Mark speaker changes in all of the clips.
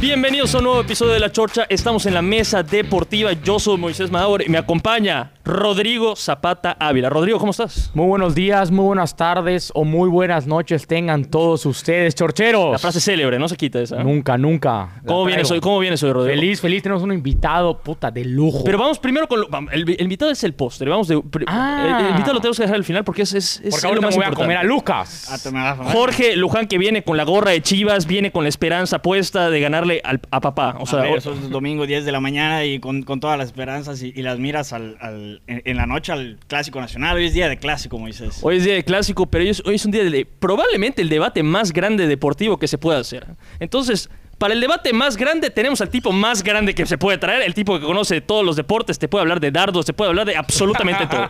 Speaker 1: Bienvenidos a un nuevo episodio de La Chorcha. Estamos en la mesa deportiva. Yo soy Moisés Madabor y me acompaña Rodrigo Zapata Ávila. Rodrigo, ¿cómo estás?
Speaker 2: Muy buenos días, muy buenas tardes o muy buenas noches tengan todos ustedes,
Speaker 1: La
Speaker 2: chorcheros.
Speaker 1: frase célebre, no se quita esa. ¿eh?
Speaker 2: Nunca, nunca.
Speaker 1: ¿Cómo
Speaker 2: La
Speaker 1: vienes
Speaker 2: traigo.
Speaker 1: hoy? ¿Cómo vienes hoy, Rodrigo?
Speaker 2: Feliz, feliz. Tenemos un invitado, puta, de lujo.
Speaker 1: Pero vamos primero con lo, vam- el, el invitado es el postre. Vamos de, pri- eh,
Speaker 2: Ah.
Speaker 1: el, el invitado lo tenemos que dejar al final porque es, es, es
Speaker 2: Porque
Speaker 1: lo
Speaker 2: ahorita
Speaker 1: más
Speaker 2: me voy a
Speaker 1: importante.
Speaker 2: comer a Lucas.
Speaker 3: Ah, te me vas a comer.
Speaker 1: Jorge Luján que viene con la gorra de Chivas, viene con la esperanza puesta de ganarle al- a papá. O sea,
Speaker 3: A ver,
Speaker 1: o-
Speaker 3: eso es domingo 10 de la mañana y con, con todas las esperanzas y, y las miras al, al- en, en la noche al Clásico Nacional. Hoy es día de Clásico, Moisés.
Speaker 1: Hoy es día de clásico, pero hoy es, hoy es un día de probablemente el debate más grande deportivo que se pueda hacer. Entonces, para el debate más grande tenemos al tipo más grande que se puede traer, el tipo que conoce de todos los deportes, te puede hablar de dardos, te puede hablar de absolutamente todo.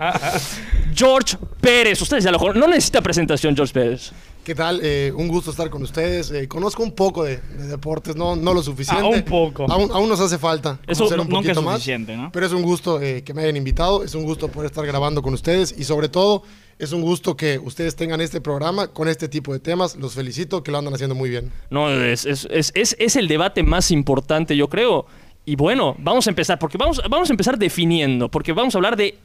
Speaker 1: George Pérez, ustedes ya lo conocen, no necesita presentación George Pérez.
Speaker 4: ¿Qué tal? Eh, un gusto estar con ustedes. Eh, conozco un poco de, de deportes, no,
Speaker 3: Ah,
Speaker 4: no lo suficiente.
Speaker 2: Aún poco.
Speaker 4: Aún, aún nos hace falta
Speaker 1: Eso
Speaker 4: conocer un
Speaker 3: nunca
Speaker 4: poquito
Speaker 3: es
Speaker 4: más.
Speaker 3: suficiente, ¿no?
Speaker 4: Pero es un gusto eh, que me hayan invitado, es un gusto poder estar grabando con ustedes y sobre todo es un gusto que ustedes tengan este programa con este tipo de temas. Los felicito que lo andan haciendo muy bien.
Speaker 1: No, es, es- es- es- es el debate más importante, yo creo. Y bueno, vamos a empezar, porque vamos, vamos a empezar definiendo, porque vamos a hablar de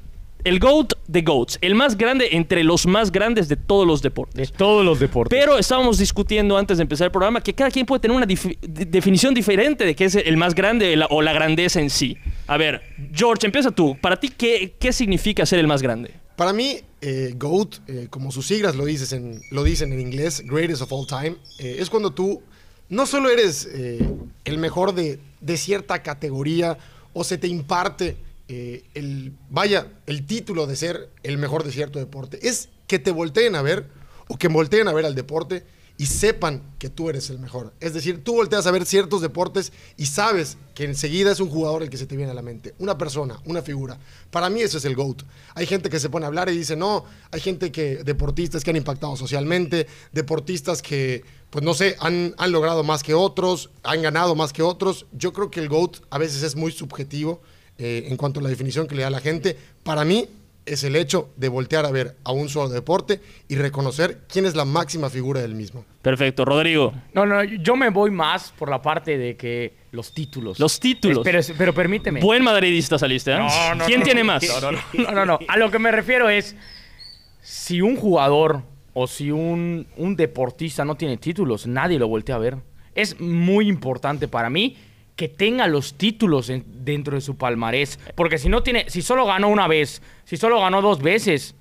Speaker 1: el GOAT de GOATs, el más grande entre los más grandes de todos los
Speaker 2: De
Speaker 1: deportes.
Speaker 2: todos los deportes.
Speaker 1: Pero estábamos discutiendo antes de empezar el programa que cada quien puede tener una difi- de- definición diferente de qué es el más grande la- o la grandeza en sí. A ver, George, empieza tú. Para ti, ¿qué, qué significa ser el más grande?
Speaker 4: Para mí, eh, GOAT, eh, como sus siglas lo, dices en, lo dicen en inglés, Greatest of All Time, eh, es cuando tú no solo eres eh, el mejor de, de cierta categoría o se te imparte eh, el, vaya, el título de ser el mejor de cierto deporte. Es que te volteen a ver o que volteen a ver al deporte y sepan que tú eres el mejor. Es decir, tú volteas a ver ciertos deportes y sabes que enseguida es un jugador el que se te viene a la mente, una persona, una figura. Para mí eso es el GOAT. Hay gente que se pone a hablar y dice, no, hay gente que, deportistas que han impactado socialmente, deportistas que, pues no sé, han, han logrado más que otros, han ganado más que otros. Yo creo que el GOAT a veces es muy subjetivo eh, en cuanto a la definición que le da la gente. Para mí es el hecho de voltear a ver a un solo deporte y reconocer quién es la máxima figura del mismo.
Speaker 1: Perfecto, Rodrigo.
Speaker 2: No, no, yo me voy más por la parte de que los títulos.
Speaker 1: Los títulos.
Speaker 2: Es- Pero, es- pero permíteme.
Speaker 1: Buen madridista saliste, ¿eh?
Speaker 2: No, no,
Speaker 1: ¿Quién
Speaker 2: no,
Speaker 1: tiene
Speaker 2: no,
Speaker 1: más?
Speaker 2: No no, no, no, no. A lo que me refiero es, si un jugador o si un, un deportista no tiene títulos, nadie lo voltea a ver. Es muy importante para mí que tenga los títulos en- dentro de su palmarés. Porque si no tiene, si solo ganó una vez, si solo ganó dos veces,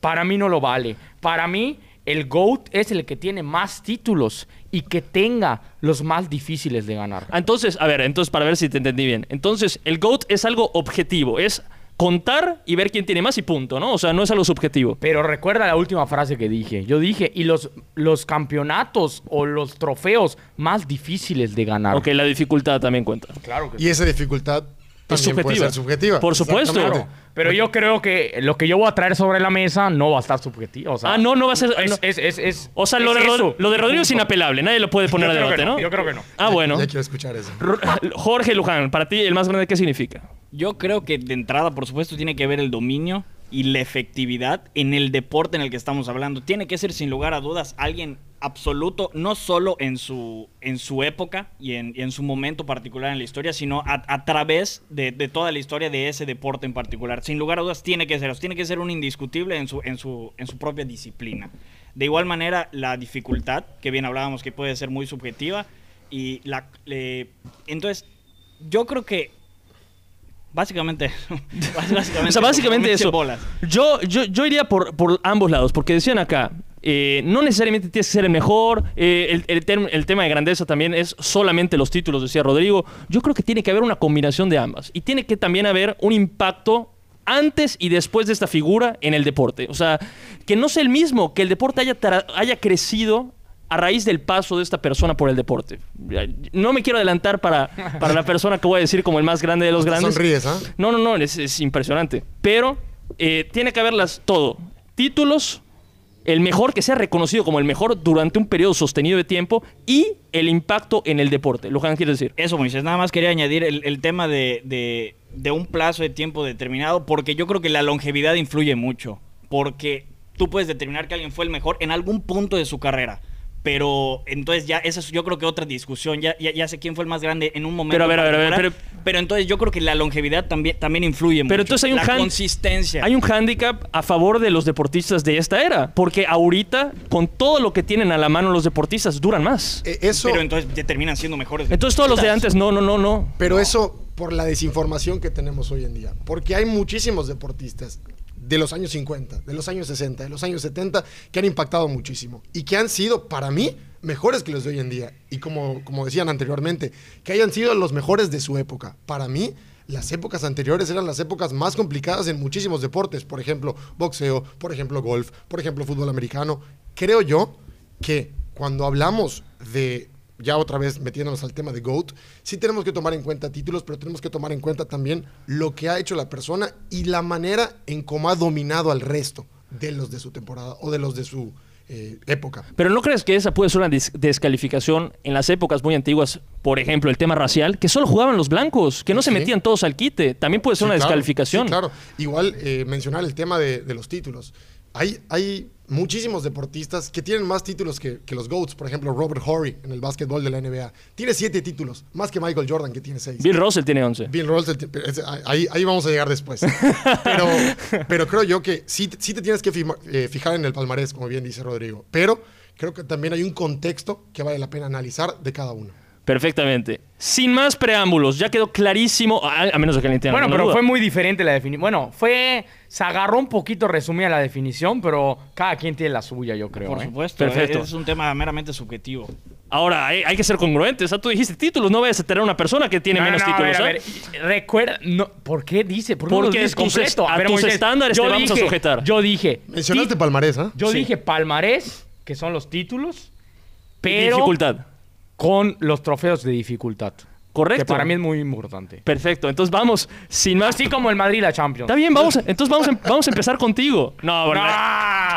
Speaker 2: para mí no lo vale. Para mí, el GOAT es el que tiene más títulos y que tenga los más difíciles de ganar.
Speaker 1: Ah, Entonces, a ver, entonces para ver si te entendí bien. Entonces, el GOAT es algo objetivo, es contar y ver quién tiene más y punto, ¿no? O sea, no es algo subjetivo.
Speaker 2: Pero recuerda la última frase que dije. Yo dije, y los, los campeonatos o los trofeos más difíciles de ganar.
Speaker 1: Ok, la dificultad también cuenta.
Speaker 2: Claro que
Speaker 4: Y esa dificultad también puede
Speaker 1: subjetiva.
Speaker 4: ser subjetiva.
Speaker 1: Por supuesto.
Speaker 4: Exactamente.
Speaker 2: Claro, pero yo creo que lo que yo voy a traer sobre la mesa no va a estar subjetivo. O sea,
Speaker 1: Ah, no, no va a ser-
Speaker 2: Es,
Speaker 1: no.
Speaker 2: es- es- es-
Speaker 1: O sea, lo,
Speaker 2: es
Speaker 1: de, Rod-
Speaker 2: eso.
Speaker 1: lo de Rodrigo es
Speaker 2: Punto.
Speaker 1: inapelable, nadie lo puede poner a
Speaker 2: Yo creo que
Speaker 1: debate,
Speaker 2: no,
Speaker 1: ¿no?
Speaker 2: Yo creo que no.
Speaker 1: Ah, bueno.
Speaker 4: Ya quiero escuchar eso.
Speaker 1: R- Jorge Luján, para ti el más grande, ¿qué significa?
Speaker 3: Yo creo que de entrada, por supuesto, tiene que ver el dominio y la efectividad en el deporte en el que estamos hablando. Tiene que ser, sin lugar a dudas, alguien absoluto, no solo en su, en su época y en, y en su momento particular en la historia, sino a, a través de, de toda la historia de ese deporte en particular. Sin lugar a dudas, tiene que ser, eso, tiene que ser un indiscutible en su, en su, en su propia disciplina. De igual manera, la dificultad, que bien hablábamos que puede ser muy subjetiva, y la... eh, entonces, yo creo que Básicamente. básicamente
Speaker 1: O sea, básicamente
Speaker 3: como
Speaker 1: eso.
Speaker 3: bolas.
Speaker 1: Yo, yo, yo iría por, por ambos lados, porque decían acá, eh, no necesariamente tienes que ser el mejor, eh, el, el term- el tema de grandeza también es solamente los títulos, decía Rodrigo. Yo creo que tiene que haber una combinación de ambas y tiene que también haber un impacto antes y después de esta figura en el deporte. O sea, que no sea el mismo, que el deporte haya, tra- haya crecido a raíz del paso de esta persona por el deporte. No me quiero adelantar para, para la persona que voy a decir como el más grande de los grandes.
Speaker 4: Sonríes, ¿ah?
Speaker 1: No, no, no, es, es impresionante. Pero eh, tiene que haberlas todo. Títulos, el mejor que sea reconocido como el mejor durante un periodo sostenido de tiempo y el impacto en el deporte. Lo que quiere decir.
Speaker 3: Eso, Moisés. Nada más quería añadir el, el tema de, de- de un plazo de tiempo determinado, porque yo creo que la longevidad influye mucho. Porque tú puedes determinar que alguien fue el mejor en algún punto de su carrera. Pero entonces ya, esa es yo creo que otra discusión. Ya, ya, ya sé quién fue el más grande en un momento.
Speaker 1: Pero a ver, a ver, a ver,
Speaker 3: particular,
Speaker 1: pero-
Speaker 3: pero entonces yo creo que la longevidad también, también influye mucho.
Speaker 1: Pero entonces hay un
Speaker 3: La
Speaker 1: hand-
Speaker 3: consistencia.
Speaker 1: Hay un hándicap a favor de los deportistas de esta era, porque ahorita, con todo lo que tienen a la mano los deportistas, duran más.
Speaker 4: Eh, eso,
Speaker 3: Pero entonces ya terminan siendo mejores.
Speaker 1: Entonces todos los de antes, no, no, no, no.
Speaker 4: Pero eso por la desinformación que tenemos hoy en día. Porque hay muchísimos deportistas de los años 50, de los años 60, de los años 70, que han impactado muchísimo y que han sido, para mí, mejores que los de hoy en día. Y como, como decían anteriormente, que hayan sido los mejores de su época. Para mí, las épocas anteriores eran las épocas más complicadas en muchísimos deportes. Por ejemplo, boxeo, por ejemplo, golf, por ejemplo, fútbol americano. Creo yo que cuando hablamos de ya otra vez metiéndonos al tema de GOAT, sí tenemos que tomar en cuenta títulos, pero tenemos que tomar en cuenta también lo que ha hecho la persona y la manera en cómo ha dominado al resto de los de su temporada o de los de su eh, época.
Speaker 1: Pero ¿no crees que esa puede ser una dis- descalificación en las épocas muy antiguas? Por ejemplo, el tema racial, que solo jugaban los blancos, que no se
Speaker 4: Sí.
Speaker 1: metían todos al quite. También puede ser una
Speaker 4: Sí, claro,
Speaker 1: descalificación.
Speaker 4: sí, claro. Igual eh, mencionar el tema de, de los títulos. Hay, hay muchísimos deportistas que tienen más títulos que, que los GOATs. Por ejemplo, Robert Horry en el básquetbol de la NBA. Tiene siete títulos, más que Michael Jordan, que tiene seis.
Speaker 1: Bill Russell tiene 11.
Speaker 4: Bill Russell, ti- pero ese- ahí, ahí vamos a llegar después. Pero, pero creo yo que sí, te- sí te tienes que fima- eh, fijar en el palmarés, como bien dice Rodrigo. Pero creo que también hay un contexto que vale la pena analizar de cada uno.
Speaker 1: Perfectamente. Sin más preámbulos, ya quedó clarísimo, a, a menos de que alguien tenga
Speaker 2: Bueno,
Speaker 1: alguna
Speaker 2: pero
Speaker 1: duda.
Speaker 2: fue muy diferente la definición. Bueno, fue. Se agarró un poquito resumida la definición, pero cada quien tiene la suya, yo creo.
Speaker 3: Por
Speaker 2: ¿eh?
Speaker 3: supuesto.
Speaker 1: Perfecto.
Speaker 3: Es un tema meramente subjetivo.
Speaker 1: Ahora, hay, hay que ser congruentes. Ah, tú dijiste títulos, no vayas a tener una persona que tiene
Speaker 2: No,
Speaker 1: menos
Speaker 2: no, a ver,
Speaker 1: títulos.
Speaker 2: a
Speaker 1: ¿ah?
Speaker 2: ver, y- Recuerda. No, ¿Por qué dice? ¿Por qué no
Speaker 1: Porque
Speaker 2: lo dices
Speaker 1: a tus
Speaker 2: completo?
Speaker 1: est- a tus
Speaker 2: Moisés,
Speaker 1: estándares
Speaker 2: yo
Speaker 1: te vamos a
Speaker 2: dije-
Speaker 1: sujetar.
Speaker 2: Yo dije.
Speaker 4: Mencionaste
Speaker 2: ti-
Speaker 4: palmarés, ¿ah?
Speaker 2: Yo
Speaker 1: Sí.
Speaker 2: dije palmarés, que son los títulos, pero.
Speaker 1: Dificultad.
Speaker 2: Con los trofeos de dificultad.
Speaker 1: Correcto.
Speaker 2: Que para mí es muy importante.
Speaker 1: Perfecto. Entonces vamos, sin más.
Speaker 2: Así como el Madrid la Champions.
Speaker 1: Está bien, vamos. a- Entonces vamos a, em-, vamos a empezar contigo. No,
Speaker 2: No.
Speaker 1: bueno,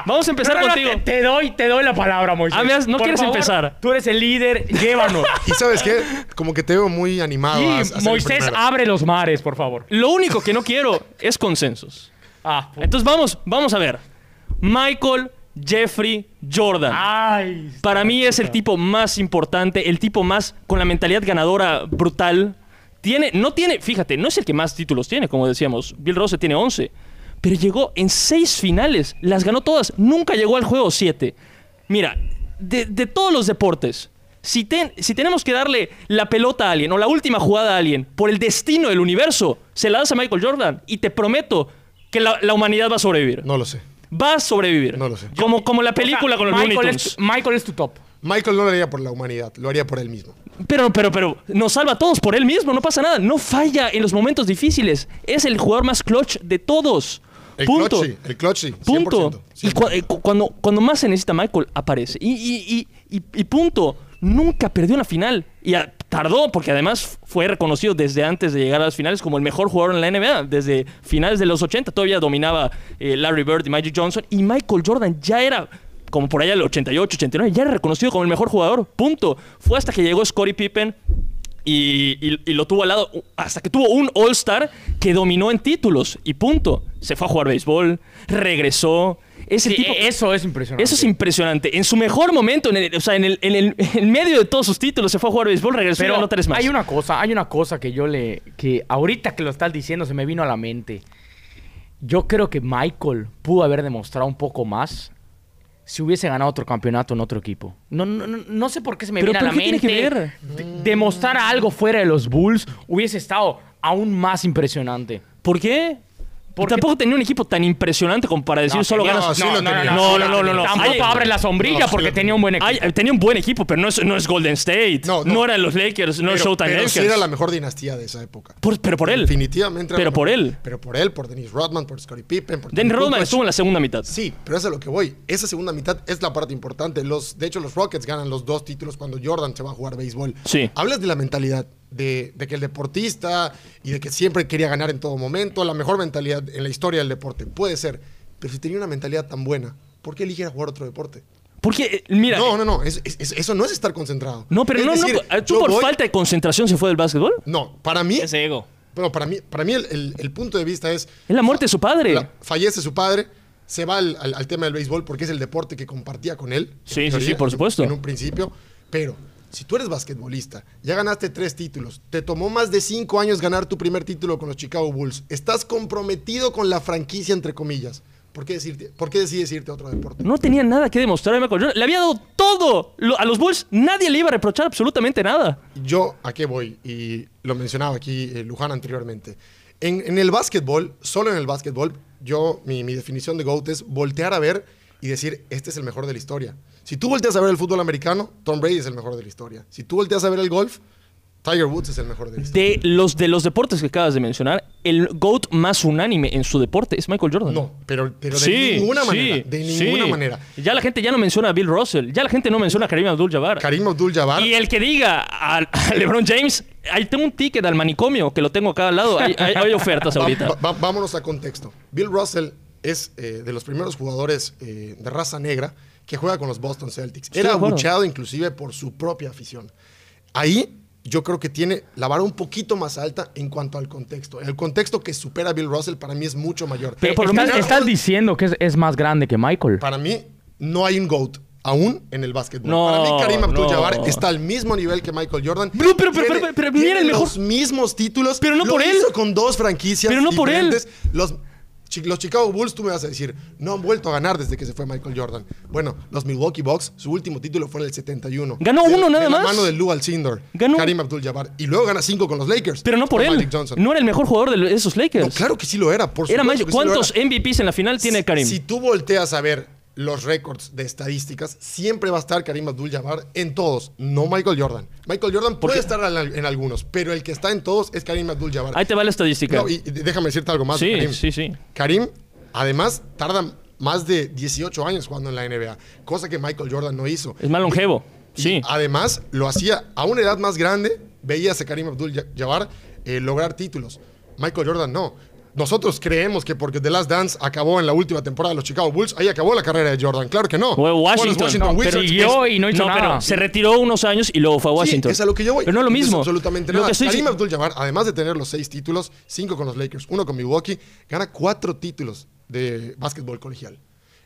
Speaker 1: Vamos a empezar contigo.
Speaker 2: te, te doy, te doy la palabra, Moisés.
Speaker 1: Ah, me has- no
Speaker 2: Por
Speaker 1: quieres
Speaker 2: favor,
Speaker 1: empezar.
Speaker 2: Tú eres el líder, llévanos.
Speaker 4: Y sabes qué, como que te veo muy animado. Ah, a- a ser
Speaker 2: y
Speaker 4: el
Speaker 2: Moisés,
Speaker 4: primero.
Speaker 2: abre los mares, por favor.
Speaker 1: Lo único que no quiero es consensos.
Speaker 2: Ah, pu-
Speaker 1: Entonces vamos, vamos a ver. Michael Jeffrey Jordan.
Speaker 2: Ah, ay.
Speaker 1: Para mí es el tipo más importante, el tipo más con la mentalidad ganadora brutal. Tiene, no tiene, fíjate, no es el que más títulos tiene, como decíamos. Bill Russell tiene 11, pero llegó en seis finales, las ganó todas, nunca llegó al juego 7. Mira, de, de todos los deportes, si, ten- si tenemos que darle la pelota a alguien o la última jugada a alguien por el destino del universo, se la das a Michael Jordan y te prometo que la, la humanidad va a sobrevivir.
Speaker 4: No lo sé.
Speaker 1: Va a sobrevivir.
Speaker 4: No lo sé.
Speaker 1: Como, como la película
Speaker 2: O sea,
Speaker 1: con los
Speaker 2: Michael
Speaker 1: Looney
Speaker 2: es
Speaker 1: Tunes.
Speaker 2: tu- Michael es tu top.
Speaker 4: Michael no lo haría por la humanidad, lo haría por él mismo.
Speaker 1: Pero, pero, pero, nos salva a todos por él mismo, no pasa nada. No falla en los momentos difíciles. Es el jugador más clutch de todos.
Speaker 4: El
Speaker 1: Punto.
Speaker 4: clutch, sí, el clutch, sí, 100%,
Speaker 1: Punto. Y
Speaker 4: 100%.
Speaker 1: cua- eh, cu- cuando, cuando más se necesita Michael, aparece. Y, y- y- y- y punto. Nunca perdió una final. Y a- tardó, porque además fue reconocido desde antes de llegar a las finales como el mejor jugador en la NBA. Desde finales de los 80 todavía dominaba eh, Larry Bird y Magic Johnson. Y Michael Jordan ya era, como por allá el 88, 89, ya era reconocido como el mejor jugador. Punto. Fue hasta que llegó Scottie Pippen. Y, y- y lo tuvo al lado u- hasta que tuvo un All-Star que dominó en títulos y punto. Se fue a jugar béisbol, regresó. Ese
Speaker 2: Sí,
Speaker 1: tipo,
Speaker 4: e-,
Speaker 2: eh, eso es impresionante.
Speaker 1: eso es impresionante. En su mejor momento, en el, o sea, en el, en el- en medio de todos sus títulos, se fue a jugar béisbol, regresó y
Speaker 2: Pero
Speaker 1: ganó tres más.
Speaker 2: hay una cosa, hay una cosa que yo le... Que ahorita que lo estás diciendo se me vino a la mente. Yo creo que Michael pudo haber demostrado un poco más si hubiese ganado otro campeonato en otro equipo. No, no, no, no sé por qué se me
Speaker 1: Pero,
Speaker 2: viene
Speaker 1: ¿pero
Speaker 2: a la
Speaker 1: qué tiene
Speaker 2: mente.
Speaker 1: que ver?
Speaker 2: de- demostrar algo fuera de los Bulls hubiese estado aún más impresionante.
Speaker 1: ¿Por qué?
Speaker 2: Porque-
Speaker 1: Tampoco tenía un equipo tan impresionante como para decir
Speaker 2: No,
Speaker 1: solo
Speaker 2: tenía-
Speaker 1: ganas.
Speaker 4: sí lo tenía.
Speaker 1: No, no, no, no, no.
Speaker 2: Tampoco
Speaker 1: Ay,
Speaker 2: abre la sombrilla
Speaker 4: no, sí
Speaker 2: porque
Speaker 4: lo
Speaker 2: tenía un buen equipo.
Speaker 1: Ay, eh, tenía un buen equipo, pero no es, no es Golden State. No,
Speaker 4: No, no.
Speaker 1: eran los Lakers, no es
Speaker 4: Pero-
Speaker 1: Showtime
Speaker 4: pero
Speaker 1: Lakers.
Speaker 4: sí era la mejor dinastía de esa época.
Speaker 1: Por- pero por él.
Speaker 4: Definitivamente. era
Speaker 1: Pero
Speaker 4: la
Speaker 1: por
Speaker 4: mejor.
Speaker 1: él.
Speaker 4: Pero por él, por Dennis Rodman, por Scottie Pippen. por
Speaker 1: Dennis
Speaker 4: Tony
Speaker 1: Rodman
Speaker 4: Kukoc.
Speaker 1: estuvo en la segunda mitad.
Speaker 4: Sí, pero eso es a lo que voy. Esa segunda mitad es la parte importante. Los, de hecho, los Rockets ganan los dos títulos cuando Jordan se va a jugar béisbol.
Speaker 1: Sí.
Speaker 4: Hablas de la mentalidad, de, de que el deportista y de que siempre quería ganar en todo momento, la mejor mentalidad en la historia del deporte. Puede ser. Pero si tenía una mentalidad tan buena, ¿por qué eligiera jugar otro deporte?
Speaker 1: Porque, eh, mira.
Speaker 4: No, no, no. es- es- es- eso no es estar concentrado.
Speaker 1: No, pero
Speaker 4: Es
Speaker 1: no,
Speaker 4: decir,
Speaker 1: no. ¿Tú
Speaker 4: yo
Speaker 1: por
Speaker 4: voy-
Speaker 1: falta de concentración se fue del básquetbol?
Speaker 4: No, para mí.
Speaker 3: Ese ego.
Speaker 4: Bueno, para mí, para mí el, el- el punto de vista es.
Speaker 1: Es la muerte de su padre.
Speaker 4: la- fallece su padre, se va al, al- al tema del béisbol porque es el deporte que compartía con él. en
Speaker 1: Sí, sí, sí, por
Speaker 4: en-
Speaker 1: supuesto.
Speaker 4: En un principio. Pero si tú eres basquetbolista, ya ganaste tres títulos, te tomó más de cinco años ganar tu primer título con los Chicago Bulls, estás comprometido con la franquicia, entre comillas. ¿Por qué, decirte, ¿Por qué decides irte a otro deporte?
Speaker 1: No tenía nada que demostrar a Michael Jordan. Le había dado todo lo- a los Bulls. Nadie le iba a reprochar absolutamente nada.
Speaker 4: Yo a qué voy, y lo mencionaba aquí eh, Luján anteriormente. En, en el básquetbol, solo en el básquetbol, yo, mi, mi definición de GOAT es voltear a ver y decir, este es el mejor de la historia. Si tú volteas a ver el fútbol americano, Tom Brady es el mejor de la historia. Si tú volteas a ver el golf, Tiger Woods es el mejor de la historia.
Speaker 1: De los, de los deportes que acabas de mencionar, el GOAT más unánime en su deporte es Michael Jordan.
Speaker 4: No, pero, pero de
Speaker 1: Sí,
Speaker 4: ninguna
Speaker 1: sí,
Speaker 4: manera. de ninguna
Speaker 1: sí.
Speaker 4: manera.
Speaker 1: Ya la gente ya no menciona a Bill Russell. Ya la gente no menciona a Karim Abdul-Jabbar.
Speaker 4: Karim Abdul-Jabbar.
Speaker 1: Y el que diga a, a LeBron James, ahí tengo un ticket al manicomio que lo tengo acá al lado. Hay, hay- hay ofertas
Speaker 4: Va-
Speaker 1: ahorita.
Speaker 4: va- va- vámonos a contexto. Bill Russell es eh, de los primeros jugadores eh, de raza negra que juega con los Boston Celtics.
Speaker 1: Estoy
Speaker 4: Era
Speaker 1: de acuerdo.
Speaker 4: abucheado inclusive por su propia afición. Ahí yo creo que tiene la vara un poquito más alta en cuanto al contexto. El contexto que supera a Bill Russell para mí es mucho mayor.
Speaker 1: Pero por lo
Speaker 2: estás,
Speaker 1: menos-
Speaker 2: estás diciendo que es, es más grande que Michael.
Speaker 4: Para mí no hay un GOAT aún en el básquetbol.
Speaker 1: No,
Speaker 4: para mí Karim Abdul-Jabbar
Speaker 1: no.
Speaker 4: está al mismo nivel que Michael Jordan.
Speaker 1: Pero- pero- pero-
Speaker 4: Tiene-
Speaker 1: pero- pero mira
Speaker 4: tiene
Speaker 1: el mejor-
Speaker 4: los mismos títulos.
Speaker 1: Pero no
Speaker 4: Lo
Speaker 1: por él.
Speaker 4: hizo con dos franquicias
Speaker 1: Pero no por él.
Speaker 4: diferentes. Los, Chi- los Chicago Bulls, tú me vas a decir, no han vuelto a ganar desde que se fue Michael Jordan. Bueno, los Milwaukee Bucks, su último título fue en el 71.
Speaker 1: Ganó
Speaker 4: De-
Speaker 1: uno nada
Speaker 4: de
Speaker 1: más.
Speaker 4: la mano de Lou Alcindor,
Speaker 1: Ganó-
Speaker 4: Karim Abdul-Jabbar. Y luego gana cinco con los Lakers.
Speaker 1: Pero no por
Speaker 4: con
Speaker 1: él.
Speaker 4: Magic Johnson.
Speaker 1: No era el mejor jugador de esos Lakers.
Speaker 4: No, claro que sí lo era. Por
Speaker 1: Era
Speaker 4: supuesto
Speaker 1: Magic-
Speaker 4: que sí lo era.
Speaker 1: ¿Cuántos MVPs en la final tiene
Speaker 4: Si-
Speaker 1: Karim?
Speaker 4: Si tú volteas a ver los récords de estadísticas, siempre va a estar Karim Abdul-Jabbar en todos, no Michael Jordan. Michael Jordan puede estar al- en algunos, pero el que está en todos es Karim Abdul-Jabbar.
Speaker 1: Ahí te va la estadística.
Speaker 4: No, y, y déjame decirte algo más. de
Speaker 1: Sí,
Speaker 4: Karim.
Speaker 1: sí, sí.
Speaker 4: Karim, además, tarda más de 18 años jugando en la NBA, cosa que Michael Jordan no hizo.
Speaker 1: Es más longevo.
Speaker 4: Y
Speaker 1: Sí.
Speaker 4: Además, lo hacía a una edad más grande, veías a Karim Abdul-Jabbar eh, lograr títulos. Michael Jordan no. Nosotros creemos que porque The Last Dance acabó en la última temporada de los Chicago Bulls, ahí acabó la carrera de Jordan. Claro que no.
Speaker 1: Fue
Speaker 4: Fue a los
Speaker 1: Washington.
Speaker 4: Washington
Speaker 1: No, pero
Speaker 4: Wizards,
Speaker 2: siguió y no hizo
Speaker 1: pero
Speaker 2: nada.
Speaker 1: se retiró unos años y luego fue a Washington.
Speaker 4: Sí, es a lo que yo voy.
Speaker 1: Pero no es lo
Speaker 4: Entonces,
Speaker 1: mismo.
Speaker 4: absolutamente
Speaker 1: Lo
Speaker 4: nada.
Speaker 1: que estoy
Speaker 4: Karim
Speaker 1: dic-
Speaker 4: Abdul-Jabbar, además de tener los seis títulos, cinco con los Lakers, uno con Milwaukee, gana cuatro títulos de básquetbol colegial.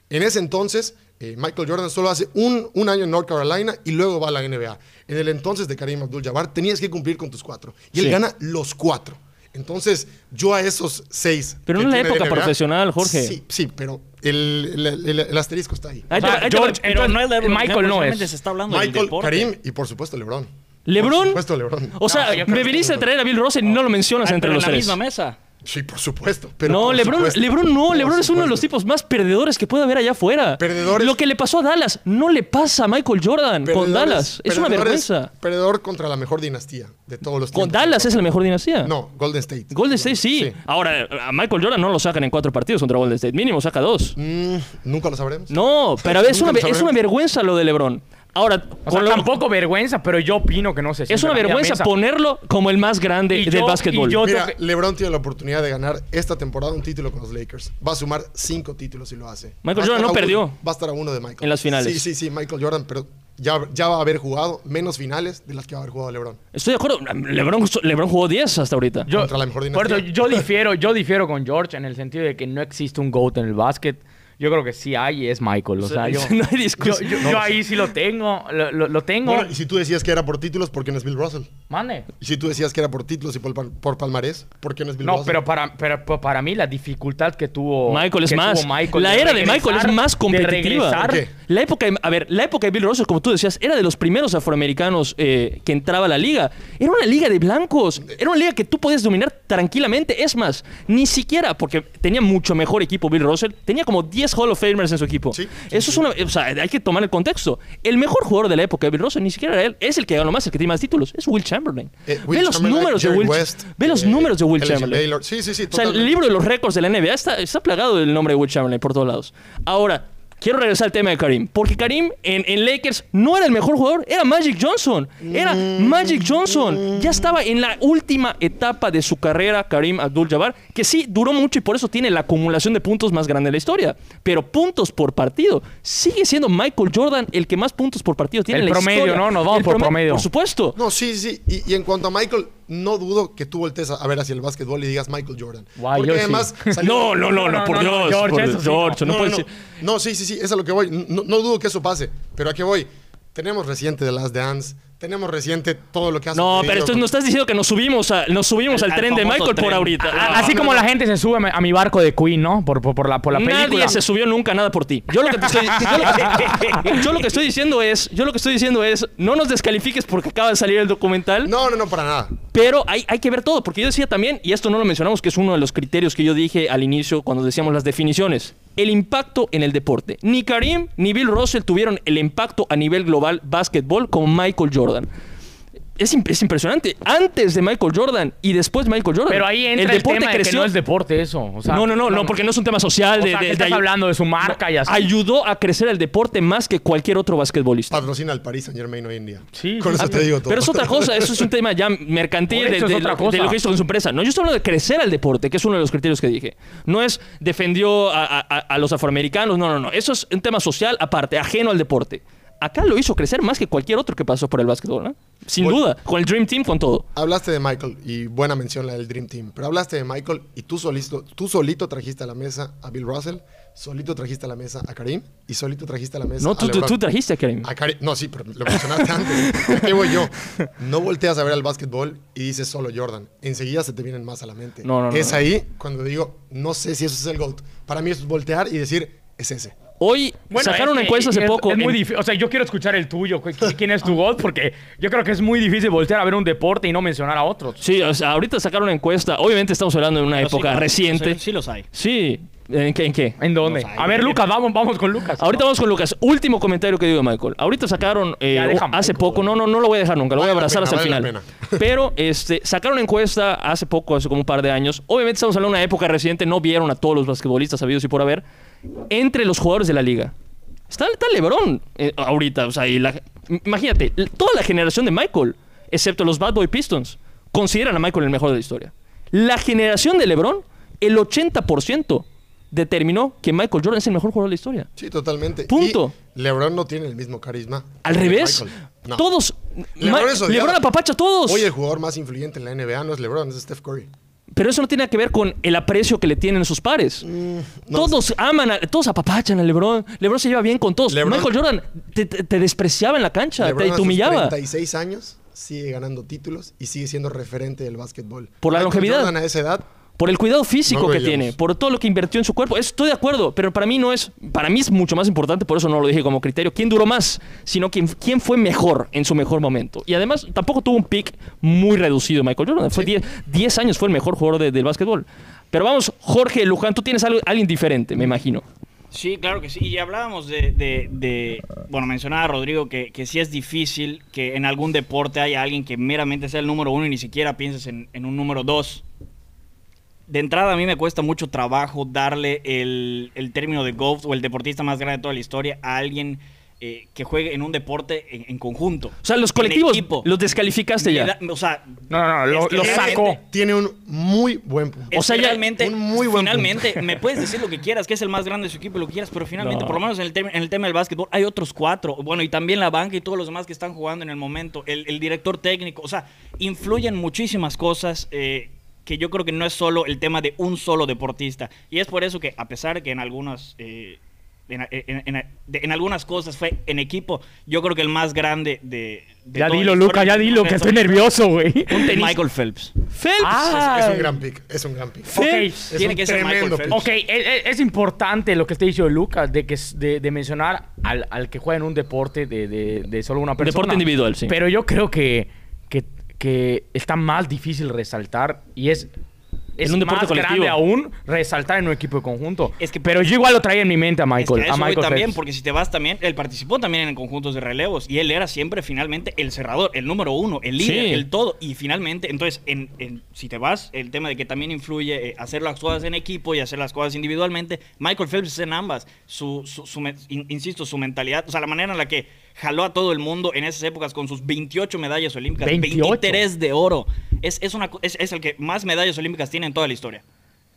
Speaker 4: En ese entonces, eh, Michael Jordan solo hace un, un año en North Carolina y luego va a la NBA. En el entonces de Karim Abdul-Jabbar tenías que cumplir con tus cuatro. Y él
Speaker 1: Sí.
Speaker 4: gana los cuatro. Entonces, yo a esos seis.
Speaker 1: Pero
Speaker 4: que
Speaker 1: no es la
Speaker 4: tiene de
Speaker 1: época
Speaker 4: NBA,
Speaker 1: profesional, Jorge.
Speaker 4: Sí, sí, pero el, el- el- el asterisco está ahí.
Speaker 1: Ahí te
Speaker 2: O sea,
Speaker 1: va- ahí te va-
Speaker 2: George-
Speaker 1: eh,
Speaker 2: Entonces,
Speaker 3: es la época
Speaker 2: Michael
Speaker 3: que
Speaker 2: no
Speaker 3: solamente
Speaker 2: es.
Speaker 3: se está hablando del
Speaker 4: Michael,
Speaker 3: deporte.
Speaker 4: Karim y por supuesto LeBron. Por
Speaker 1: ¿Lebron?
Speaker 4: supuesto LeBron.
Speaker 1: O sea,
Speaker 2: yo creo
Speaker 1: me
Speaker 2: que-
Speaker 1: viniste a traer a Bill Russell y no lo mencionas
Speaker 3: Ah,
Speaker 1: entre
Speaker 3: pero
Speaker 1: los
Speaker 3: en la
Speaker 1: tres.
Speaker 3: misma mesa.
Speaker 4: Sí, por supuesto. Pero
Speaker 1: No,
Speaker 4: por
Speaker 1: Lebron,
Speaker 4: supuesto.
Speaker 1: Lebron no,
Speaker 4: Por
Speaker 1: Lebron es uno de los
Speaker 4: supuesto.
Speaker 1: tipos más perdedores que puede haber allá afuera.
Speaker 4: Perdedores.
Speaker 1: Lo que le pasó a Dallas no le pasa a Michael Jordan con
Speaker 4: Perdedores-
Speaker 1: Dallas. Es una
Speaker 4: perdedores-
Speaker 1: vergüenza.
Speaker 4: Perdedor contra la mejor dinastía de todos los
Speaker 1: Con
Speaker 4: tiempos.
Speaker 1: Dallas es la mejor dinastía.
Speaker 4: No, Golden State.
Speaker 1: Golden State sí.
Speaker 4: Sí.
Speaker 1: Ahora, a Michael Jordan no lo sacan en cuatro partidos contra Golden State. Mínimo saca dos.
Speaker 4: Mm, Nunca lo sabremos.
Speaker 1: No, pero es una,
Speaker 4: Nunca lo
Speaker 1: es una
Speaker 4: sabremos.
Speaker 1: vergüenza lo de LeBron. Ahora,
Speaker 2: O sea,
Speaker 1: con lo-
Speaker 2: tampoco vergüenza, pero yo opino que no se
Speaker 1: es
Speaker 2: sienta
Speaker 1: una
Speaker 2: en la misma
Speaker 1: vergüenza
Speaker 2: mesa.
Speaker 1: ponerlo como el más grande
Speaker 2: Y
Speaker 1: del
Speaker 2: yo-
Speaker 1: básquetbol.
Speaker 2: y yo-
Speaker 4: Mira,
Speaker 2: creo que-
Speaker 4: LeBron tiene la oportunidad de ganar esta temporada un título con los Lakers. Va a sumar cinco títulos si lo hace.
Speaker 1: Michael
Speaker 4: Va a
Speaker 1: Jordan
Speaker 4: estar
Speaker 1: no
Speaker 4: a uno-
Speaker 1: perdió.
Speaker 4: va a estar a uno de Michael.
Speaker 1: En las finales.
Speaker 4: Sí, sí, sí, Michael Jordan, pero ya, ya va a haber jugado menos finales de las que va a haber jugado LeBron.
Speaker 1: Estoy de acuerdo. LeBron, LeBron jugó 10 hasta ahorita.
Speaker 2: Yo,
Speaker 4: Contra la mejor
Speaker 2: por eso,
Speaker 4: dinastía.
Speaker 2: yo difiero, yo difiero con George en el sentido de que no existe un GOAT en el básquet. Yo creo que sí hay y es Michael. O sea, yo,
Speaker 1: no hay
Speaker 2: yo,
Speaker 1: discusión.
Speaker 2: yo- yo ahí sí lo tengo. Lo, lo- lo tengo.
Speaker 4: Bueno, y si tú decías que era por títulos, ¿por qué no es Bill Russell?
Speaker 2: Mande.
Speaker 4: Y si tú decías que era por títulos y por, pal- por palmarés, ¿por qué no es Bill
Speaker 2: No,
Speaker 4: Russell?
Speaker 2: pero para, pero pa- para mí la dificultad que tuvo
Speaker 1: Michael es
Speaker 2: que
Speaker 1: más.
Speaker 2: tuvo Michael
Speaker 1: la
Speaker 2: de
Speaker 1: era de Michael es
Speaker 2: regresar-
Speaker 1: más
Speaker 2: De
Speaker 1: competitiva.
Speaker 2: regresar,
Speaker 4: ¿Por qué?
Speaker 1: La época, de- a ver, la época de Bill Russell, como tú decías, era de los primeros afroamericanos eh, que entraba a la liga. Era una liga de blancos. Era una liga que tú podías dominar tranquilamente. Es más, ni siquiera, porque tenía mucho mejor equipo Bill Russell, tenía como 10 Hall of Famers en su equipo.
Speaker 4: Sí, sí,
Speaker 1: Eso es una. O sea, hay que tomar el contexto. El mejor jugador de la época de Bill Russell ni siquiera era él. Es el que ganó más, el que tiene más títulos. Es Will Chamberlain.
Speaker 4: Eh,
Speaker 1: ve
Speaker 4: Will
Speaker 1: los
Speaker 4: Chamberlain,
Speaker 1: números de
Speaker 4: Jerry
Speaker 1: Will
Speaker 4: West,
Speaker 1: Ve los
Speaker 4: eh,
Speaker 1: números de Will
Speaker 4: Elgin
Speaker 1: Chamberlain.
Speaker 4: Baylor. Sí, sí, sí,
Speaker 1: O sea, el
Speaker 4: totalmente.
Speaker 1: libro de los récords de la NBA está, está plagado del nombre de Will Chamberlain por todos lados. Ahora, quiero regresar al tema de Karim. Porque Karim en, en Lakers no era el mejor jugador, era Magic Johnson. Era
Speaker 2: Mm.
Speaker 1: Magic Johnson. Ya estaba en la última etapa de su carrera Karim Abdul-Jabbar, que sí duró mucho y por eso tiene la acumulación de puntos más grande de la historia. Pero puntos por partido. Sigue siendo Michael Jordan el que más puntos por partido tiene
Speaker 2: El
Speaker 1: en la
Speaker 2: promedio,
Speaker 1: historia.
Speaker 2: ¿no? Nos vamos
Speaker 1: El
Speaker 2: por promedio.
Speaker 1: Por supuesto.
Speaker 4: No, sí, sí. Y, y en cuanto a Michael, no dudo que tú voltees a, a ver hacia el básquetbol y digas Michael Jordan.
Speaker 2: Guay,
Speaker 4: Porque
Speaker 2: yo sí.
Speaker 4: además salió-
Speaker 1: No, no, no,
Speaker 2: No,
Speaker 1: no,
Speaker 2: no,
Speaker 1: por
Speaker 2: no,
Speaker 1: Dios.
Speaker 2: George,
Speaker 1: por
Speaker 2: eso sí,
Speaker 1: George, no, puede ser.
Speaker 4: No, sí, sí, sí, es a lo que voy. No, no dudo que eso pase, pero ¿a qué voy? Tenemos reciente The Last Dance, tenemos reciente todo lo que hace.
Speaker 1: No, pero esto, nos estás diciendo que nos subimos, a- nos subimos al
Speaker 3: El- al
Speaker 1: tren de
Speaker 3: famoso
Speaker 1: Michael por
Speaker 3: tren.
Speaker 1: ahorita.
Speaker 3: Ah,
Speaker 1: Ah,
Speaker 2: Así como la gente se sube a mi- a mi barco de Queen, ¿no? Por, por- por la, por la película.
Speaker 1: Nadie se subió nunca a nada por ti. Yo lo que te estoy, yo lo- yo lo que estoy diciendo es, yo lo que estoy diciendo es, no nos descalifiques porque acaba de salir el documental,
Speaker 4: No, no, no, para nada.
Speaker 1: pero hay, hay que ver todo, porque yo decía también, y esto no lo mencionamos, que es uno de los criterios que yo dije al inicio cuando decíamos las definiciones, el impacto en el deporte. Ni Karim ni Bill Russell tuvieron el impacto a nivel global básquetbol como Michael Jordan. Es, imp- es impresionante. Antes de Michael Jordan y después Michael Jordan.
Speaker 2: Pero ahí entra el, tema de que no es deporte eso. O sea,
Speaker 1: no, no, no, no, porque no es un tema social.
Speaker 2: O
Speaker 1: de,
Speaker 2: sea,
Speaker 1: de-
Speaker 2: que estás
Speaker 1: de ayu-
Speaker 2: hablando de su marca y así.
Speaker 1: Ayudó a crecer el deporte más que cualquier otro basquetbolista.
Speaker 4: Patrocina al Paris Saint Germain hoy en día.
Speaker 2: Sí,
Speaker 4: Con
Speaker 2: sí,
Speaker 4: eso te digo todo.
Speaker 1: Pero es otra cosa, eso es un tema ya mercantil
Speaker 2: Por
Speaker 1: de,
Speaker 2: eso es
Speaker 1: de-
Speaker 2: otra
Speaker 1: de
Speaker 2: cosa.
Speaker 1: lo que hizo con su empresa. No, yo estoy hablando de crecer al deporte, que es uno de los criterios que dije. No es defendió a, a- a- a los afroamericanos, no, no, no. Eso es un tema social aparte, ajeno al deporte. Acá lo hizo crecer más que cualquier otro que pasó por el básquetbol, ¿no? Sin
Speaker 4: Bueno.
Speaker 1: duda, con el Dream Team, con todo.
Speaker 4: Hablaste de Michael y buena mención la del Dream Team, pero hablaste de Michael y tú solito, tú solito trajiste a la mesa a Bill Russell, solito trajiste a la mesa a Karim y solito trajiste a la mesa
Speaker 1: No,
Speaker 4: a
Speaker 1: tú, tú-
Speaker 4: LeBron.
Speaker 1: tú trajiste a Karim.
Speaker 4: A Karim- No, sí, pero lo mencionaste antes. ¿A qué voy yo? No volteas a ver al básquetbol y dices solo Jordan. Enseguida se te vienen más a la mente.
Speaker 1: No, no, no,
Speaker 4: es
Speaker 1: no.
Speaker 4: ahí cuando digo, no sé si eso es el GOAT. Para mí es voltear y decir, es ese.
Speaker 1: Hoy
Speaker 2: Bueno,
Speaker 1: sacaron
Speaker 2: es
Speaker 1: una
Speaker 2: que
Speaker 1: encuesta hace
Speaker 2: es-
Speaker 1: poco.
Speaker 2: es muy
Speaker 1: en-
Speaker 2: difí- O sea, yo quiero escuchar el tuyo. cu- qui- ¿Quién es tu God? Porque yo creo que es muy difícil voltear a ver un deporte y no mencionar a otros.
Speaker 1: Sí, o sea, ahorita sacaron una encuesta. Obviamente estamos hablando de una
Speaker 3: Pero sí,
Speaker 1: época
Speaker 3: claro,
Speaker 1: reciente.
Speaker 3: Sí, sí los hay.
Speaker 1: Sí. ¿En qué? ¿En qué?
Speaker 2: ¿En dónde?
Speaker 3: No sé.
Speaker 2: a ver, Lucas, vamos, vamos con Lucas.
Speaker 1: Ahorita vamos con Lucas. Último comentario que digo de Michael. Ahorita sacaron eh,
Speaker 2: Ya deja
Speaker 1: hace
Speaker 2: Michael,
Speaker 1: poco. No, no, no lo voy a dejar nunca. Lo voy a
Speaker 4: Vale la
Speaker 1: abrazar
Speaker 4: pena,
Speaker 1: hasta el
Speaker 4: vale la
Speaker 1: final. Pero este, sacaron una encuesta hace poco, hace como un par de años. Obviamente estamos hablando de una época reciente. No vieron a todos los basquetbolistas sabidos y por haber. Entre los jugadores de la liga. Está, está LeBron eh, ahorita. O sea, y la- imagínate, l- toda la generación de Michael, excepto los Bad Boy Pistons, consideran a Michael el mejor de la historia. La generación de LeBron, el 80% determinó que Michael Jordan es el mejor jugador de la historia.
Speaker 4: Sí, totalmente.
Speaker 1: Punto.
Speaker 4: Y LeBron no tiene el mismo carisma.
Speaker 1: Al
Speaker 4: que
Speaker 1: revés.
Speaker 4: Michael. No.
Speaker 1: Todos.
Speaker 4: LeBron
Speaker 1: Ma-
Speaker 4: es odiado.
Speaker 1: LeBron apapacha a todos.
Speaker 4: Hoy el jugador más influyente en la NBA no es LeBron, es Steph Curry.
Speaker 1: Pero eso no tiene que ver con el aprecio que le tienen sus pares.
Speaker 4: Mm, no.
Speaker 1: Todos aman, a- todos apapachan a LeBron. LeBron se lleva bien con todos.
Speaker 4: LeBron-
Speaker 1: Michael Jordan te, te- te despreciaba en la cancha, te-
Speaker 4: LeBron
Speaker 1: te,
Speaker 4: a sus
Speaker 1: humillaba.
Speaker 4: 36 años sigue ganando títulos y sigue siendo referente del básquetbol.
Speaker 1: Por la
Speaker 4: Michael
Speaker 1: longevidad.
Speaker 4: Jordan a esa edad
Speaker 1: Por el cuidado
Speaker 4: No
Speaker 1: físico
Speaker 4: lo
Speaker 1: que
Speaker 4: veíamos.
Speaker 1: tiene, por todo lo que invirtió en su cuerpo. Eso Estoy de acuerdo, pero para mí no es. Para mí es mucho más importante, por eso no lo dije como criterio. ¿Quién duró más? Sino quién, quién fue mejor en su mejor momento. Y además, tampoco tuvo un pick muy reducido Michael Jordan. Fue 10 10 años, fue el mejor jugador de- del básquetbol. Pero vamos, Jorge Luján, tú tienes algo, alguien diferente, me imagino.
Speaker 3: Sí, claro que sí. Y hablábamos de, de- de- bueno, mencionaba Rodrigo que, que sí es difícil que en algún deporte haya alguien que meramente sea el número uno y ni siquiera pienses en, en un número dos. De entrada a mí me cuesta mucho trabajo darle el, el término de golf o el deportista más grande de toda la historia a alguien eh, que juegue en un deporte en, en conjunto.
Speaker 1: O sea, los
Speaker 3: En
Speaker 1: colectivos
Speaker 3: equipo.
Speaker 1: los descalificaste
Speaker 3: Me
Speaker 1: ya.
Speaker 3: da- o sea,
Speaker 2: No, no, no, lo,
Speaker 3: Es que
Speaker 2: lo
Speaker 3: realmente-
Speaker 2: sacó.
Speaker 4: tiene un muy buen punto.
Speaker 1: O
Speaker 3: o
Speaker 1: sea,
Speaker 3: sea,
Speaker 1: ya-
Speaker 3: realmente,
Speaker 4: un muy buen
Speaker 3: finalmente, me puedes decir lo que quieras, que es el más grande de su equipo, lo que quieras, pero finalmente,
Speaker 1: No.
Speaker 3: por lo menos en el, tem- en el tema del básquetbol, hay otros cuatro. Bueno, y también la banca y todos los demás que están jugando en el momento, el, el director técnico, o sea, influyen muchísimas cosas eh, que yo creo que no es solo el tema de un solo deportista. Y es por eso que, a pesar que en algunas... eh, en, en- en- de- en algunas cosas fue en equipo. Yo creo que el más grande de. de
Speaker 2: Ya
Speaker 3: toda la
Speaker 2: dilo,
Speaker 3: historia,
Speaker 2: Lucas, ya dilo, que estoy nervioso, güey.
Speaker 3: Michael Phelps.
Speaker 1: Phelps.
Speaker 2: Ah.
Speaker 4: Es un gran pick, es un gran pick.
Speaker 2: Ok,
Speaker 4: Es
Speaker 3: Tiene
Speaker 4: un
Speaker 3: que ser Michael
Speaker 4: tremendo
Speaker 3: Phelps.
Speaker 4: pick.
Speaker 2: Ok, e- e- es, importante lo que está diciendo Lucas de, que, s- de, de mencionar al, al que juega en un deporte de, de- de solo una persona.
Speaker 1: Deporte individual, sí.
Speaker 2: Pero yo creo que, que, que está más difícil resaltar y es, es
Speaker 1: En un deporte
Speaker 2: más grande
Speaker 1: colectivo.
Speaker 2: aún resaltar en un equipo de conjunto.
Speaker 3: Es que-
Speaker 2: pero yo igual lo traía en mi mente a
Speaker 3: Es que
Speaker 2: Michael.
Speaker 3: a eso
Speaker 2: a
Speaker 3: voy
Speaker 2: Michael
Speaker 3: también,
Speaker 2: Phelps.
Speaker 3: porque si te vas también, él participó también en conjuntos de relevos y él era siempre finalmente el cerrador, el número uno, el líder,
Speaker 1: Sí.
Speaker 3: el todo. Y finalmente, entonces, en, en- si te vas, el tema de que también influye eh, hacer las cosas en equipo y hacer las cosas individualmente, Michael Phelps es en ambas. Su, su- su men- in- insisto, su mentalidad, o sea, la manera en la que jaló a todo el mundo en esas épocas con sus 28 medallas olímpicas,
Speaker 2: 28.
Speaker 3: 23 de oro. Es, es, una, co- es, es el que más medallas olímpicas tiene en toda la historia.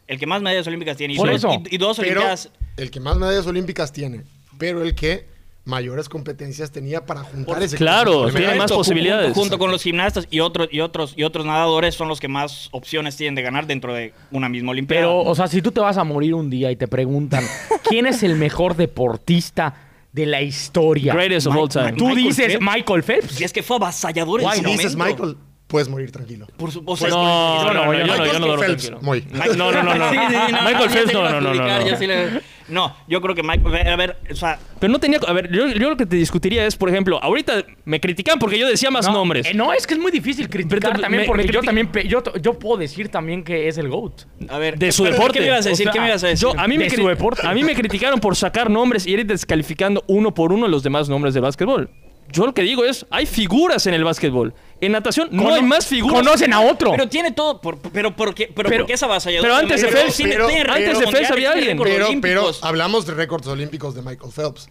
Speaker 3: El que más medallas olímpicas tiene. Y
Speaker 2: Por
Speaker 3: dos-
Speaker 2: eso.
Speaker 3: y- y dos
Speaker 4: Pero
Speaker 3: olimpiadas
Speaker 4: el que más medallas olímpicas tiene, pero el que mayores competencias tenía para juntar ese
Speaker 1: claro,
Speaker 4: equipo.
Speaker 1: Pues tiene más posibilidades.
Speaker 3: Junto, con los gimnastas y otros y otros y otros nadadores son los que más opciones tienen de ganar dentro de una misma olimpiada.
Speaker 2: Pero, o sea, si tú te vas a morir un día y te preguntan quién es el mejor deportista de la historia,
Speaker 1: Greatest of
Speaker 3: Ma-
Speaker 1: all time.
Speaker 3: Ma-
Speaker 2: tú
Speaker 3: Michael
Speaker 2: dices
Speaker 3: Phelps.
Speaker 2: Michael Phelps.
Speaker 3: Y es que fue avasallador en
Speaker 4: Si
Speaker 3: su
Speaker 4: dices
Speaker 3: momento.
Speaker 4: Michael, puedes morir tranquilo.
Speaker 3: Por
Speaker 1: No,
Speaker 3: supuesto.
Speaker 1: no, no, yo no, yo no
Speaker 4: Michael
Speaker 1: duermo
Speaker 4: Phelps,
Speaker 1: tranquilo.
Speaker 4: muy.
Speaker 1: Mike- No, no, no, no.
Speaker 3: Sí, sí, sí,
Speaker 1: Michael
Speaker 3: ya
Speaker 1: Phelps,
Speaker 3: te
Speaker 1: no,
Speaker 3: iba a
Speaker 1: no, no, no,
Speaker 3: publicar,
Speaker 1: no.
Speaker 3: ya sí le- No, yo creo que Michael... A ver, o sea...
Speaker 1: Pero no tenía. A ver, yo, yo lo que te discutiría es, por ejemplo, ahorita me critican porque yo decía más nombres.
Speaker 2: eh, no, es que es muy difícil criticar
Speaker 1: Pero te-
Speaker 2: también
Speaker 1: me-
Speaker 2: porque
Speaker 1: me
Speaker 2: yo
Speaker 1: critica-
Speaker 2: también pe- yo, t- yo puedo decir también que es el GOAT.
Speaker 3: A ver...
Speaker 1: De su
Speaker 3: ¿qué-
Speaker 1: deporte.
Speaker 3: ¿Qué me ibas a decir?
Speaker 2: O sea,
Speaker 3: ¿Qué me ibas a decir?
Speaker 1: Yo, a mí,
Speaker 2: De
Speaker 1: me
Speaker 2: su
Speaker 1: cri-
Speaker 2: deporte.
Speaker 1: a mí me criticaron por sacar nombres y ir descalificando uno por uno los demás nombres de básquetbol. Yo lo que digo es, hay figuras en el básquetbol. En natación no
Speaker 2: Cono-
Speaker 1: hay más figuras.
Speaker 2: Conocen a otro.
Speaker 3: Pero tiene todo... por- pero, porque, pero,
Speaker 2: Pero-
Speaker 3: ¿por qué es avasallador?
Speaker 1: pero antes de
Speaker 3: Tiene-
Speaker 1: Phelps-
Speaker 3: tiene-
Speaker 4: pero-
Speaker 3: tiene
Speaker 4: pero-
Speaker 3: récords
Speaker 1: antes de Phelps
Speaker 3: mundiales,
Speaker 1: había
Speaker 3: tiene
Speaker 1: alguien.
Speaker 3: récords
Speaker 4: Pero, pero
Speaker 3: olímpicos.
Speaker 4: hablamos de récords olímpicos de Michael Phelps.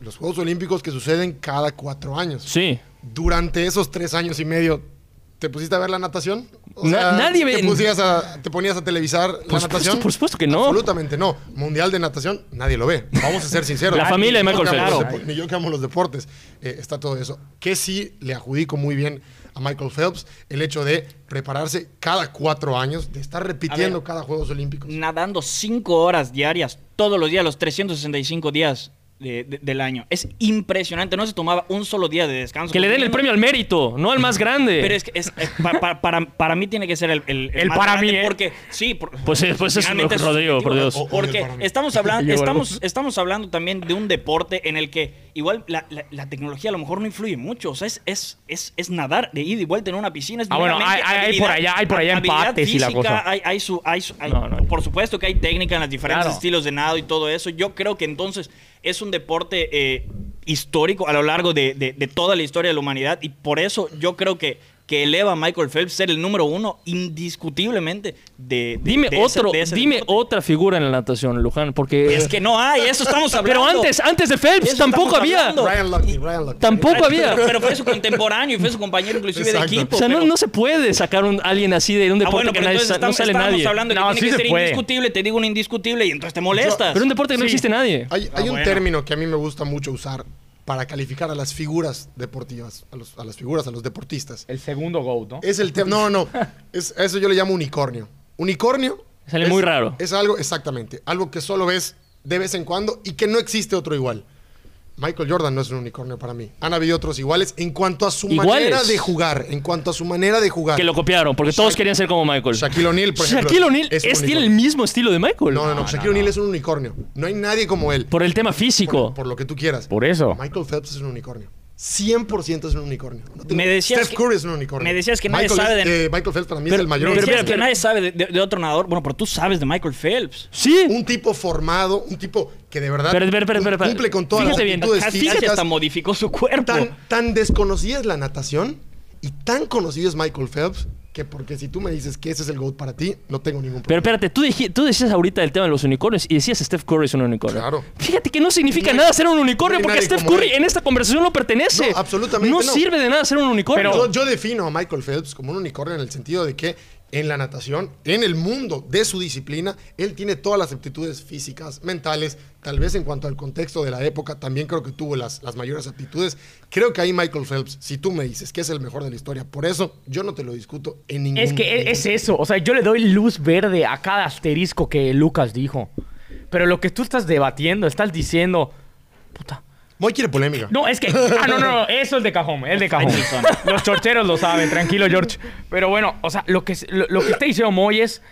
Speaker 4: Los Juegos Olímpicos que suceden cada cuatro años.
Speaker 1: Sí.
Speaker 4: Durante esos tres años y medio, ¿te pusiste a ver la natación? O
Speaker 1: Na- nadie ve-
Speaker 4: ¿te, pusías a- ¿Te ponías a televisar la
Speaker 1: supuesto,
Speaker 4: natación?
Speaker 1: por supuesto que no.
Speaker 4: Absolutamente no. Mundial de natación, nadie lo ve. Vamos a ser sinceros.
Speaker 1: La familia de
Speaker 4: Ni yo
Speaker 1: Michael
Speaker 4: que amo
Speaker 1: Phelps.
Speaker 4: los depo- Ni yo que amo los deportes. eh, está todo eso. Que sí le adjudico muy bien a Michael Phelps el hecho de prepararse cada cuatro años, de estar repitiendo
Speaker 3: ver.
Speaker 4: cada Juegos Olímpicos.
Speaker 3: nadando 5 horas diarias, todos los días, los 365 días de- de- del año. Es impresionante, no se tomaba un solo día de descanso.
Speaker 1: Que le den el premio al mérito, no al más grande.
Speaker 3: Pero es que es- es pa- pa- para, para mí tiene que ser el... El,
Speaker 2: El para
Speaker 3: grande
Speaker 2: mí, ¿eh?
Speaker 3: Porque, sí, por-
Speaker 1: Pues es- pues es
Speaker 3: finalmente
Speaker 1: lo- Rodrigo,
Speaker 3: subjetivo,
Speaker 1: por Dios.
Speaker 3: ¿no?
Speaker 4: O- o del
Speaker 3: Porque
Speaker 4: para mí.
Speaker 3: estamos hablando,
Speaker 2: Llegó la
Speaker 3: estamos, estamos hablando también de un deporte en el que igual la, la- la tecnología a lo mejor no influye mucho. O sea, es, es, es, es nadar de ida y vuelta en una piscina. es
Speaker 2: Ah, bueno,
Speaker 3: meramente
Speaker 2: hay- hay- hay
Speaker 3: habilidad-
Speaker 2: por allá- hay por allá
Speaker 3: habilidad
Speaker 2: empates y la
Speaker 3: física,
Speaker 2: cosa.
Speaker 3: hay, hay su, hay su- hay-
Speaker 1: No, no.
Speaker 3: Por supuesto que hay técnica en los diferentes
Speaker 2: Claro.
Speaker 3: estilos de nado y todo eso. Yo creo que entonces es un deporte eh, histórico a lo largo de, de- de toda la historia de la humanidad y por eso yo creo que, que eleva a Michael Phelps ser el número uno indiscutiblemente de, de-
Speaker 1: dime
Speaker 3: de ese-
Speaker 1: otro,
Speaker 3: de ese
Speaker 1: dime
Speaker 3: deporte.
Speaker 1: otra figura en la natación, Luján, porque.
Speaker 3: Es que no hay, eso estamos hablando.
Speaker 1: Pero antes, ah, antes de Phelps
Speaker 3: Eso
Speaker 1: tampoco
Speaker 3: estamos
Speaker 1: había.
Speaker 3: hablando.
Speaker 4: Ryan Lochte, Ryan Lochte.
Speaker 1: Tampoco había.
Speaker 3: Pero, pero fue su contemporáneo y fue su compañero inclusive
Speaker 4: Exacto.
Speaker 3: de equipo.
Speaker 1: o sea, no,
Speaker 3: pero-
Speaker 1: no se puede sacar un- alguien así de un
Speaker 3: Ah,
Speaker 1: deporte
Speaker 3: bueno,
Speaker 1: que
Speaker 3: pero
Speaker 1: nadie
Speaker 3: entonces
Speaker 1: sa- no
Speaker 3: estamos-
Speaker 1: sale
Speaker 3: estamos
Speaker 1: nadie.
Speaker 3: hablando de que
Speaker 2: No,
Speaker 3: tiene
Speaker 2: sí
Speaker 3: que
Speaker 2: se
Speaker 3: ser
Speaker 2: puede.
Speaker 3: indiscutible, te digo un indiscutible y entonces te molestas.
Speaker 1: Pero un deporte que no
Speaker 2: Sí.
Speaker 1: existe nadie.
Speaker 4: Hay,
Speaker 3: Ah,
Speaker 4: hay un
Speaker 3: bueno.
Speaker 4: término que a mí me gusta mucho usar para calificar a las figuras deportivas, a, los- a las figuras, a los deportistas.
Speaker 2: el segundo GOAT, ¿no?
Speaker 4: Es el tema. No, no. Es, a eso yo le llamo unicornio. Unicornio.
Speaker 1: Sale
Speaker 4: es-
Speaker 1: muy raro.
Speaker 4: Es algo, exactamente. Algo que solo ves de vez en cuando y que no existe otro igual. Michael Jordan no es un unicornio para mí. Han habido otros iguales en cuanto a su
Speaker 1: Iguales.
Speaker 4: manera de jugar. En cuanto a su manera de jugar.
Speaker 1: Que lo copiaron, porque todos
Speaker 4: Shaq-
Speaker 1: querían ser como Michael.
Speaker 4: Shaquille O'Neal, por ejemplo.
Speaker 1: Shaquille O'Neal
Speaker 4: es un
Speaker 1: es- tiene el
Speaker 4: unicornio.
Speaker 1: mismo estilo de Michael.
Speaker 4: No, no, no. Shaquille O'Neal es un unicornio. No hay nadie como él.
Speaker 1: Por el tema físico.
Speaker 4: Por, por lo que tú quieras.
Speaker 2: Por eso.
Speaker 4: Michael Phelps es un unicornio. 100% es un unicornio. No te-
Speaker 3: Me decías
Speaker 4: Steph
Speaker 3: que-
Speaker 4: Curry es un unicornio.
Speaker 3: me decías que nadie
Speaker 4: Michael
Speaker 3: sabe
Speaker 4: es-
Speaker 3: de-
Speaker 4: eh, Michael Phelps para mí es
Speaker 1: Pero-
Speaker 4: el mayor.
Speaker 1: pero-
Speaker 3: Decías
Speaker 4: unicornio.
Speaker 3: que nadie sabe de, de- de otro nadador. Bueno, pero tú sabes de Michael Phelps.
Speaker 1: Sí.
Speaker 4: un tipo formado, un tipo que de verdad
Speaker 1: Pero, pero, pero, pero, pero,
Speaker 4: cumple con todas las
Speaker 1: fíjate bien,
Speaker 4: actitudes
Speaker 3: Casi,
Speaker 4: físicas.
Speaker 3: casi hasta modificó su cuerpo.
Speaker 4: Tan, tan desconocida es la natación y tan conocido es Michael Phelps que porque si tú me dices que ese es el GOAT para ti, no tengo ningún
Speaker 1: Pero
Speaker 4: problema.
Speaker 1: espérate, tú, dije- tú decías ahorita el tema de los unicornios y decías Steph Curry es un unicornio.
Speaker 4: Claro.
Speaker 1: Fíjate que no significa nada ser un unicornio
Speaker 4: no hay
Speaker 1: porque
Speaker 4: nadie
Speaker 1: Steph
Speaker 4: como
Speaker 1: Curry
Speaker 4: él.
Speaker 1: en esta conversación no pertenece.
Speaker 4: No, absolutamente
Speaker 1: No,
Speaker 4: no.
Speaker 1: sirve de nada ser un unicornio.
Speaker 4: yo, yo defino a Michael Phelps como un unicornio en el sentido de que en la natación, en el mundo de su disciplina, él tiene todas las aptitudes físicas, mentales, tal vez en cuanto al contexto de la época, también creo que tuvo las, las mayores aptitudes. Creo que ahí Michael Phelps, si tú me dices que es el mejor de la historia, por eso yo no te lo discuto en ningún
Speaker 2: Es que e,
Speaker 4: ningún-
Speaker 2: es, es eso. O sea, yo le doy luz verde a cada asterisco que Lucas dijo. Pero lo que tú estás debatiendo, estás diciendo. Puta.
Speaker 4: Moy quiere polémica.
Speaker 2: No, es que. Ah, no, no, no. Eso es de cajón. Es de cajón. Los chorcheros lo saben. Tranquilo, George. Pero bueno, o sea, lo que, lo, lo que está diciendo Moy es.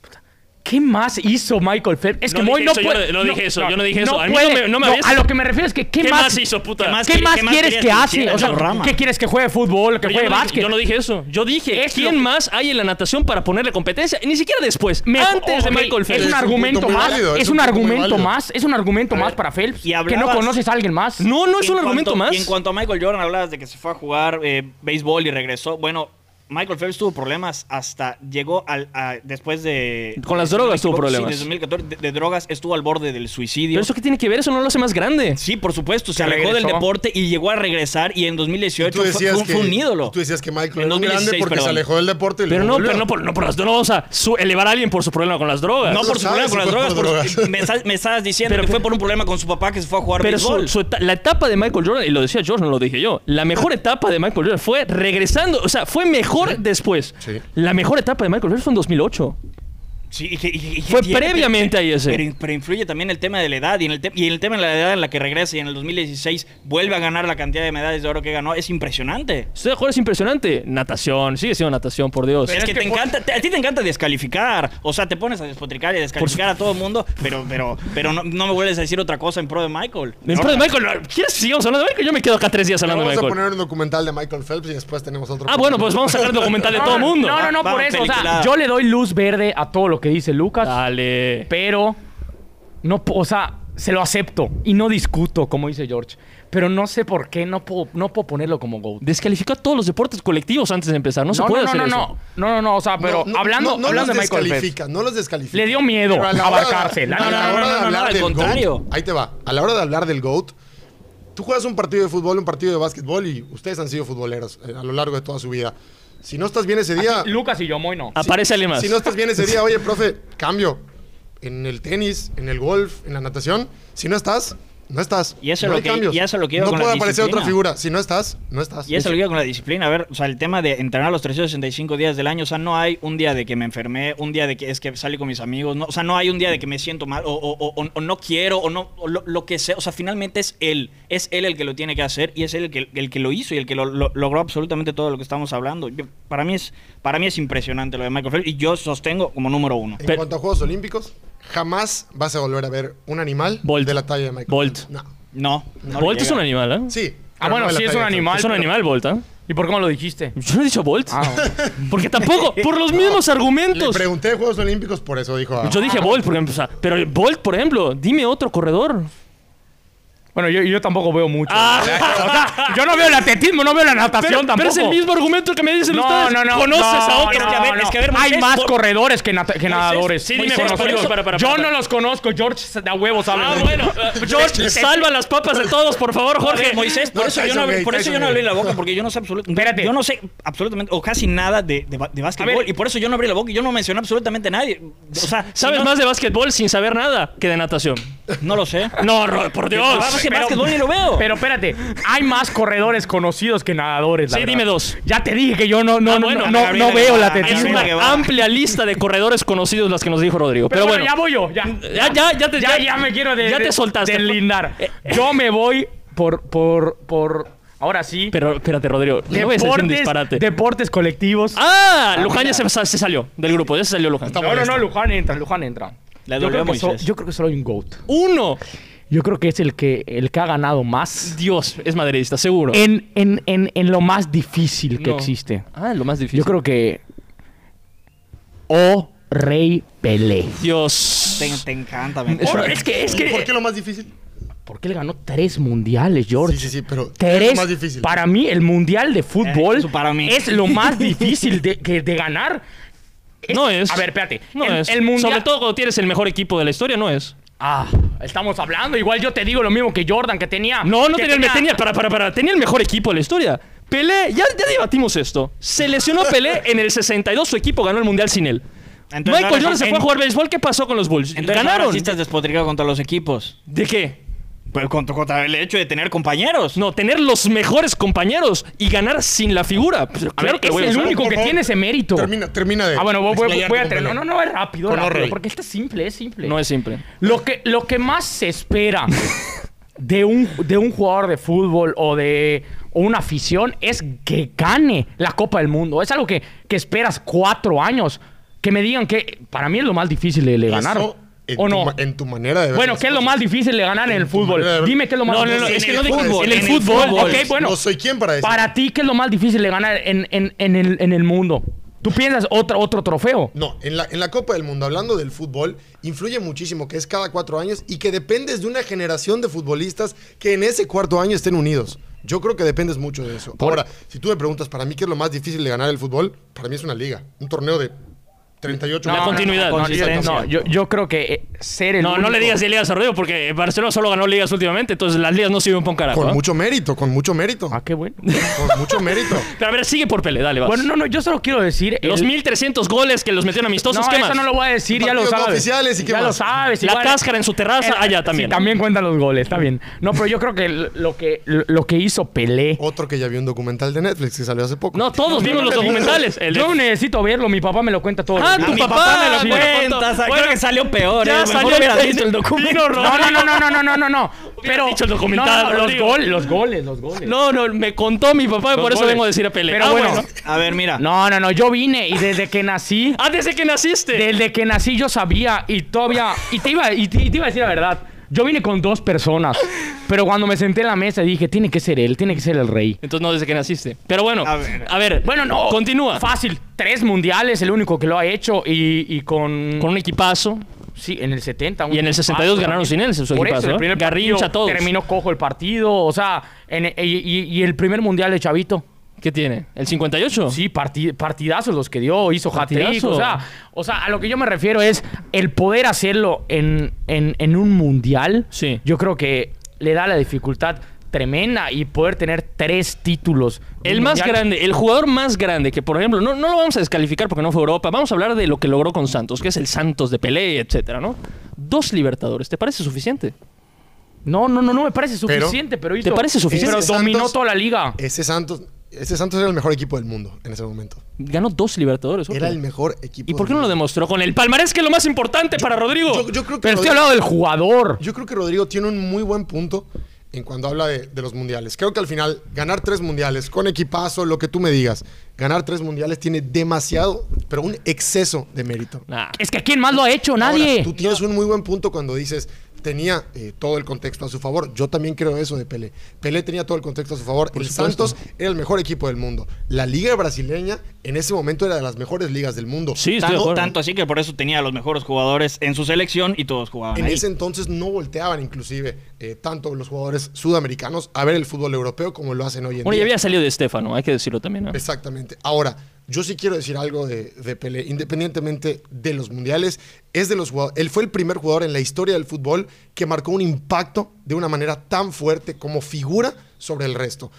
Speaker 2: puta, ¿Qué más hizo Michael Phelps? Es
Speaker 1: No
Speaker 2: que
Speaker 1: dije
Speaker 2: Moy no
Speaker 1: eso, yo
Speaker 2: puede.
Speaker 1: no- no dije eso, yo no dije eso. A mí no me- no me ves.
Speaker 2: A lo que me refiero es que. ¿Qué,
Speaker 1: ¿Qué
Speaker 2: más,
Speaker 1: más hizo, puta?
Speaker 2: ¿Qué más,
Speaker 3: ¿Qué más
Speaker 2: quieres que hace?
Speaker 3: hiciera
Speaker 2: O sea,
Speaker 3: Valderrama?
Speaker 2: ¿qué quieres que juegue fútbol? ¿Que
Speaker 1: Pero yo,
Speaker 2: juegue
Speaker 1: no dije,
Speaker 2: básquet?
Speaker 1: yo no dije eso. Yo dije,
Speaker 2: Es
Speaker 1: ¿quién
Speaker 2: lo-
Speaker 1: más hay en la natación para ponerle competencia? Ni siquiera después, antes de
Speaker 2: Ok,
Speaker 1: Michael Phelps.
Speaker 2: Es un
Speaker 4: punto
Speaker 2: argumento
Speaker 4: muy
Speaker 2: más.
Speaker 4: válido,
Speaker 2: es
Speaker 4: es
Speaker 2: un
Speaker 4: un punto muy
Speaker 2: argumento
Speaker 4: válido.
Speaker 2: más. Es un argumento más para Phelps.
Speaker 3: y
Speaker 2: Que no
Speaker 3: hablabas-
Speaker 2: conoces a alguien más.
Speaker 1: Oh, No, no es
Speaker 3: En
Speaker 1: un
Speaker 3: cuanto-
Speaker 1: argumento más.
Speaker 3: Y en cuanto a Michael Jordan, hablabas de que se fue a jugar eh, béisbol y regresó. Bueno, Michael Phelps tuvo problemas hasta llegó al a- después de
Speaker 1: Con las
Speaker 3: si no me
Speaker 1: drogas tuvo
Speaker 3: equivoco, sí,
Speaker 1: problemas.
Speaker 3: desde 2014 de, de drogas estuvo al borde del suicidio.
Speaker 1: ¿Pero eso qué tiene que ver? Eso no lo hace más grande.
Speaker 3: Sí, por supuesto, se
Speaker 2: Que
Speaker 3: alejó del
Speaker 2: regresó.
Speaker 3: deporte y llegó a regresar y en 2018 fue, fue- fue un ídolo.
Speaker 4: Tú decías que Michael
Speaker 3: En
Speaker 4: era un grande
Speaker 3: 2016,
Speaker 4: porque se
Speaker 3: perdón.
Speaker 4: alejó del deporte. y
Speaker 1: Pero
Speaker 4: luego
Speaker 1: no,
Speaker 4: volvió.
Speaker 1: pero no por, no por las drogas. No vamos a su- elevar a alguien por su problema con las drogas.
Speaker 3: No
Speaker 4: Tú
Speaker 3: por su problema
Speaker 4: sabes
Speaker 3: con
Speaker 4: si
Speaker 3: las drogas,
Speaker 4: fue por
Speaker 3: por-
Speaker 4: drogas.
Speaker 3: me, estás- me estabas diciendo
Speaker 1: Pero-
Speaker 3: que fue por un problema con su papá que se fue a jugar
Speaker 1: Pero
Speaker 3: béisbol.
Speaker 1: su, su eta- la etapa de Michael Jordan, y lo decía George, no lo dije yo, la mejor etapa de Michael Jordan fue regresando, o sea, fue mejor después.
Speaker 4: Sí.
Speaker 1: La mejor etapa de Michael Jordan fue en 2008.
Speaker 3: Sí, y que- y que- y que
Speaker 1: Fue
Speaker 3: tiene-
Speaker 1: previamente ahí ese.
Speaker 3: Pero, pero influye también el tema de la edad y en el, te- y el tema de la edad en la que regresa y en el 2016 vuelve a ganar la cantidad de medallas de oro que ganó. Es impresionante.
Speaker 1: Estoy de acuerdo, es impresionante. Natación, sigue siendo natación, por Dios.
Speaker 3: es,
Speaker 2: es
Speaker 3: que,
Speaker 2: que
Speaker 3: te
Speaker 2: fue-
Speaker 3: encanta, te- a ti te encanta descalificar. O sea, te pones a despotricar y a descalificar a todo el mundo, pero, pero, pero no, no me vuelves a decir otra cosa en pro de Michael.
Speaker 1: En pro de Michael, no, ¿quieres que sigamos hablando de Michael? Yo me quedo acá tres días hablando de
Speaker 4: Vamos a
Speaker 1: Michael.
Speaker 4: poner un documental de Michael Phelps y después tenemos otro.
Speaker 1: Ah, bueno, pues vamos a sacar el documental de todo el mundo.
Speaker 2: No, no, no,
Speaker 3: Vamos,
Speaker 2: por eso. O sea,
Speaker 3: peliculada.
Speaker 2: yo le doy luz verde a todo lo que dice Lucas,
Speaker 1: Dale.
Speaker 2: pero no, po- o sea, se lo acepto y no discuto, como dice George. Pero no sé por qué no puedo, no puedo ponerlo como GOAT.
Speaker 1: Descalificó a todos los deportes colectivos antes de empezar. No, se puede
Speaker 2: no,
Speaker 1: hacer
Speaker 2: no,
Speaker 1: eso.
Speaker 2: no, no, no, no, o sea, pero
Speaker 4: No, no,
Speaker 2: hablando,
Speaker 4: no, no
Speaker 2: hablando
Speaker 4: los
Speaker 2: de Michael Phelps.
Speaker 4: descalifica, No los descalifica.
Speaker 2: Le dio miedo
Speaker 4: Pero a la hora de-
Speaker 2: abarcarse, la
Speaker 4: a la
Speaker 2: neta.
Speaker 3: No,
Speaker 4: hora
Speaker 3: no,
Speaker 4: de
Speaker 3: no, no,
Speaker 4: hablar
Speaker 3: al
Speaker 4: del
Speaker 3: contrario.
Speaker 4: GOAT, ahí te va. A la hora de hablar del GOAT, tú juegas un partido de fútbol, un partido de básquetbol y ustedes han sido futboleros eh, a lo largo de toda su vida. Si no estás bien ese día,
Speaker 2: Lucas y yo, muy no.
Speaker 1: Aparece alguien más.
Speaker 4: si no estás bien ese día, oye, profe, cambio. En el tenis, en el golf, en la natación, si no estás, no estás.
Speaker 3: Y eso es
Speaker 4: no
Speaker 3: lo
Speaker 4: hay
Speaker 3: que-
Speaker 4: cambios.
Speaker 3: y eso es lo que iba
Speaker 4: No
Speaker 3: con la
Speaker 4: puede aparecer otra
Speaker 3: disciplina.
Speaker 4: figura. Si no estás, no estás.
Speaker 3: Y eso lo digo con la disciplina. A ver, o sea, el tema de entrenar los 365 días del año. O sea, no hay un día de que me enfermé, un día de que es que salí con mis amigos. No, o sea, no hay un día de que me siento mal o, o- o- o no quiero o no o lo, lo que sea. O sea, finalmente es él. Es él el que lo tiene que hacer y es él el que, el que lo hizo y el que lo, lo- logró absolutamente todo lo que estamos hablando. Yo- para, mí es, para mí es impresionante lo de Michael Phelps y yo sostengo como número uno.
Speaker 4: En
Speaker 1: Pero-
Speaker 4: cuanto a Juegos Olímpicos, jamás vas a volver a ver un animal
Speaker 1: Bolt.
Speaker 4: de la talla de Michael.
Speaker 1: Bolt.
Speaker 4: Phelps. No.
Speaker 3: No. no le
Speaker 1: Bolt es
Speaker 3: llega.
Speaker 1: un animal, ¿eh?
Speaker 2: Ah,
Speaker 4: Sí. pero
Speaker 2: bueno,
Speaker 4: no de la
Speaker 2: sí, es un
Speaker 4: talla de Phelps.
Speaker 2: animal.
Speaker 1: Es un
Speaker 2: pero-
Speaker 1: animal, Bolt, ¿eh?
Speaker 2: ¿Y por cómo lo dijiste?
Speaker 1: Yo no he dicho Bolt.
Speaker 2: Ah,
Speaker 1: Porque tampoco, por los mismos
Speaker 4: Le
Speaker 1: argumentos.
Speaker 4: pregunté de Juegos Olímpicos, por eso dijo. ah,
Speaker 1: Yo dije Bolt, por ejemplo. o sea, pero Bolt, por ejemplo, dime otro corredor.
Speaker 2: bueno, yo, yo tampoco veo mucho.
Speaker 1: Ah.
Speaker 2: O sea, yo no veo el atletismo, no veo la natación
Speaker 1: Pero,
Speaker 2: tampoco.
Speaker 1: pero es el mismo argumento que me dicen
Speaker 2: No,
Speaker 1: ustedes.
Speaker 2: no, no.
Speaker 1: Conoces a
Speaker 2: no,
Speaker 1: otro.
Speaker 2: no,
Speaker 3: Es que a ver,
Speaker 2: no.
Speaker 3: es que a ver,
Speaker 2: Hay
Speaker 3: Moisés,
Speaker 2: más
Speaker 3: por-
Speaker 2: corredores que, nata- que nadadores.
Speaker 1: sí,
Speaker 2: Muy
Speaker 1: dime, Moisés, por
Speaker 2: conocidos.
Speaker 1: eso, para, para,
Speaker 2: Yo
Speaker 1: para.
Speaker 2: no los conozco. George de a huevos habla.
Speaker 1: Ah,
Speaker 2: de-
Speaker 1: bueno. eh, George, salva las papas de todos, por favor,
Speaker 3: Jorge,
Speaker 1: Jorge.
Speaker 3: Moisés, por
Speaker 4: No,
Speaker 3: eso yo no,
Speaker 4: Tyson Gay,
Speaker 3: por eso
Speaker 4: Tyson
Speaker 3: yo no
Speaker 4: Gay.
Speaker 3: abrí la boca, porque yo no sé absolutamente.
Speaker 2: Espérate.
Speaker 3: Yo no sé absolutamente, o casi nada de, de, ba- de básquetbol.
Speaker 2: A ver.
Speaker 3: y por eso yo no abrí la boca y yo no mencioné absolutamente a nadie. O sea, si
Speaker 1: Sabes
Speaker 3: no-
Speaker 1: más de básquetbol sin saber nada que de natación.
Speaker 3: No lo sé.
Speaker 1: No, Ro- por Dios.
Speaker 3: Vamos, que
Speaker 2: pero-
Speaker 3: básquetbol ni lo veo.
Speaker 2: Pero espérate, hay más corredores conocidos que nadadores. la
Speaker 1: Sí,
Speaker 2: verdad.
Speaker 1: dime dos.
Speaker 2: Ya te dije que yo no, no,
Speaker 1: Ah,
Speaker 2: no,
Speaker 1: bueno,
Speaker 2: no, no
Speaker 3: Gabriela
Speaker 2: veo la
Speaker 3: Guevara,
Speaker 1: Es
Speaker 2: atletismo.
Speaker 1: una
Speaker 3: Gabriela
Speaker 2: Pero,
Speaker 3: Guevara.
Speaker 1: amplia lista de corredores conocidos las que nos dijo Rodrigo. Pero,
Speaker 2: bueno,
Speaker 1: bueno, Eh,
Speaker 2: ya voy yo. Ya,
Speaker 1: ya, ya, ya te,
Speaker 2: ya, ya me quiero de,
Speaker 1: ya te
Speaker 2: de-
Speaker 1: soltaste. Eh,
Speaker 2: deslindar. Yo me voy por, por, por. Ahora sí.
Speaker 1: Pero espérate, Rodrigo. No voy a decir un disparate.
Speaker 2: deportes colectivos.
Speaker 1: Ah, Luján ya se, se salió del grupo. Ya se salió Luján.
Speaker 4: Está-
Speaker 2: no, no,
Speaker 4: molesto.
Speaker 2: no, Luján entra, Luján entra.
Speaker 3: Le
Speaker 2: yo,
Speaker 3: dolió
Speaker 2: creo
Speaker 3: a
Speaker 2: que so-
Speaker 3: Moisés.
Speaker 2: yo creo que solo hay un GOAT.
Speaker 1: Uno.
Speaker 2: Yo creo que es el que, el que ha ganado más
Speaker 1: Dios, es madridista, seguro.
Speaker 2: en, en, en, en lo más difícil que
Speaker 1: No.
Speaker 2: existe.
Speaker 1: Ah, lo más difícil. Oh,
Speaker 2: Yo creo que. O Rey Pelé.
Speaker 1: Dios.
Speaker 3: Te, te encanta, me
Speaker 1: Es
Speaker 3: encanta.
Speaker 1: una- es que, es
Speaker 4: ¿Por
Speaker 1: que.
Speaker 4: qué lo más difícil?
Speaker 2: Porque él ganó tres mundiales, George.
Speaker 4: Sí, sí, sí, pero
Speaker 2: Tres.
Speaker 4: es lo más difícil.
Speaker 2: Para mí, el mundial de fútbol
Speaker 3: Eh, eso para mí.
Speaker 2: es lo más difícil de, que- de ganar.
Speaker 1: No es.
Speaker 2: A ver, espérate.
Speaker 1: No
Speaker 2: el,
Speaker 1: es.
Speaker 2: el mundial.
Speaker 1: Sobre todo cuando tienes el mejor equipo de la historia, no es.
Speaker 2: Ah, estamos hablando. Igual yo te digo lo mismo que Jordan, que tenía.
Speaker 1: No, no
Speaker 2: que
Speaker 1: tenía, el- tenía- para, para, para, tenía el mejor equipo de la historia. Pelé, ya, ya debatimos esto. Se lesionó Pelé en el 62, su equipo ganó el mundial sin él.
Speaker 3: Entonces, ahora
Speaker 1: Michael Jordan
Speaker 3: son-
Speaker 1: se fue a
Speaker 3: en-
Speaker 1: jugar béisbol, ¿qué pasó con los Bulls?
Speaker 3: Entonces, ahora
Speaker 1: Ganaron.
Speaker 3: sí estás despotricado contra los equipos.
Speaker 1: ¿De qué?
Speaker 3: Pero contra, contra el hecho de tener compañeros.
Speaker 1: No, tener los mejores compañeros y ganar sin la figura. Pues,
Speaker 2: A ver,
Speaker 1: claro que lo
Speaker 2: es
Speaker 1: voy a
Speaker 2: el
Speaker 1: usar.
Speaker 2: único
Speaker 4: Por
Speaker 2: que
Speaker 4: favor,
Speaker 2: tiene ese mérito.
Speaker 4: Termina, termina de.
Speaker 2: Ah, bueno, voy, voy- voy
Speaker 4: explayarte
Speaker 2: a
Speaker 4: con
Speaker 2: terminar.
Speaker 4: Pelé.
Speaker 2: No, no, no, es rápido,
Speaker 4: Con
Speaker 2: rápido,
Speaker 4: Orrey.
Speaker 2: Porque este es simple, es simple.
Speaker 1: No es simple.
Speaker 2: Lo que, lo que más se espera de un, de un jugador de fútbol o de o una afición es que gane la Copa del Mundo. Es algo que, que esperas cuatro años. Que me digan que para mí es lo más difícil de, de
Speaker 4: Eso
Speaker 2: ganar.
Speaker 4: en
Speaker 2: ¿O
Speaker 4: tu
Speaker 2: no?
Speaker 4: ma- En tu manera de ver.
Speaker 2: Bueno,
Speaker 4: las
Speaker 2: ¿qué es lo
Speaker 4: cosas.
Speaker 2: más difícil de ganar en el
Speaker 4: manera de
Speaker 2: fútbol?
Speaker 4: ver-
Speaker 2: Dime qué es lo más
Speaker 1: No, no,
Speaker 2: difícil.
Speaker 1: no, es que
Speaker 4: el
Speaker 1: no digo
Speaker 4: fútbol,
Speaker 1: en el
Speaker 3: en el
Speaker 1: fútbol.
Speaker 3: fútbol.
Speaker 1: Ok, bueno.
Speaker 4: No soy quien para decir.
Speaker 2: Para ti, ¿qué es lo más difícil de ganar en, en- en el, en el mundo? ¿Tú piensas otro, otro trofeo?
Speaker 4: No, en la, en la Copa del Mundo, hablando del fútbol, influye muchísimo que es cada cuatro años y que dependes de una generación de futbolistas que en ese cuarto año estén unidos. Yo creo que dependes mucho de eso. Ahora, si tú me preguntas para mí qué es lo más difícil de ganar el fútbol, para mí es una liga, un torneo de 38
Speaker 1: La
Speaker 4: no,
Speaker 1: continuidad,
Speaker 4: no, no,
Speaker 1: consistencia.
Speaker 4: no,
Speaker 2: No, yo, yo creo que eh, ser el
Speaker 1: No, no le
Speaker 2: único-
Speaker 1: digas de ligas a Rodrigo porque Barcelona solo ganó ligas últimamente, entonces las ligas no sirven para un carajo.
Speaker 4: Con
Speaker 1: ¿eh?
Speaker 4: mucho mérito, con mucho mérito.
Speaker 2: Ah, qué bueno.
Speaker 4: Con mucho mérito.
Speaker 1: Pero a ver, sigue por Pele, dale, vas.
Speaker 2: Bueno, no, no, yo solo quiero decir...
Speaker 1: Los
Speaker 2: el-
Speaker 1: 1300 goles que los metieron amistosos,
Speaker 2: No,
Speaker 1: ¿qué
Speaker 2: eso
Speaker 1: más?
Speaker 2: no lo voy a decir, ya lo
Speaker 4: Partidos no
Speaker 2: sabes.
Speaker 4: oficiales y qué
Speaker 2: ya
Speaker 4: más.
Speaker 2: lo sabes.
Speaker 1: La
Speaker 2: igual-
Speaker 1: cáscara en su terraza,
Speaker 2: Eh,
Speaker 1: allá
Speaker 2: Sí,
Speaker 1: también.
Speaker 2: también cuentan los goles, está bien. No, pero yo creo que l- lo que, lo que hizo Pelé...
Speaker 4: Otro que ya vi un documental de Netflix que salió hace poco.
Speaker 1: No, todos vimos los documentales. El de-
Speaker 2: Yo necesito verlo, mi papá me lo cuenta todo.
Speaker 1: Ah,
Speaker 2: los
Speaker 1: tu
Speaker 2: días.
Speaker 1: papá,
Speaker 3: me lo
Speaker 1: bueno,
Speaker 3: cuentas.
Speaker 1: bueno,
Speaker 3: creo que salió peor.
Speaker 1: ya
Speaker 3: eh. Mejor
Speaker 1: salió
Speaker 3: hubieras
Speaker 1: el-
Speaker 3: visto el documento.
Speaker 1: Vino
Speaker 2: No,
Speaker 1: Rodrigo.
Speaker 2: no, no, no, no, no, no, no, no. Pero
Speaker 1: dicho el documental,
Speaker 2: No, no, los,
Speaker 1: Rodrigo.
Speaker 2: goles, los goles, los goles.
Speaker 1: No, no, me contó mi papá y
Speaker 2: Los
Speaker 1: por eso
Speaker 2: goles.
Speaker 1: vengo a decir a Pele.
Speaker 2: Pero
Speaker 1: Ah,
Speaker 2: bueno.
Speaker 3: A ver, mira.
Speaker 2: No, no, no, yo vine y desde que nací,
Speaker 1: Ah, desde que naciste.
Speaker 2: desde que nací yo sabía y todavía y te iba y te, y te iba a decir la verdad. Yo vine con dos personas, pero cuando me senté en la mesa dije, tiene que ser él, tiene que ser el rey.
Speaker 1: Entonces no desde que naciste. Pero bueno, a
Speaker 3: A
Speaker 1: ver.
Speaker 3: ver.
Speaker 2: Bueno, no.
Speaker 1: Continúa.
Speaker 2: Fácil, tres mundiales, el único que lo ha hecho y, y con,
Speaker 1: Con un equipazo.
Speaker 2: sí, en el 70 un
Speaker 1: Y en el 62
Speaker 2: equipazo
Speaker 1: ganaron sin él, su
Speaker 2: Por
Speaker 1: equipazo,
Speaker 2: eso, el
Speaker 1: ¿eh?
Speaker 2: primer partido
Speaker 1: Garrincha, todos.
Speaker 2: terminó cojo el partido, o sea, en- y- y- y el primer mundial de Chavito.
Speaker 1: ¿Qué tiene? ¿El 58?
Speaker 2: Sí, parti- partidazos los que dio, hizo hat-trick.
Speaker 1: Partidazo.
Speaker 2: O sea, o sea, a lo que yo me refiero es el poder hacerlo en, en- en un mundial.
Speaker 1: Sí.
Speaker 2: Yo creo que le da la dificultad tremenda y poder tener tres títulos. de
Speaker 1: El
Speaker 2: un
Speaker 1: más
Speaker 2: mundial.
Speaker 1: grande, el jugador más grande, que por ejemplo, no, no lo vamos a descalificar porque no fue Europa, vamos a hablar de lo que logró con Santos, que es el Santos de Pelé, etcétera, ¿no? Dos libertadores, ¿te parece suficiente?
Speaker 2: No, no, no, no me parece
Speaker 4: Pero-
Speaker 2: suficiente, pero, hizo.
Speaker 1: ¿Te parece suficiente?
Speaker 2: Pero
Speaker 4: Santos-
Speaker 2: dominó toda la liga.
Speaker 4: Ese Santos, ese Santos era el mejor equipo del mundo en ese momento.
Speaker 1: Ganó dos libertadores.
Speaker 4: Era
Speaker 1: ojo.
Speaker 4: el mejor equipo.
Speaker 1: ¿Y por qué
Speaker 4: del
Speaker 1: no lo
Speaker 4: mundo.
Speaker 1: demostró con el palmarés que es lo más importante para Rodrigo?
Speaker 4: Yo, yo creo que
Speaker 2: Pero estoy
Speaker 4: Rodrigo-
Speaker 2: hablando del jugador.
Speaker 4: Yo creo que Rodrigo tiene un muy buen punto en cuando habla de, de los mundiales. Creo que al final, ganar tres mundiales, con equipazo, lo que tú me digas, ganar tres mundiales tiene demasiado, pero un exceso de mérito.
Speaker 1: Nah.
Speaker 2: Es que ¿quién más lo ha hecho?
Speaker 4: Ahora,
Speaker 2: Nadie.
Speaker 4: tú tienes un muy buen punto cuando dices, tenía eh, todo el contexto a su favor. Yo también creo eso de Pelé. Pelé tenía todo el contexto a su favor. el
Speaker 1: supuesto.
Speaker 4: Santos era el mejor equipo del mundo. La liga brasileña en ese momento era de las mejores ligas del mundo.
Speaker 1: Sí, estoy de
Speaker 3: Tanto,
Speaker 1: acuerdo.
Speaker 3: tanto así que por eso tenía a los mejores jugadores en su selección y todos jugaban
Speaker 4: En
Speaker 3: ahí.
Speaker 4: ese entonces no volteaban inclusive eh, tanto los jugadores sudamericanos a ver el fútbol europeo como lo hacen hoy en
Speaker 1: Bueno, ya
Speaker 4: día.
Speaker 1: había salido de Estefano, hay que decirlo también. ¿no?
Speaker 4: Pues Exactamente. Ahora, yo sí quiero decir algo de, de Pelé, independientemente de los mundiales, es de los jugadores, él fue el primer jugador en la historia del fútbol que marcó un impacto de una manera tan fuerte como figura sobre el resto.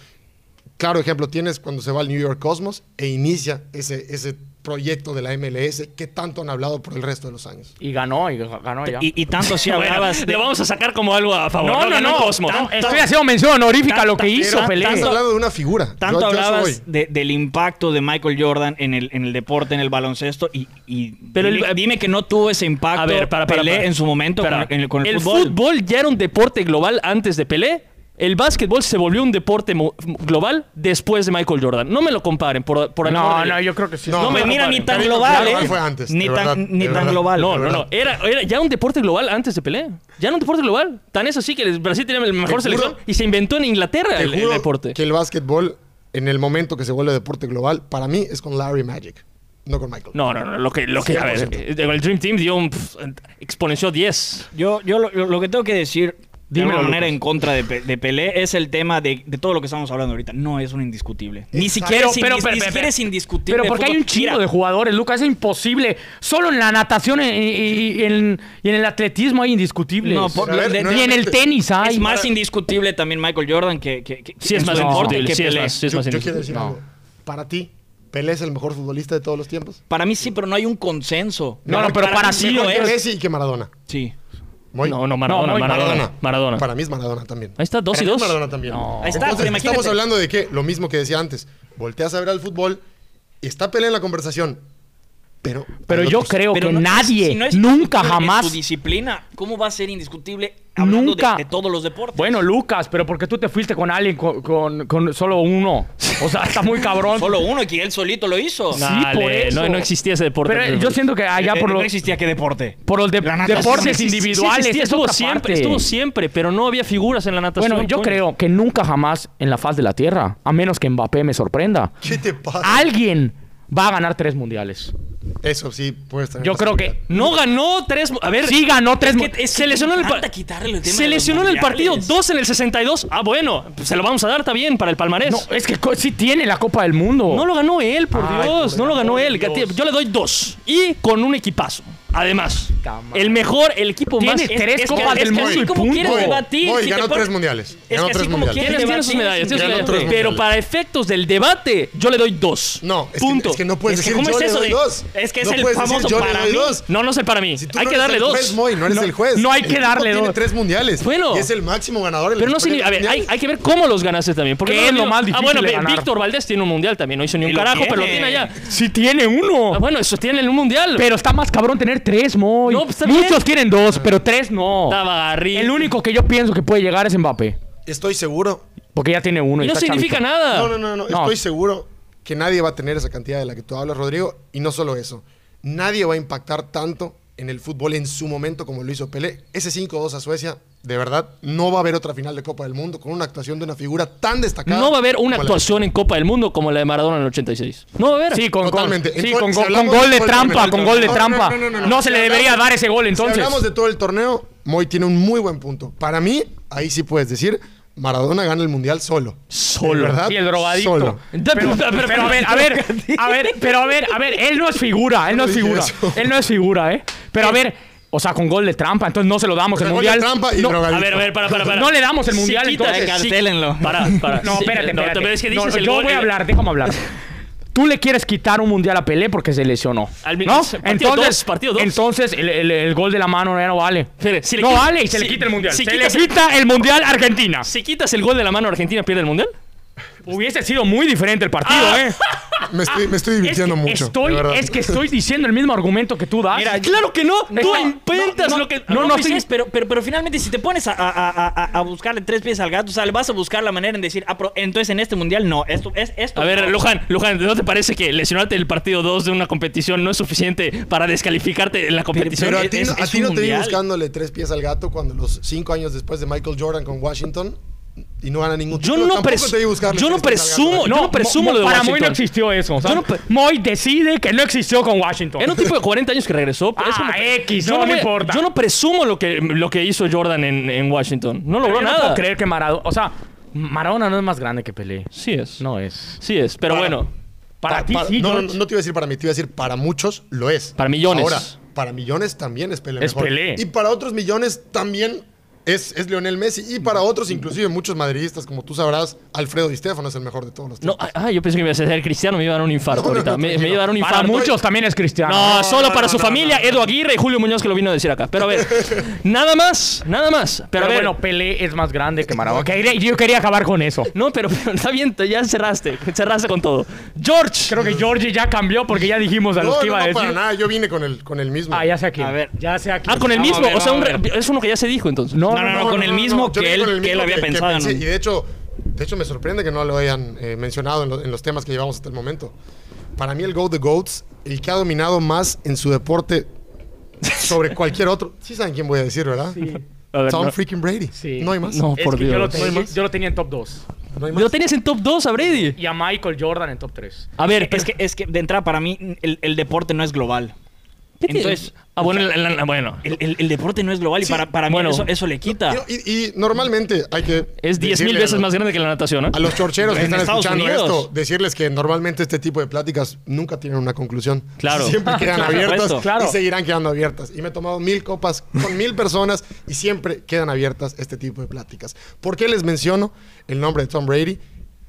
Speaker 4: Claro ejemplo tienes cuando se va al New York Cosmos e inicia ese, ese proyecto de la MLS que tanto han hablado por el resto de los años.
Speaker 2: Y ganó, y ganó ya.
Speaker 3: Y, y tanto si
Speaker 1: Bueno,
Speaker 3: hablabas
Speaker 1: le
Speaker 3: de...
Speaker 1: vamos a sacar como algo a favor.
Speaker 2: no, no,
Speaker 1: Ganó
Speaker 2: no.
Speaker 1: Cosmo,
Speaker 2: tan-
Speaker 1: ¿no?
Speaker 2: Estoy haciendo mención honorífica a lo que hizo
Speaker 3: tan-
Speaker 2: Pelé.
Speaker 4: Estás
Speaker 3: tanto-
Speaker 4: hablando de una figura.
Speaker 3: Tanto
Speaker 4: Yo- yo a eso voy.
Speaker 3: hablabas de- del impacto de Michael Jordan en el, en el deporte, en el baloncesto, y, y
Speaker 1: Pero
Speaker 3: dime,
Speaker 1: el-
Speaker 3: dime que no tuvo ese impacto
Speaker 1: A ver, para, para,
Speaker 3: Pelé
Speaker 1: para.
Speaker 3: en su momento
Speaker 1: Para.
Speaker 3: con, en el- con el,
Speaker 1: fútbol.
Speaker 3: fútbol.
Speaker 1: ya era un deporte global antes de Pelé. El básquetbol se volvió un deporte mo- global después de Michael Jordan. No me lo comparen por, por amor
Speaker 2: No,
Speaker 1: de-
Speaker 2: no, yo creo que sí.
Speaker 4: No,
Speaker 3: No, pues mira, ni tan
Speaker 4: También
Speaker 3: global,
Speaker 4: global
Speaker 3: ¿eh?
Speaker 4: fue antes,
Speaker 3: Ni
Speaker 4: de
Speaker 3: tan,
Speaker 4: verdad,
Speaker 3: ni tan
Speaker 4: de verdad.
Speaker 3: global.
Speaker 1: No,
Speaker 4: de
Speaker 1: no, no.
Speaker 4: verdad.
Speaker 1: Era, era ya un deporte global antes de Pelé. Ya era un deporte global. Tan es así que el Brasil tenía la mejor
Speaker 4: juro-
Speaker 1: selección y se inventó en Inglaterra
Speaker 4: Te
Speaker 1: el, el
Speaker 4: juro
Speaker 1: deporte.
Speaker 4: Que el básquetbol, en el momento que se vuelve deporte global, para mí es con Larry Magic, no con Michael.
Speaker 1: No, no, no. Lo que, lo que a ver,
Speaker 4: 100%.
Speaker 1: eh, el Dream Team dio un pff, exponenció 10.
Speaker 3: Yo, yo lo, lo que tengo que decir de
Speaker 2: Dímelo,
Speaker 3: alguna manera
Speaker 2: Lucas.
Speaker 3: en contra de, Pe- de Pelé es el tema de, de todo lo que estamos hablando ahorita. No es un indiscutible. Ni
Speaker 4: Exacto.
Speaker 3: siquiera es,
Speaker 2: Pero-
Speaker 3: indis-
Speaker 2: pero-
Speaker 3: ni
Speaker 2: pero-
Speaker 3: siquiera es indiscutible.
Speaker 2: Pero porque hay
Speaker 3: fútbol.
Speaker 2: un chingo
Speaker 3: Mira,
Speaker 2: de jugadores, Lucas, es imposible. Solo en la natación y, y- y en, y en el atletismo hay indiscutibles.
Speaker 3: No, por-
Speaker 4: A ver,
Speaker 3: de-
Speaker 4: no
Speaker 2: y en el tenis hay.
Speaker 3: Es más indiscutible también Michael Jordan que, que, que-
Speaker 1: Sí,
Speaker 3: en
Speaker 1: es
Speaker 3: su
Speaker 1: más
Speaker 3: deporte
Speaker 1: indiscutible.
Speaker 3: que
Speaker 1: Sí, es
Speaker 3: Pelé.
Speaker 1: más, sí, es
Speaker 4: yo,
Speaker 1: más
Speaker 4: yo quiero
Speaker 1: indiscutible.
Speaker 2: No.
Speaker 4: decir algo. Para ti, Pelé es el mejor futbolista de todos los tiempos.
Speaker 3: Para mí sí, pero no hay un consenso.
Speaker 2: No, no, pero para
Speaker 3: mí
Speaker 2: sí
Speaker 3: sí
Speaker 2: lo
Speaker 3: lo
Speaker 4: Que
Speaker 3: es.
Speaker 4: Messi y que Maradona.
Speaker 3: Sí.
Speaker 4: Moy.
Speaker 1: No, no, Maradona,
Speaker 2: No, muy
Speaker 1: Maradona, Maradona.
Speaker 4: Maradona. Para mí es Maradona también.
Speaker 1: Ahí está, dos
Speaker 4: Para
Speaker 1: y
Speaker 4: mí es
Speaker 1: dos.
Speaker 4: Maradona también.
Speaker 3: Ahí está,
Speaker 4: Entonces,
Speaker 3: pero imagínate.
Speaker 4: estamos hablando de que lo mismo que decía antes. Volteas a ver al fútbol y está Pelé en la conversación. Pero,
Speaker 2: Pero
Speaker 4: hay
Speaker 2: yo
Speaker 4: otros.
Speaker 2: creo
Speaker 3: Pero
Speaker 2: que
Speaker 3: no-
Speaker 2: nadie,
Speaker 3: si no es
Speaker 2: nunca,
Speaker 3: indiscutible En
Speaker 2: jamás.
Speaker 3: tu disciplina, ¿cómo va a ser indiscutible hablando
Speaker 2: Nunca.
Speaker 3: De, de todos los deportes?
Speaker 2: Bueno, Lucas, pero porque tú te fuiste con alguien con, con- con solo uno. O sea, está muy cabrón.
Speaker 3: Solo uno y que él solito lo hizo.
Speaker 2: Sí,
Speaker 1: Dale,
Speaker 2: por eso.
Speaker 1: no, no existía ese deporte.
Speaker 2: Pero eh, yo siento que allá
Speaker 3: Eh,
Speaker 2: por
Speaker 3: no
Speaker 2: los,
Speaker 3: existía qué deporte.
Speaker 2: por los de-
Speaker 3: natación.
Speaker 2: deportes
Speaker 1: Sí, sí, sí, sí
Speaker 2: individuales.
Speaker 1: existía,
Speaker 2: es
Speaker 1: estuvo
Speaker 2: otra
Speaker 1: siempre,
Speaker 2: parte.
Speaker 1: estuvo siempre, pero no había figuras en la natación.
Speaker 2: Bueno, yo
Speaker 1: coño.
Speaker 2: creo que nunca jamás en la faz de la Tierra, a menos que Mbappé me sorprenda,
Speaker 4: ¿Qué te pasa?
Speaker 2: alguien va a ganar tres mundiales.
Speaker 4: Eso sí, puedes tener
Speaker 2: Yo
Speaker 4: la
Speaker 2: creo que
Speaker 4: seguridad.
Speaker 1: No ganó tres. A ver.
Speaker 2: Sí ganó tres
Speaker 1: es
Speaker 2: mu-
Speaker 1: que, eh, se lesionó en el, par-
Speaker 3: Encanta quitarle el tema
Speaker 1: se
Speaker 3: de los
Speaker 1: lesionó en el partido
Speaker 3: mundiales.
Speaker 1: dos en el 62. Ah, bueno, pues se lo vamos a dar, está bien, para el palmarés.
Speaker 2: No, es que co- sí tiene la Copa del Mundo.
Speaker 1: No lo ganó él, por
Speaker 2: Ay,
Speaker 1: Dios.
Speaker 2: por
Speaker 1: no lo
Speaker 2: el
Speaker 1: ganó
Speaker 2: amor de
Speaker 1: él.
Speaker 2: Dios.
Speaker 1: Yo le doy dos. Y con un equipazo. Además,
Speaker 2: Puta madre.
Speaker 1: el mejor, el equipo
Speaker 2: Tiene
Speaker 1: más.
Speaker 2: tres Copas del Mundo y
Speaker 1: ¿Cómo
Speaker 2: punto.
Speaker 1: quieres
Speaker 4: Voy,
Speaker 1: debatir?
Speaker 4: voy,
Speaker 1: si te
Speaker 4: ganó
Speaker 1: pones-
Speaker 4: tres mundiales.
Speaker 3: que
Speaker 4: Ganó
Speaker 3: así
Speaker 4: tres
Speaker 3: como
Speaker 1: Tiene-
Speaker 4: mundiales.
Speaker 3: quieres-
Speaker 1: tiene sus
Speaker 3: debatir,
Speaker 1: medallas, tiene sus
Speaker 4: ganó
Speaker 1: medallas.
Speaker 4: tres
Speaker 1: Pero
Speaker 4: mundiales.
Speaker 1: para efectos del debate, yo le doy dos.
Speaker 4: No, es,
Speaker 1: punto.
Speaker 4: Que, es que no puedes
Speaker 3: Es que
Speaker 4: decir
Speaker 3: ¿cómo es
Speaker 4: yo le
Speaker 3: eso
Speaker 4: doy
Speaker 3: de-
Speaker 4: dos.
Speaker 3: es que es
Speaker 4: No
Speaker 3: el
Speaker 4: puedes decir,
Speaker 3: famoso
Speaker 4: yo le
Speaker 3: para
Speaker 4: doy
Speaker 3: mí.
Speaker 4: dos.
Speaker 1: No, no es el para mí.
Speaker 4: Si tú
Speaker 1: Hay
Speaker 4: no
Speaker 1: que
Speaker 4: eres
Speaker 1: darle
Speaker 4: el
Speaker 1: dos.
Speaker 4: juez, Moy, no eres el juez.
Speaker 2: no hay
Speaker 4: El
Speaker 2: que
Speaker 4: tipo
Speaker 2: darle
Speaker 4: Tiene
Speaker 2: dos.
Speaker 4: tres mundiales.
Speaker 1: Bueno.
Speaker 4: Y es el máximo ganador. en la
Speaker 1: Pero no
Speaker 4: historia
Speaker 1: significa. A
Speaker 4: de
Speaker 1: ver, hay,
Speaker 4: mundiales.
Speaker 1: hay que ver cómo los ganaste también. Porque
Speaker 2: ¿Qué
Speaker 1: no
Speaker 2: es lo
Speaker 1: vino-
Speaker 2: más
Speaker 1: Ah,
Speaker 2: difícil
Speaker 1: bueno,
Speaker 2: de
Speaker 1: Vé-
Speaker 2: ganar?
Speaker 1: Víctor Valdés tiene un mundial también. No hizo ni
Speaker 3: Y
Speaker 1: un
Speaker 3: lo
Speaker 1: carajo, pero lo
Speaker 3: tiene.
Speaker 1: tiene allá.
Speaker 2: Sí tiene uno.
Speaker 1: Ah, bueno, eso tiene en un mundial.
Speaker 2: Pero está más cabrón tener tres, Moy.
Speaker 1: No, pues, está
Speaker 2: Muchos
Speaker 1: bien.
Speaker 2: quieren dos, pero tres no.
Speaker 1: estaba Garrido.
Speaker 2: El único que yo pienso que puede llegar es Mbappé.
Speaker 4: Estoy seguro.
Speaker 2: Porque ya tiene uno.
Speaker 1: Y
Speaker 2: Y
Speaker 1: no
Speaker 2: está
Speaker 1: significa
Speaker 2: chavito.
Speaker 1: nada.
Speaker 4: No, no, no, no.
Speaker 2: No.
Speaker 4: Estoy seguro que nadie va a tener esa cantidad de la que tú hablas, Rodrigo. Y no solo eso. Nadie va a impactar tanto en el fútbol en su momento como lo hizo Pelé. Ese 5-2 a Suecia, de verdad, no va a haber otra final de Copa del Mundo con una actuación de una figura tan destacada.
Speaker 1: No va a haber una
Speaker 4: como la-
Speaker 1: actuación en Copa del Mundo como la de Maradona en el 86. No va a haber.
Speaker 2: Sí, con, con-
Speaker 4: Totalmente.
Speaker 2: sí,
Speaker 4: Entonces,
Speaker 2: con,
Speaker 4: si
Speaker 2: con-
Speaker 4: hablamos
Speaker 2: con gol de
Speaker 4: todo el
Speaker 2: trampa,
Speaker 4: torneo-
Speaker 2: con gol de
Speaker 4: No, no,
Speaker 2: trampa.
Speaker 4: no, no, no, no.
Speaker 2: No se le
Speaker 4: Si
Speaker 2: debería
Speaker 4: hablamos-
Speaker 2: dar ese gol
Speaker 4: Si
Speaker 2: entonces.
Speaker 4: hablamos de todo el torneo, Moy tiene un muy buen punto. Para mí, ahí sí puedes decir, Maradona gana el Mundial solo.
Speaker 1: Solo.
Speaker 4: De ¿Verdad?
Speaker 2: Y el drogadicto.
Speaker 4: Solo.
Speaker 2: Pero, pero a ver, a ver, a ver, pero a ver, a ver, él no es figura, él no es
Speaker 4: dije
Speaker 2: figura.
Speaker 4: eso.
Speaker 2: Él no es figura, ¿eh? Pero a ver, o sea, con gol de trampa, entonces no se lo damos
Speaker 4: O sea,
Speaker 2: el
Speaker 4: gol de
Speaker 2: mundial.
Speaker 4: trampa y
Speaker 2: no,
Speaker 4: drogadicto.
Speaker 1: A ver, a ver, para, para, para.
Speaker 2: No le damos el mundial,
Speaker 1: Si quitas-
Speaker 2: entonces.
Speaker 1: si-
Speaker 3: Cancélenlo.
Speaker 1: Para, para.
Speaker 2: No,
Speaker 1: Sí,
Speaker 2: espérate,
Speaker 1: Eh, no,
Speaker 2: espérate.
Speaker 1: pero es que
Speaker 2: No,
Speaker 1: dices el
Speaker 2: yo
Speaker 1: gol-
Speaker 2: voy a
Speaker 1: el-
Speaker 2: hablar, déjame hablar. Tú le quieres quitar un mundial a Pelé porque se lesionó.
Speaker 1: Al mi-
Speaker 2: ¿No?
Speaker 1: partido
Speaker 2: entonces,
Speaker 1: dos, partido dos.
Speaker 2: entonces el, el- el gol de la mano ya no vale.
Speaker 1: Espere, si le
Speaker 2: no
Speaker 1: quita-
Speaker 2: vale y se le
Speaker 1: si-
Speaker 2: quita el mundial.
Speaker 1: si
Speaker 2: se le
Speaker 1: quitas-
Speaker 2: quita el mundial a Argentina.
Speaker 1: Si quitas el gol de la mano, Argentina pierde el mundial.
Speaker 2: Hubiese sido muy diferente el partido,
Speaker 1: Ah.
Speaker 2: ¿eh?
Speaker 4: Me estoy, me estoy
Speaker 2: Es que,
Speaker 4: divirtiendo mucho. de
Speaker 2: estoy,
Speaker 4: verdad.
Speaker 2: es que estoy diciendo el mismo argumento que tú das.
Speaker 3: Mira,
Speaker 1: Ah, Claro que no. Tú
Speaker 2: No,
Speaker 1: inventas
Speaker 2: no,
Speaker 1: lo que.
Speaker 2: no, no,
Speaker 1: Moisés,
Speaker 2: sí.
Speaker 3: Entonces, pero, pero, pero finalmente, si te pones a, a- a- a- a buscarle tres pies al gato, o sea, le vas a buscar la manera en decir, ah, pero entonces en este mundial no, esto es esto.
Speaker 1: A ver,
Speaker 3: no.
Speaker 1: Luján, Luján, ¿no te parece que lesionarte el partido 2 de una competición no es suficiente para descalificarte en la competición?
Speaker 4: Pero a
Speaker 3: Es-
Speaker 4: ti,
Speaker 3: es-
Speaker 4: no- a
Speaker 3: es
Speaker 4: ti
Speaker 3: un
Speaker 4: no te vi
Speaker 3: mundial.
Speaker 4: buscándole tres pies al gato cuando los cinco años después de Michael Jordan con Washington y no gana ningún
Speaker 1: Yo
Speaker 4: título,
Speaker 1: no,
Speaker 4: tampoco
Speaker 1: pres-
Speaker 4: te vi buscarle
Speaker 1: yo no
Speaker 4: tres pies al gato.
Speaker 1: presumo, yo no presumo
Speaker 2: Mo-
Speaker 1: lo de
Speaker 2: Para Moy no
Speaker 1: Washington.
Speaker 2: existió eso. o sea,
Speaker 1: Yo no pe-
Speaker 2: Moy decide que no existió con Washington.
Speaker 1: Era un tipo de 40 años que regresó. pues,
Speaker 2: Ah, X, no, no
Speaker 1: voy-
Speaker 2: importa.
Speaker 1: Yo no presumo lo que, lo que hizo Jordan en, en Washington. No
Speaker 2: Pero
Speaker 1: logró
Speaker 2: yo no
Speaker 1: nada.
Speaker 2: puedo creer que Maradona. O sea, Maradona no es más grande que Pelé.
Speaker 1: Sí es.
Speaker 2: No es.
Speaker 1: Sí es, pero bueno.
Speaker 2: Para,
Speaker 4: Pa-
Speaker 2: ti
Speaker 4: pa-
Speaker 2: sí,
Speaker 4: no,
Speaker 2: George.
Speaker 4: no, no te iba a decir para mí, te iba a decir para muchos lo es.
Speaker 1: Para millones.
Speaker 4: Ahora, para millones también es Pelé.
Speaker 2: Es
Speaker 4: mejor.
Speaker 2: Pelé.
Speaker 4: Y para otros millones también es, es Lionel Messi. Y para
Speaker 2: Mm.
Speaker 4: otros, inclusive muchos madridistas, como tú sabrás, Alfredo Di Stefano es el mejor de todos los
Speaker 1: No,
Speaker 4: tiempos.
Speaker 1: ah, ah, yo pensé que me iba a hacer cristiano, me iba a dar un infarto
Speaker 4: No, no, no,
Speaker 1: ahorita. me, me
Speaker 4: tranquilo.
Speaker 1: iba a dar un
Speaker 2: Para
Speaker 1: infarto.
Speaker 2: muchos también es cristiano.
Speaker 1: No, solo para
Speaker 4: no,
Speaker 1: su
Speaker 4: no,
Speaker 1: familia, Edu Aguirre y Julio Muñoz que lo vino a decir acá. Pero a ver, nada más, nada más. Pero,
Speaker 2: Pero
Speaker 1: a ver,
Speaker 2: bueno, Pelé es más grande que Maradona. Que iré- yo quería acabar con eso.
Speaker 1: no, pero, pero está bien, te- ya cerraste, cerraste con todo. George,
Speaker 2: Creo que Georgie ya cambió porque ya dijimos a los
Speaker 4: no,
Speaker 2: que iba a
Speaker 4: no,
Speaker 2: decir.
Speaker 4: para nada. Yo vine con el, con el mismo.
Speaker 2: Ah, ya sé quién.
Speaker 3: A ver.
Speaker 2: Ya sé a quién.
Speaker 1: ah, con el
Speaker 3: Vamos a
Speaker 1: mismo,
Speaker 3: ver,
Speaker 1: o sea, un
Speaker 3: vamos a
Speaker 1: re- es uno que ya se dijo entonces.
Speaker 2: No,
Speaker 3: No, no, no, Ah, con el mismo
Speaker 4: yo
Speaker 3: que
Speaker 4: vine
Speaker 3: él,
Speaker 4: con el
Speaker 3: que él
Speaker 4: mismo
Speaker 3: había
Speaker 4: que
Speaker 3: pensado.
Speaker 4: pensé,
Speaker 3: ¿no?
Speaker 4: Y de hecho, de hecho, me sorprende que no lo hayan eh, mencionado en, lo- en los temas que llevamos hasta el momento. Para mí, el Go the Goats, el que ha dominado más en su deporte sobre cualquier otro. Sí saben quién voy a decir, ¿verdad?
Speaker 1: A ver,
Speaker 4: Tom
Speaker 1: no.
Speaker 4: freaking Brady.
Speaker 2: Sí.
Speaker 4: No hay más.
Speaker 1: No,
Speaker 2: Es
Speaker 1: por
Speaker 2: que Yo lo,
Speaker 1: Dios.
Speaker 2: tenía, yo lo tenía en top 2.
Speaker 4: No hay más.
Speaker 1: Lo tenías en top 2 a Brady.
Speaker 2: Y a Michael Jordan en top 3.
Speaker 1: A ver,
Speaker 3: Es que, es que de entrada, para mí, el, el deporte no es global.
Speaker 1: ¿Qué tiene?
Speaker 3: Entonces,
Speaker 1: ah, bueno, el- el- el- bueno.
Speaker 3: el, el- el deporte no es global y
Speaker 4: Sí,
Speaker 3: para, para mí
Speaker 1: bueno.
Speaker 3: eso, eso le quita.
Speaker 4: Y, y- y normalmente hay que.
Speaker 1: Es 10.000
Speaker 4: decirle a
Speaker 1: veces
Speaker 4: los-
Speaker 1: más grande que la natación, ¿eh?
Speaker 4: A los chorcheros que
Speaker 3: En
Speaker 4: están
Speaker 3: Estados
Speaker 4: escuchando
Speaker 3: Unidos.
Speaker 4: esto, decirles que normalmente este tipo de pláticas nunca tienen una conclusión.
Speaker 1: Claro.
Speaker 4: Siempre quedan
Speaker 3: Por
Speaker 4: abiertas
Speaker 3: supuesto.
Speaker 2: Claro.
Speaker 4: y seguirán quedando abiertas. Y me he tomado mil copas con mil personas y siempre quedan abiertas este tipo de pláticas. ¿Por qué les menciono el nombre de Tom Brady?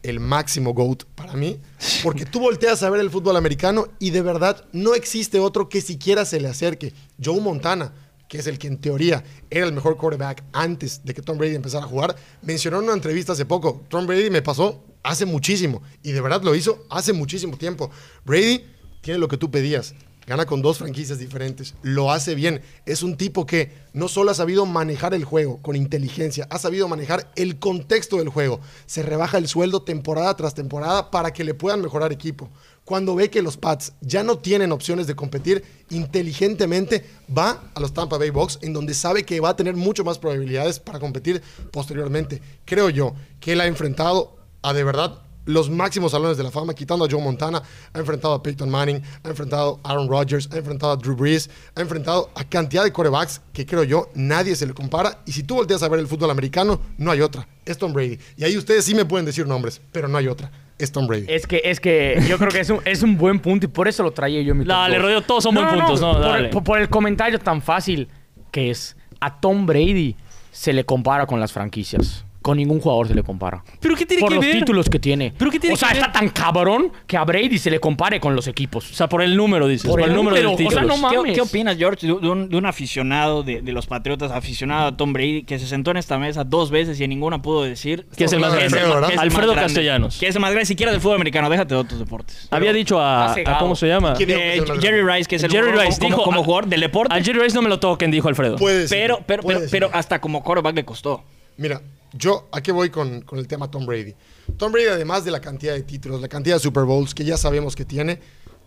Speaker 4: El máximo GOAT para mí. Porque tú volteas a ver el fútbol americano y de verdad no existe otro que siquiera se le acerque. Joe Montana que es el que en teoría era el mejor quarterback antes de que Tom Brady empezara a jugar, mencionó en una entrevista hace poco, Tom Brady me pasó hace muchísimo, y de verdad lo hizo hace muchísimo tiempo. Brady tiene lo que tú pedías, gana con dos franquicias diferentes, lo hace bien, es un tipo que no solo ha sabido manejar el juego con inteligencia, ha sabido manejar el contexto del juego, se rebaja el sueldo temporada tras temporada para que le puedan mejorar equipo. Cuando ve que los Pats ya no tienen opciones de competir, inteligentemente va a los Tampa Bay Bucks, en donde sabe que va a tener mucho más probabilidades para competir posteriormente. Creo yo que él ha enfrentado a de verdad los máximos salones de la fama, quitando a Joe Montana, ha enfrentado a Peyton Manning, ha enfrentado a Aaron Rodgers, ha enfrentado a Drew Brees, ha enfrentado a cantidad de corebacks que creo yo nadie se le compara. Y si tú volteas a ver el fútbol americano, no hay otra. Es Tom Brady. Y ahí ustedes sí me pueden decir nombres, pero no hay otra. Es Tom Brady.
Speaker 2: Es que, es que yo creo que es un, es un buen punto y por eso lo traía yo en mi top
Speaker 1: Dale,
Speaker 2: dos.
Speaker 1: Rodrigo, todos son buen puntos, no,
Speaker 2: por,
Speaker 1: dale.
Speaker 2: por- por el comentario tan fácil que es. A Tom Brady se le compara con las franquicias. Con ningún jugador se le compara.
Speaker 1: ¿Pero qué tiene
Speaker 2: por
Speaker 1: que
Speaker 2: los
Speaker 1: ver?
Speaker 2: títulos que tiene.
Speaker 1: ¿Pero qué tiene
Speaker 2: o sea,
Speaker 1: que ver?
Speaker 2: está tan cabrón que a Brady se le compare con los equipos.
Speaker 1: O sea, por el número, dices. Por, el número, de
Speaker 2: o sea,
Speaker 1: títulos.
Speaker 2: no mames.
Speaker 3: Pues, ¿Qué, qué opinas, George, de de un, de un aficionado de, de los Patriotas, aficionado a Tom Brady, que se sentó en esta mesa dos veces y en ninguna pudo decir
Speaker 1: Que es el más
Speaker 4: Alfredo,
Speaker 1: grande.
Speaker 4: ¿verdad?
Speaker 3: que es el
Speaker 1: Alfredo
Speaker 3: más grande,
Speaker 1: Castellanos.
Speaker 3: Que es el más grande siquiera del fútbol americano. Déjate de otros deportes.
Speaker 1: Había dicho a,
Speaker 2: ha cegado.
Speaker 1: a- ¿Cómo se llama?
Speaker 4: Ah, ¿Quién dijo que
Speaker 3: Eh,
Speaker 4: es el más grande?
Speaker 3: Jerry Rice, que es el
Speaker 1: Jerry
Speaker 3: mejor
Speaker 1: Rice
Speaker 3: como,
Speaker 1: dijo ah,
Speaker 3: como
Speaker 1: a-
Speaker 3: jugador del deporte.
Speaker 1: A Jerry Rice no me lo toquen, dijo Alfredo.
Speaker 4: Puede ser,
Speaker 3: pero, pero,
Speaker 4: puede
Speaker 3: pero,
Speaker 4: ser.
Speaker 3: pero hasta como quarterback le costó.
Speaker 4: Mira, yo a qué voy con, con el tema Tom Brady. Tom Brady, además de la cantidad de títulos, la cantidad de Super Bowls que ya sabemos que tiene,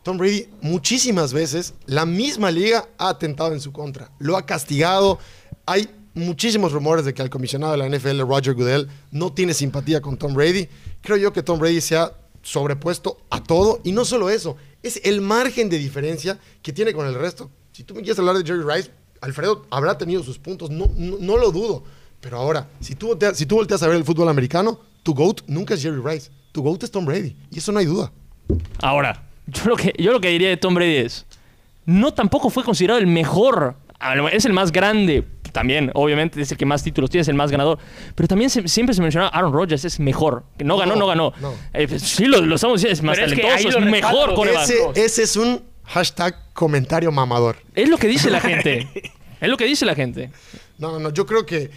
Speaker 4: Tom Brady muchísimas veces la misma liga ha atentado en su contra, lo ha castigado. Hay muchísimos rumores de que el comisionado de la NFL, Roger Goodell, no tiene simpatía con Tom Brady. Creo yo que Tom Brady se ha sobrepuesto a todo y no solo eso, es el margen de diferencia que tiene con el resto. Si tú me quieres hablar de Jerry Rice, Alfredo habrá tenido sus puntos, no, no, no lo dudo. Pero ahora, si tú, volteas, si tú volteas a ver el fútbol americano, tu GOAT nunca es Jerry Rice. Tu GOAT es Tom Brady. Y eso no hay duda.
Speaker 1: Ahora, yo lo, que, yo lo que diría de Tom Brady es, no tampoco fue considerado el mejor, A lo- es el más grande también, obviamente, es el que más títulos tiene, es el más ganador, pero también se- siempre se mencionaba Aaron Rodgers, es mejor, que no ganó,
Speaker 4: No,
Speaker 1: no ganó.
Speaker 4: no.
Speaker 1: Eh, pues, sí, lo, lo estamos diciendo, es más
Speaker 2: Pero es que
Speaker 1: talentoso,
Speaker 2: ahí
Speaker 1: es,
Speaker 2: lo respaldo,
Speaker 1: mejor
Speaker 2: Por
Speaker 1: coreback.
Speaker 4: Ese, ese es un hashtag comentario mamador.
Speaker 1: Es lo que dice la gente, es lo que dice la gente.
Speaker 4: No, no, yo creo que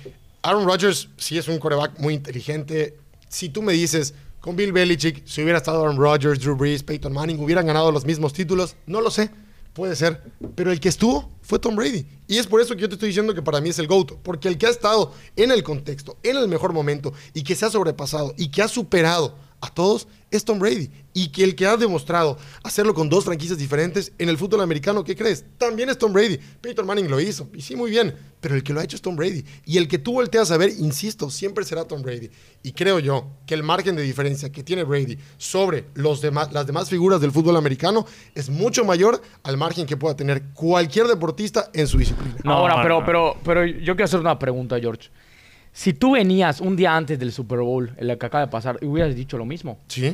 Speaker 4: Aaron Rodgers sí es un coreback muy inteligente. Si tú me dices, con Bill Belichick, si hubiera estado Aaron Rodgers, Drew Brees, Peyton Manning, hubieran ganado los mismos títulos, no lo sé. Puede ser. Pero el que estuvo fue Tom Brady. Y es por eso que yo te estoy diciendo que para mí es el GOAT. Porque el que ha estado en el contexto, en el mejor momento, y que se ha sobrepasado, y que ha superado a todos, es Tom Brady. Y que el que ha demostrado hacerlo con dos franquicias diferentes en el fútbol americano, ¿qué crees? También es Tom Brady. Peyton Manning lo hizo, y sí, muy bien, pero el que lo ha hecho es Tom Brady. Y el que tú volteas a ver, insisto, siempre será Tom Brady. Y creo yo que el margen de diferencia que tiene Brady sobre los demás, las demás figuras del fútbol americano es mucho mayor al margen que pueda tener cualquier deportista en su disciplina.
Speaker 1: No,
Speaker 2: Ahora,
Speaker 1: no,
Speaker 2: pero,
Speaker 1: no.
Speaker 2: pero, pero yo quiero hacer una pregunta, George. Si tú venías un día antes del Super Bowl, el que acaba de pasar, y hubieras dicho lo mismo.
Speaker 4: Sí.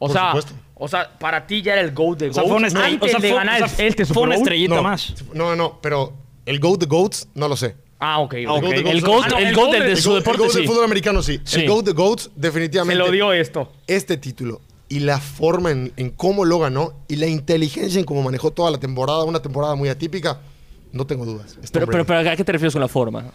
Speaker 2: O
Speaker 4: por
Speaker 2: sea,
Speaker 4: supuesto.
Speaker 2: o sea, para ti ya era el GOAT de
Speaker 3: O sea, fue una estrella-
Speaker 2: Antes
Speaker 3: o sea,
Speaker 2: de
Speaker 3: fue-
Speaker 2: ganar
Speaker 3: o sea,
Speaker 2: este
Speaker 3: fue
Speaker 2: Super
Speaker 3: una
Speaker 2: Bowl.
Speaker 3: estrella. Poquito
Speaker 4: no,
Speaker 3: más.
Speaker 4: No, no, pero el GOAT de GOATs no lo sé.
Speaker 2: Ah, ok.
Speaker 3: Ah,
Speaker 2: ok.
Speaker 3: ok.
Speaker 1: El GOAT,
Speaker 2: Ah, no,
Speaker 1: el
Speaker 2: el
Speaker 1: GOAT
Speaker 2: GOAT
Speaker 1: del- de
Speaker 2: del-
Speaker 4: El
Speaker 1: su
Speaker 4: GOAT-
Speaker 1: deporte,
Speaker 4: el GOAT
Speaker 1: sí.
Speaker 4: del fútbol americano sí.
Speaker 1: Sí.
Speaker 4: El GOAT de GOATs
Speaker 2: Se
Speaker 4: definitivamente.
Speaker 2: lo dio esto.
Speaker 4: este título y la forma en, en cómo lo ganó y la inteligencia en cómo manejó toda la temporada, una temporada muy atípica, no tengo dudas. es Tom
Speaker 1: Pero, pero,
Speaker 4: Brady.
Speaker 1: pero, ¿a qué te refieres con la forma?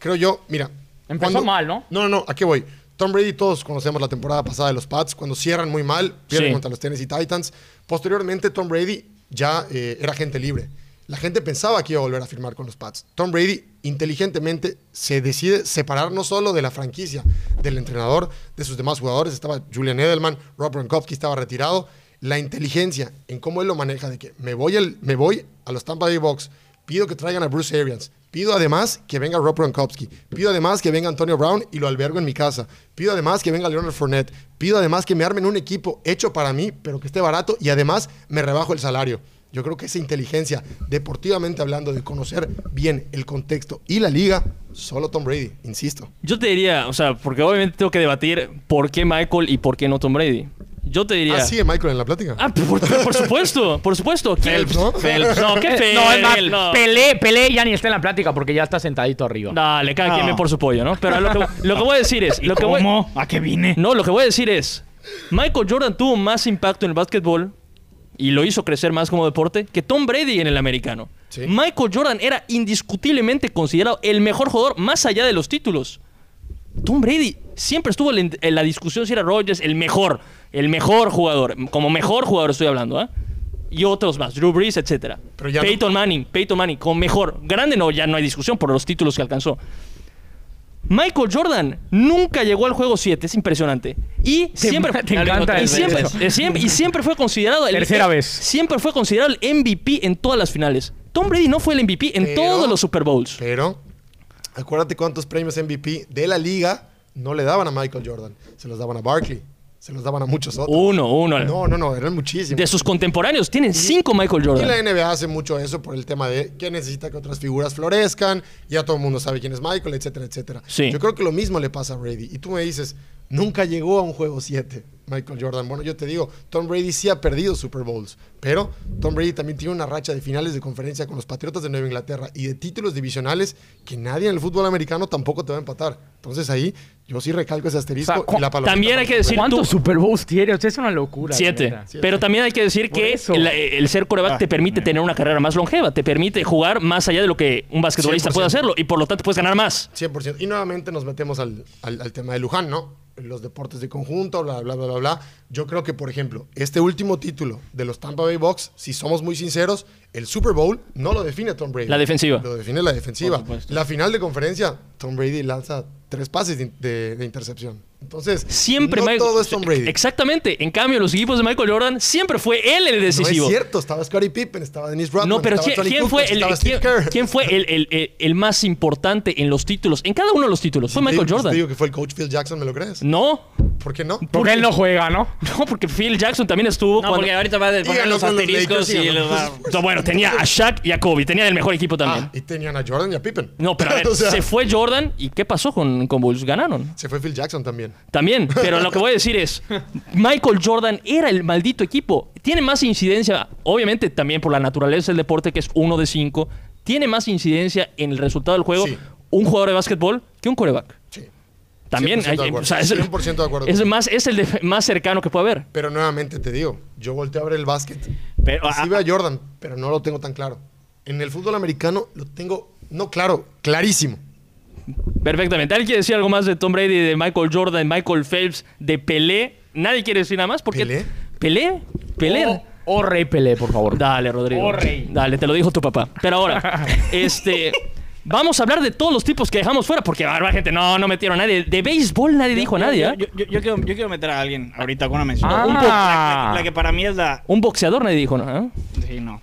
Speaker 4: Creo yo, mira.
Speaker 2: Empezó mal, ¿no?
Speaker 4: No, no, ¿a qué voy? Tom Brady, todos conocemos la temporada pasada de los Pats, cuando cierran muy mal, pierden
Speaker 1: Sí.
Speaker 4: contra los Tennessee Titans. Posteriormente, Tom Brady ya eh, era gente libre. La gente pensaba que iba a volver a firmar con los Pats. Tom Brady inteligentemente se decide separar no solo de la franquicia, del entrenador, de sus demás jugadores. Estaba Julian Edelman, Rob Gronkowski estaba retirado. La inteligencia en cómo él lo maneja, de que me voy, al- me voy a los Tampa Bay Bucks, pido que traigan a Bruce Arians, pido además que venga Rob Gronkowski, pido además que venga Antonio Brown y lo albergo en mi casa, pido además que venga Leonard Fournette, pido además que me armen un equipo hecho para mí, pero que esté barato y además me rebajo el salario. Yo creo que esa inteligencia, deportivamente hablando, de conocer bien el contexto y la liga, solo Tom Brady, insisto.
Speaker 1: Yo te diría, o sea, porque obviamente tengo que debatir por qué Michael y por qué no Tom Brady. Yo te diría...
Speaker 4: Ah, sigue Michael en la plática.
Speaker 1: Ah, por, por- por supuesto, por supuesto. ¿Quién-
Speaker 4: Phelps, ¿no?
Speaker 3: Phelps.
Speaker 1: No, qué
Speaker 2: Eh,
Speaker 1: Phelps.
Speaker 2: No, es más,
Speaker 1: no.
Speaker 2: Pelé, Pelé ya ni está en la plática porque ya está sentadito arriba.
Speaker 1: Dale, cada quien
Speaker 3: No.
Speaker 1: ve por su pollo, ¿no? Pero lo que, lo que voy a decir es...
Speaker 3: ¿Y
Speaker 1: Lo que voy-
Speaker 3: cómo? ¿A qué vine?
Speaker 1: no, lo que voy a decir es... Michael Jordan tuvo más impacto en el básquetbol y lo hizo crecer más como deporte que Tom Brady en el americano.
Speaker 4: Sí.
Speaker 1: Michael Jordan era indiscutiblemente considerado el mejor jugador más allá de los títulos. Tom Brady siempre estuvo en la- en la discusión si era Rodgers el mejor, el mejor jugador, como mejor jugador estoy hablando, ¿ah? Y otros más, Drew Brees, etcétera.
Speaker 4: Pero ya no-
Speaker 1: Peyton Manning, Peyton Manning, como mejor. Grande no, ya no hay discusión por los títulos que alcanzó. Michael Jordan nunca llegó al juego 7, es impresionante. Y siempre,
Speaker 2: te encanta
Speaker 1: y
Speaker 2: el-
Speaker 1: siempre, eh, siempre- y siempre fue considerado el
Speaker 2: Tercera
Speaker 1: eh,
Speaker 2: vez.
Speaker 1: Siempre fue considerado el MVP en todas las finales. Tom Brady no fue el MVP en
Speaker 4: Pero-
Speaker 1: todos los Super Bowls.
Speaker 4: Pero acuérdate cuántos premios MVP de la liga no le daban a Michael Jordan. Se los daban a Barkley, Se los daban a muchos otros.
Speaker 1: Uno, uno.
Speaker 4: No, no, no, eran muchísimos.
Speaker 1: De sus contemporáneos, tienen cinco Michael
Speaker 4: Y
Speaker 1: Jordan.
Speaker 4: la NBA hace mucho eso por el tema de que necesita que otras figuras florezcan, ya todo el mundo sabe quién es Michael, etcétera, etcétera.
Speaker 1: Sí.
Speaker 4: Yo creo que lo mismo le pasa a Brady. Y tú me dices, nunca llegó a un juego 7, Michael Jordan. Bueno, yo te digo, Tom Brady sí ha perdido Super Bowls, pero Tom Brady también tiene una racha de finales de conferencia con los Patriotas de Nueva Inglaterra y de títulos divisionales que nadie en el fútbol americano tampoco te va a empatar. Entonces ahí yo sí recalco ese asterisco
Speaker 2: O sea, cu-
Speaker 4: y la palomita
Speaker 1: también
Speaker 4: para
Speaker 1: hay que
Speaker 4: Tom
Speaker 1: decir-
Speaker 4: Brady.
Speaker 2: ¿Cuántos
Speaker 1: tú-
Speaker 2: Super Bowls tiene? O sea, es una locura.
Speaker 1: Siete.
Speaker 2: neta.
Speaker 1: Pero también hay que decir
Speaker 2: Por
Speaker 1: que
Speaker 2: eso.
Speaker 1: la- el ser coreback
Speaker 3: Ah,
Speaker 1: te permite
Speaker 3: mira.
Speaker 1: tener una carrera más longeva, te permite jugar más allá de lo que un basquetbolista
Speaker 4: 100%.
Speaker 1: puede hacerlo y por lo tanto puedes ganar más.
Speaker 4: 100%. Y nuevamente nos metemos al, al- al tema de Luján, ¿no? Los deportes de conjunto, bla, bla, bla, bla, bla. Yo creo que, por ejemplo, este último título de los Tampa Bay Bucks, si somos muy sinceros, el Super Bowl no lo define Tom Brady.
Speaker 1: La defensiva.
Speaker 4: Lo define la defensiva.
Speaker 3: Por supuesto.
Speaker 4: La final de conferencia, Tom Brady lanza tres pases de, de- de intercepción. Entonces,
Speaker 1: Siempre
Speaker 4: no
Speaker 1: Michael-
Speaker 4: todo es Tom Brady.
Speaker 1: Exactamente. En cambio, los equipos de Michael Jordan siempre fue él el
Speaker 4: No es
Speaker 1: decisivo.
Speaker 4: cierto, estaba Scottie Pippen, estaba Dennis Rodman,
Speaker 1: No, pero
Speaker 4: estaba
Speaker 1: ¿quién,
Speaker 4: Tony
Speaker 1: quién
Speaker 4: Kukoc,
Speaker 1: fue, el,
Speaker 4: estaba Steve
Speaker 1: quién-
Speaker 4: Kerr.
Speaker 1: quién fue el, el- el- el más importante en los títulos? En cada uno de los títulos. Fue
Speaker 4: Te digo-
Speaker 1: Michael
Speaker 4: Te
Speaker 1: Jordan.
Speaker 4: digo que fue el coach Phil Jackson, ¿me lo crees?
Speaker 1: No,
Speaker 4: ¿Por qué no?
Speaker 2: Porque él no juega, ¿no?
Speaker 1: no, porque Phil Jackson también estuvo.
Speaker 3: No,
Speaker 1: cuando-
Speaker 3: porque ahorita va a poner
Speaker 4: Díganlo
Speaker 3: los
Speaker 4: con los
Speaker 3: asteriscos
Speaker 4: Lakers,
Speaker 3: y
Speaker 4: díganlo.
Speaker 3: los va-
Speaker 1: No, bueno, tenía a Shaq y a Kobe, tenía el mejor equipo también.
Speaker 4: Ah, y tenían a Jordan y a Pippen.
Speaker 1: No, pero a ver,
Speaker 4: O sea,
Speaker 1: se fue Jordan y ¿qué pasó con, con Bulls? Ganaron.
Speaker 4: Se fue Phil Jackson también.
Speaker 1: También, pero lo que voy a decir es, Michael Jordan era el maldito equipo. Tiene más incidencia, obviamente también por la naturaleza del deporte, que es uno de cinco, tiene más incidencia en el resultado del juego
Speaker 4: Sí.
Speaker 1: un jugador de básquetbol que un coreback.
Speaker 4: Sí.
Speaker 1: También
Speaker 4: 100% de
Speaker 1: hay-
Speaker 4: acuerdo.
Speaker 1: o sea, es,
Speaker 4: 100% de acuerdo.
Speaker 1: es más, es el de- más cercano que puede haber.
Speaker 4: Pero nuevamente te digo, yo volteo a ver el básquet.
Speaker 3: Pero,
Speaker 4: Sí
Speaker 3: ah,
Speaker 4: veo a Jordan, pero no lo tengo tan claro. En el fútbol americano lo tengo, no claro, clarísimo.
Speaker 1: Perfectamente. ¿Alguien quiere decir algo más de Tom Brady, de Michael Jordan, Michael Phelps, de Pelé? Nadie quiere decir nada más porque...
Speaker 4: ¿Pelé?
Speaker 1: ¿Pelé? ¿Pelé?
Speaker 4: Oh,
Speaker 2: O, o Rey Pelé, por favor.
Speaker 1: Dale, Rodrigo.
Speaker 2: Oh, rey.
Speaker 1: Dale, te lo dijo tu papá. Pero ahora, este. Vamos a hablar de todos los tipos que dejamos fuera, porque habrá gente, no, no metieron a nadie. De béisbol nadie dijo a
Speaker 3: yo-
Speaker 1: nadie,
Speaker 3: yo-
Speaker 1: ¿eh?
Speaker 3: Yo, yo- yo quiero, yo quiero meter a alguien ahorita con una mención.
Speaker 2: Ah.
Speaker 3: Un poco, la, la- la que para mí es la.
Speaker 1: Un boxeador nadie dijo, ¿no? ¿Eh?
Speaker 3: Sí, no.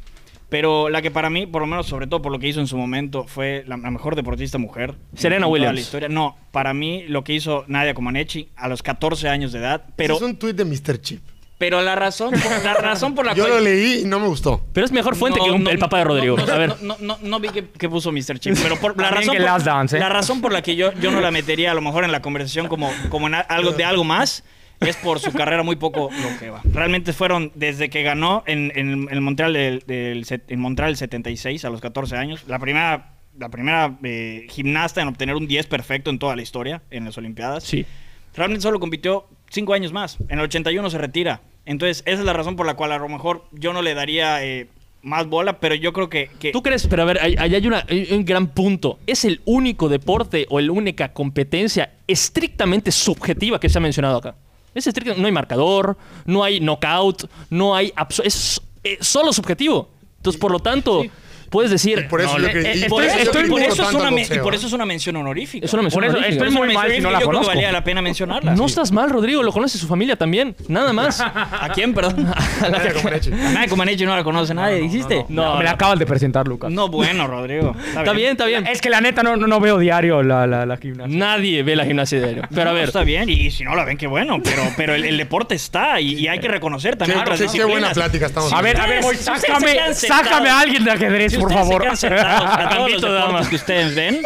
Speaker 3: Pero la que para mí, por lo menos, sobre todo por lo que hizo en su momento, fue la, la mejor deportista mujer.
Speaker 1: Serena
Speaker 3: en toda
Speaker 1: Williams.
Speaker 3: la historia. No, para mí lo que hizo Nadia Comaneci a los 14 años de edad. Pero,
Speaker 4: es un tuit de Mr. Chip.
Speaker 3: pero la, razón, la razón por la
Speaker 4: Yo
Speaker 3: cual.
Speaker 4: lo leí y no me gustó.
Speaker 1: Pero es mejor fuente
Speaker 3: No,
Speaker 1: que un-
Speaker 3: no,
Speaker 1: el papá de Rodrigo.
Speaker 3: No, no,
Speaker 1: a ver.
Speaker 3: no, no, no vi que, que puso Mr. Chip, pero por la
Speaker 2: También
Speaker 3: razón,
Speaker 2: que
Speaker 3: por,
Speaker 2: Last Dance, ¿eh?
Speaker 3: la razón por la que yo, yo no la metería a lo mejor en la conversación como, como en a- algo de algo más es por su carrera muy poco longeva. Realmente fueron desde que ganó en, en el Montreal del, del set- en Montreal del 76 a los 14 años, la primera la primera eh, gimnasta en obtener un 10 perfecto en toda la historia en las Olimpiadas.
Speaker 1: Sí.
Speaker 3: Realmente solo compitió cinco años más. En el 81 se retira. Entonces, esa es la razón por la cual a lo mejor yo no le daría eh, más bola, pero yo creo que... que
Speaker 1: ¿Tú crees? Pero a ver, ahí ahí hay, una- hay un gran punto. Es el único deporte o la única competencia estrictamente subjetiva que se ha mencionado acá. Es estricta- no hay marcador, no hay knockout, no hay... abso- Es eh, solo subjetivo. Entonces, por lo tanto, puedes decir...
Speaker 4: Y por eso
Speaker 1: no,
Speaker 4: yo
Speaker 1: le-
Speaker 4: creo que-
Speaker 3: Eh,
Speaker 4: y
Speaker 3: por
Speaker 4: por
Speaker 3: eso-
Speaker 4: eso yo
Speaker 3: estoy- por
Speaker 4: critico
Speaker 3: eso es
Speaker 4: tanto
Speaker 3: una
Speaker 4: al
Speaker 3: men-
Speaker 4: boxeo.
Speaker 3: y por eso es una mención honorífica.
Speaker 1: Es una mención
Speaker 2: Por eso,
Speaker 1: honorífica.
Speaker 2: estoy
Speaker 1: Es
Speaker 3: Es una
Speaker 2: muy mal
Speaker 3: mención
Speaker 2: si no la
Speaker 3: que yo creo que
Speaker 2: conozco.
Speaker 3: valía la pena mencionarla.
Speaker 1: No
Speaker 3: Sí.
Speaker 1: estás mal, Rodrigo. Lo conoce su familia también. Nada más.
Speaker 3: ¿A quién, perdón? A
Speaker 4: Nadia Comaneci.
Speaker 3: Nadie Comaneci no la conoce, nadie. ¿Dijiste?
Speaker 1: no.
Speaker 2: Me la acabas de presentar, Lucas.
Speaker 3: No, bueno, Rodrigo.
Speaker 1: Está bien, está bien.
Speaker 2: Es que la neta no, no, no veo diario la, la, la gimnasia.
Speaker 1: Nadie ve la gimnasia diario. Pero a
Speaker 3: No,
Speaker 1: ver,
Speaker 3: Está bien, y, y si no la ven, qué bueno. Pero, pero el, el deporte está y, y hay que reconocer
Speaker 4: Qué,
Speaker 3: también otras
Speaker 4: qué- qué buena
Speaker 3: disciplinas.
Speaker 4: plática estamos
Speaker 2: A ver,
Speaker 4: haciendo.
Speaker 2: a ver, voy,
Speaker 3: Si ustedes se
Speaker 2: sácame,
Speaker 3: quedan
Speaker 2: sácame
Speaker 3: sentados-
Speaker 2: a alguien de ajedrez,
Speaker 3: Si
Speaker 2: por
Speaker 3: ustedes se
Speaker 2: favor.
Speaker 3: quedan sentados a todos los
Speaker 1: Gambito de
Speaker 3: deportes
Speaker 1: dama.
Speaker 3: que ustedes ven,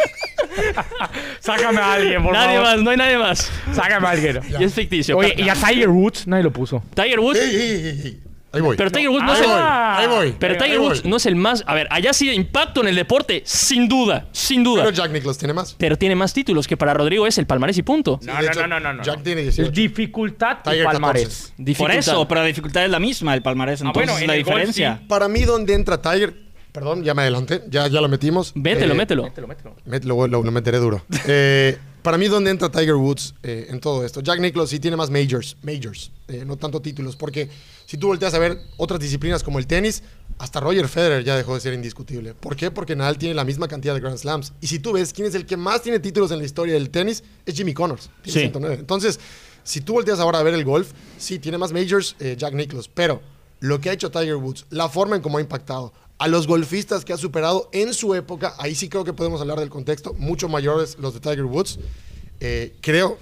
Speaker 2: Sácame a alguien, por
Speaker 1: nadie
Speaker 2: favor.
Speaker 1: más. No hay nadie más.
Speaker 2: Sácame a alguien.
Speaker 1: Y es ficticio.
Speaker 2: Oye, y a Tiger Woods nadie lo puso.
Speaker 1: Tiger Woods.
Speaker 4: Ey, ey, ey, ey. Ahí voy.
Speaker 1: Pero Tiger Woods no
Speaker 2: Ah,
Speaker 1: es el...
Speaker 4: ahí voy.
Speaker 1: Pero
Speaker 4: Ahí
Speaker 1: Tiger
Speaker 4: voy.
Speaker 1: Woods no es el más... A ver, allá sí impacto en el deporte, sin duda, sin duda.
Speaker 4: Pero
Speaker 1: Pero,
Speaker 4: Jack Nicklaus tiene más.
Speaker 1: tiene más títulos que para Rodrigo es el palmarés y punto.
Speaker 4: Sí,
Speaker 2: No,
Speaker 4: de
Speaker 2: no, no, no, no, no.
Speaker 4: Jack tiene
Speaker 2: Es
Speaker 4: 18.
Speaker 2: dificultad y
Speaker 4: Tiger
Speaker 2: palmarés.
Speaker 4: 14.
Speaker 3: por
Speaker 1: Dificultad.
Speaker 3: eso, pero la dificultad es la misma, el palmarés.
Speaker 2: Ah,
Speaker 3: Entonces,
Speaker 2: bueno, en
Speaker 3: la
Speaker 2: el golf
Speaker 3: diferencia.
Speaker 4: Para mí, donde entra Tiger, perdón, ya me adelanté, ya, ya lo metimos.
Speaker 1: Mételo,
Speaker 4: Eh,
Speaker 1: mételo.
Speaker 2: Mételo, mételo.
Speaker 4: Met- Lo, lo- lo meteré duro. Eh, para mí, ¿dónde entra Tiger Woods eh, en todo esto? Jack Nicklaus sí tiene más majors, majors, eh, no tanto títulos, porque si tú volteas a ver otras disciplinas como el tenis, hasta Roger Federer ya dejó de ser indiscutible. ¿Por qué? Porque Nadal tiene la misma cantidad de Grand Slams. Y si tú ves quién es el que más tiene títulos en la historia del tenis, es Jimmy Connors. Tiene
Speaker 1: Sí.
Speaker 4: 109. Entonces, si tú volteas ahora a ver el golf, sí, tiene más majors eh, Jack Nicklaus, pero lo que ha hecho Tiger Woods, la forma en cómo ha impactado, a los golfistas que ha superado en su época, ahí sí creo que podemos hablar del contexto, mucho mayores los de Tiger Woods, eh, creo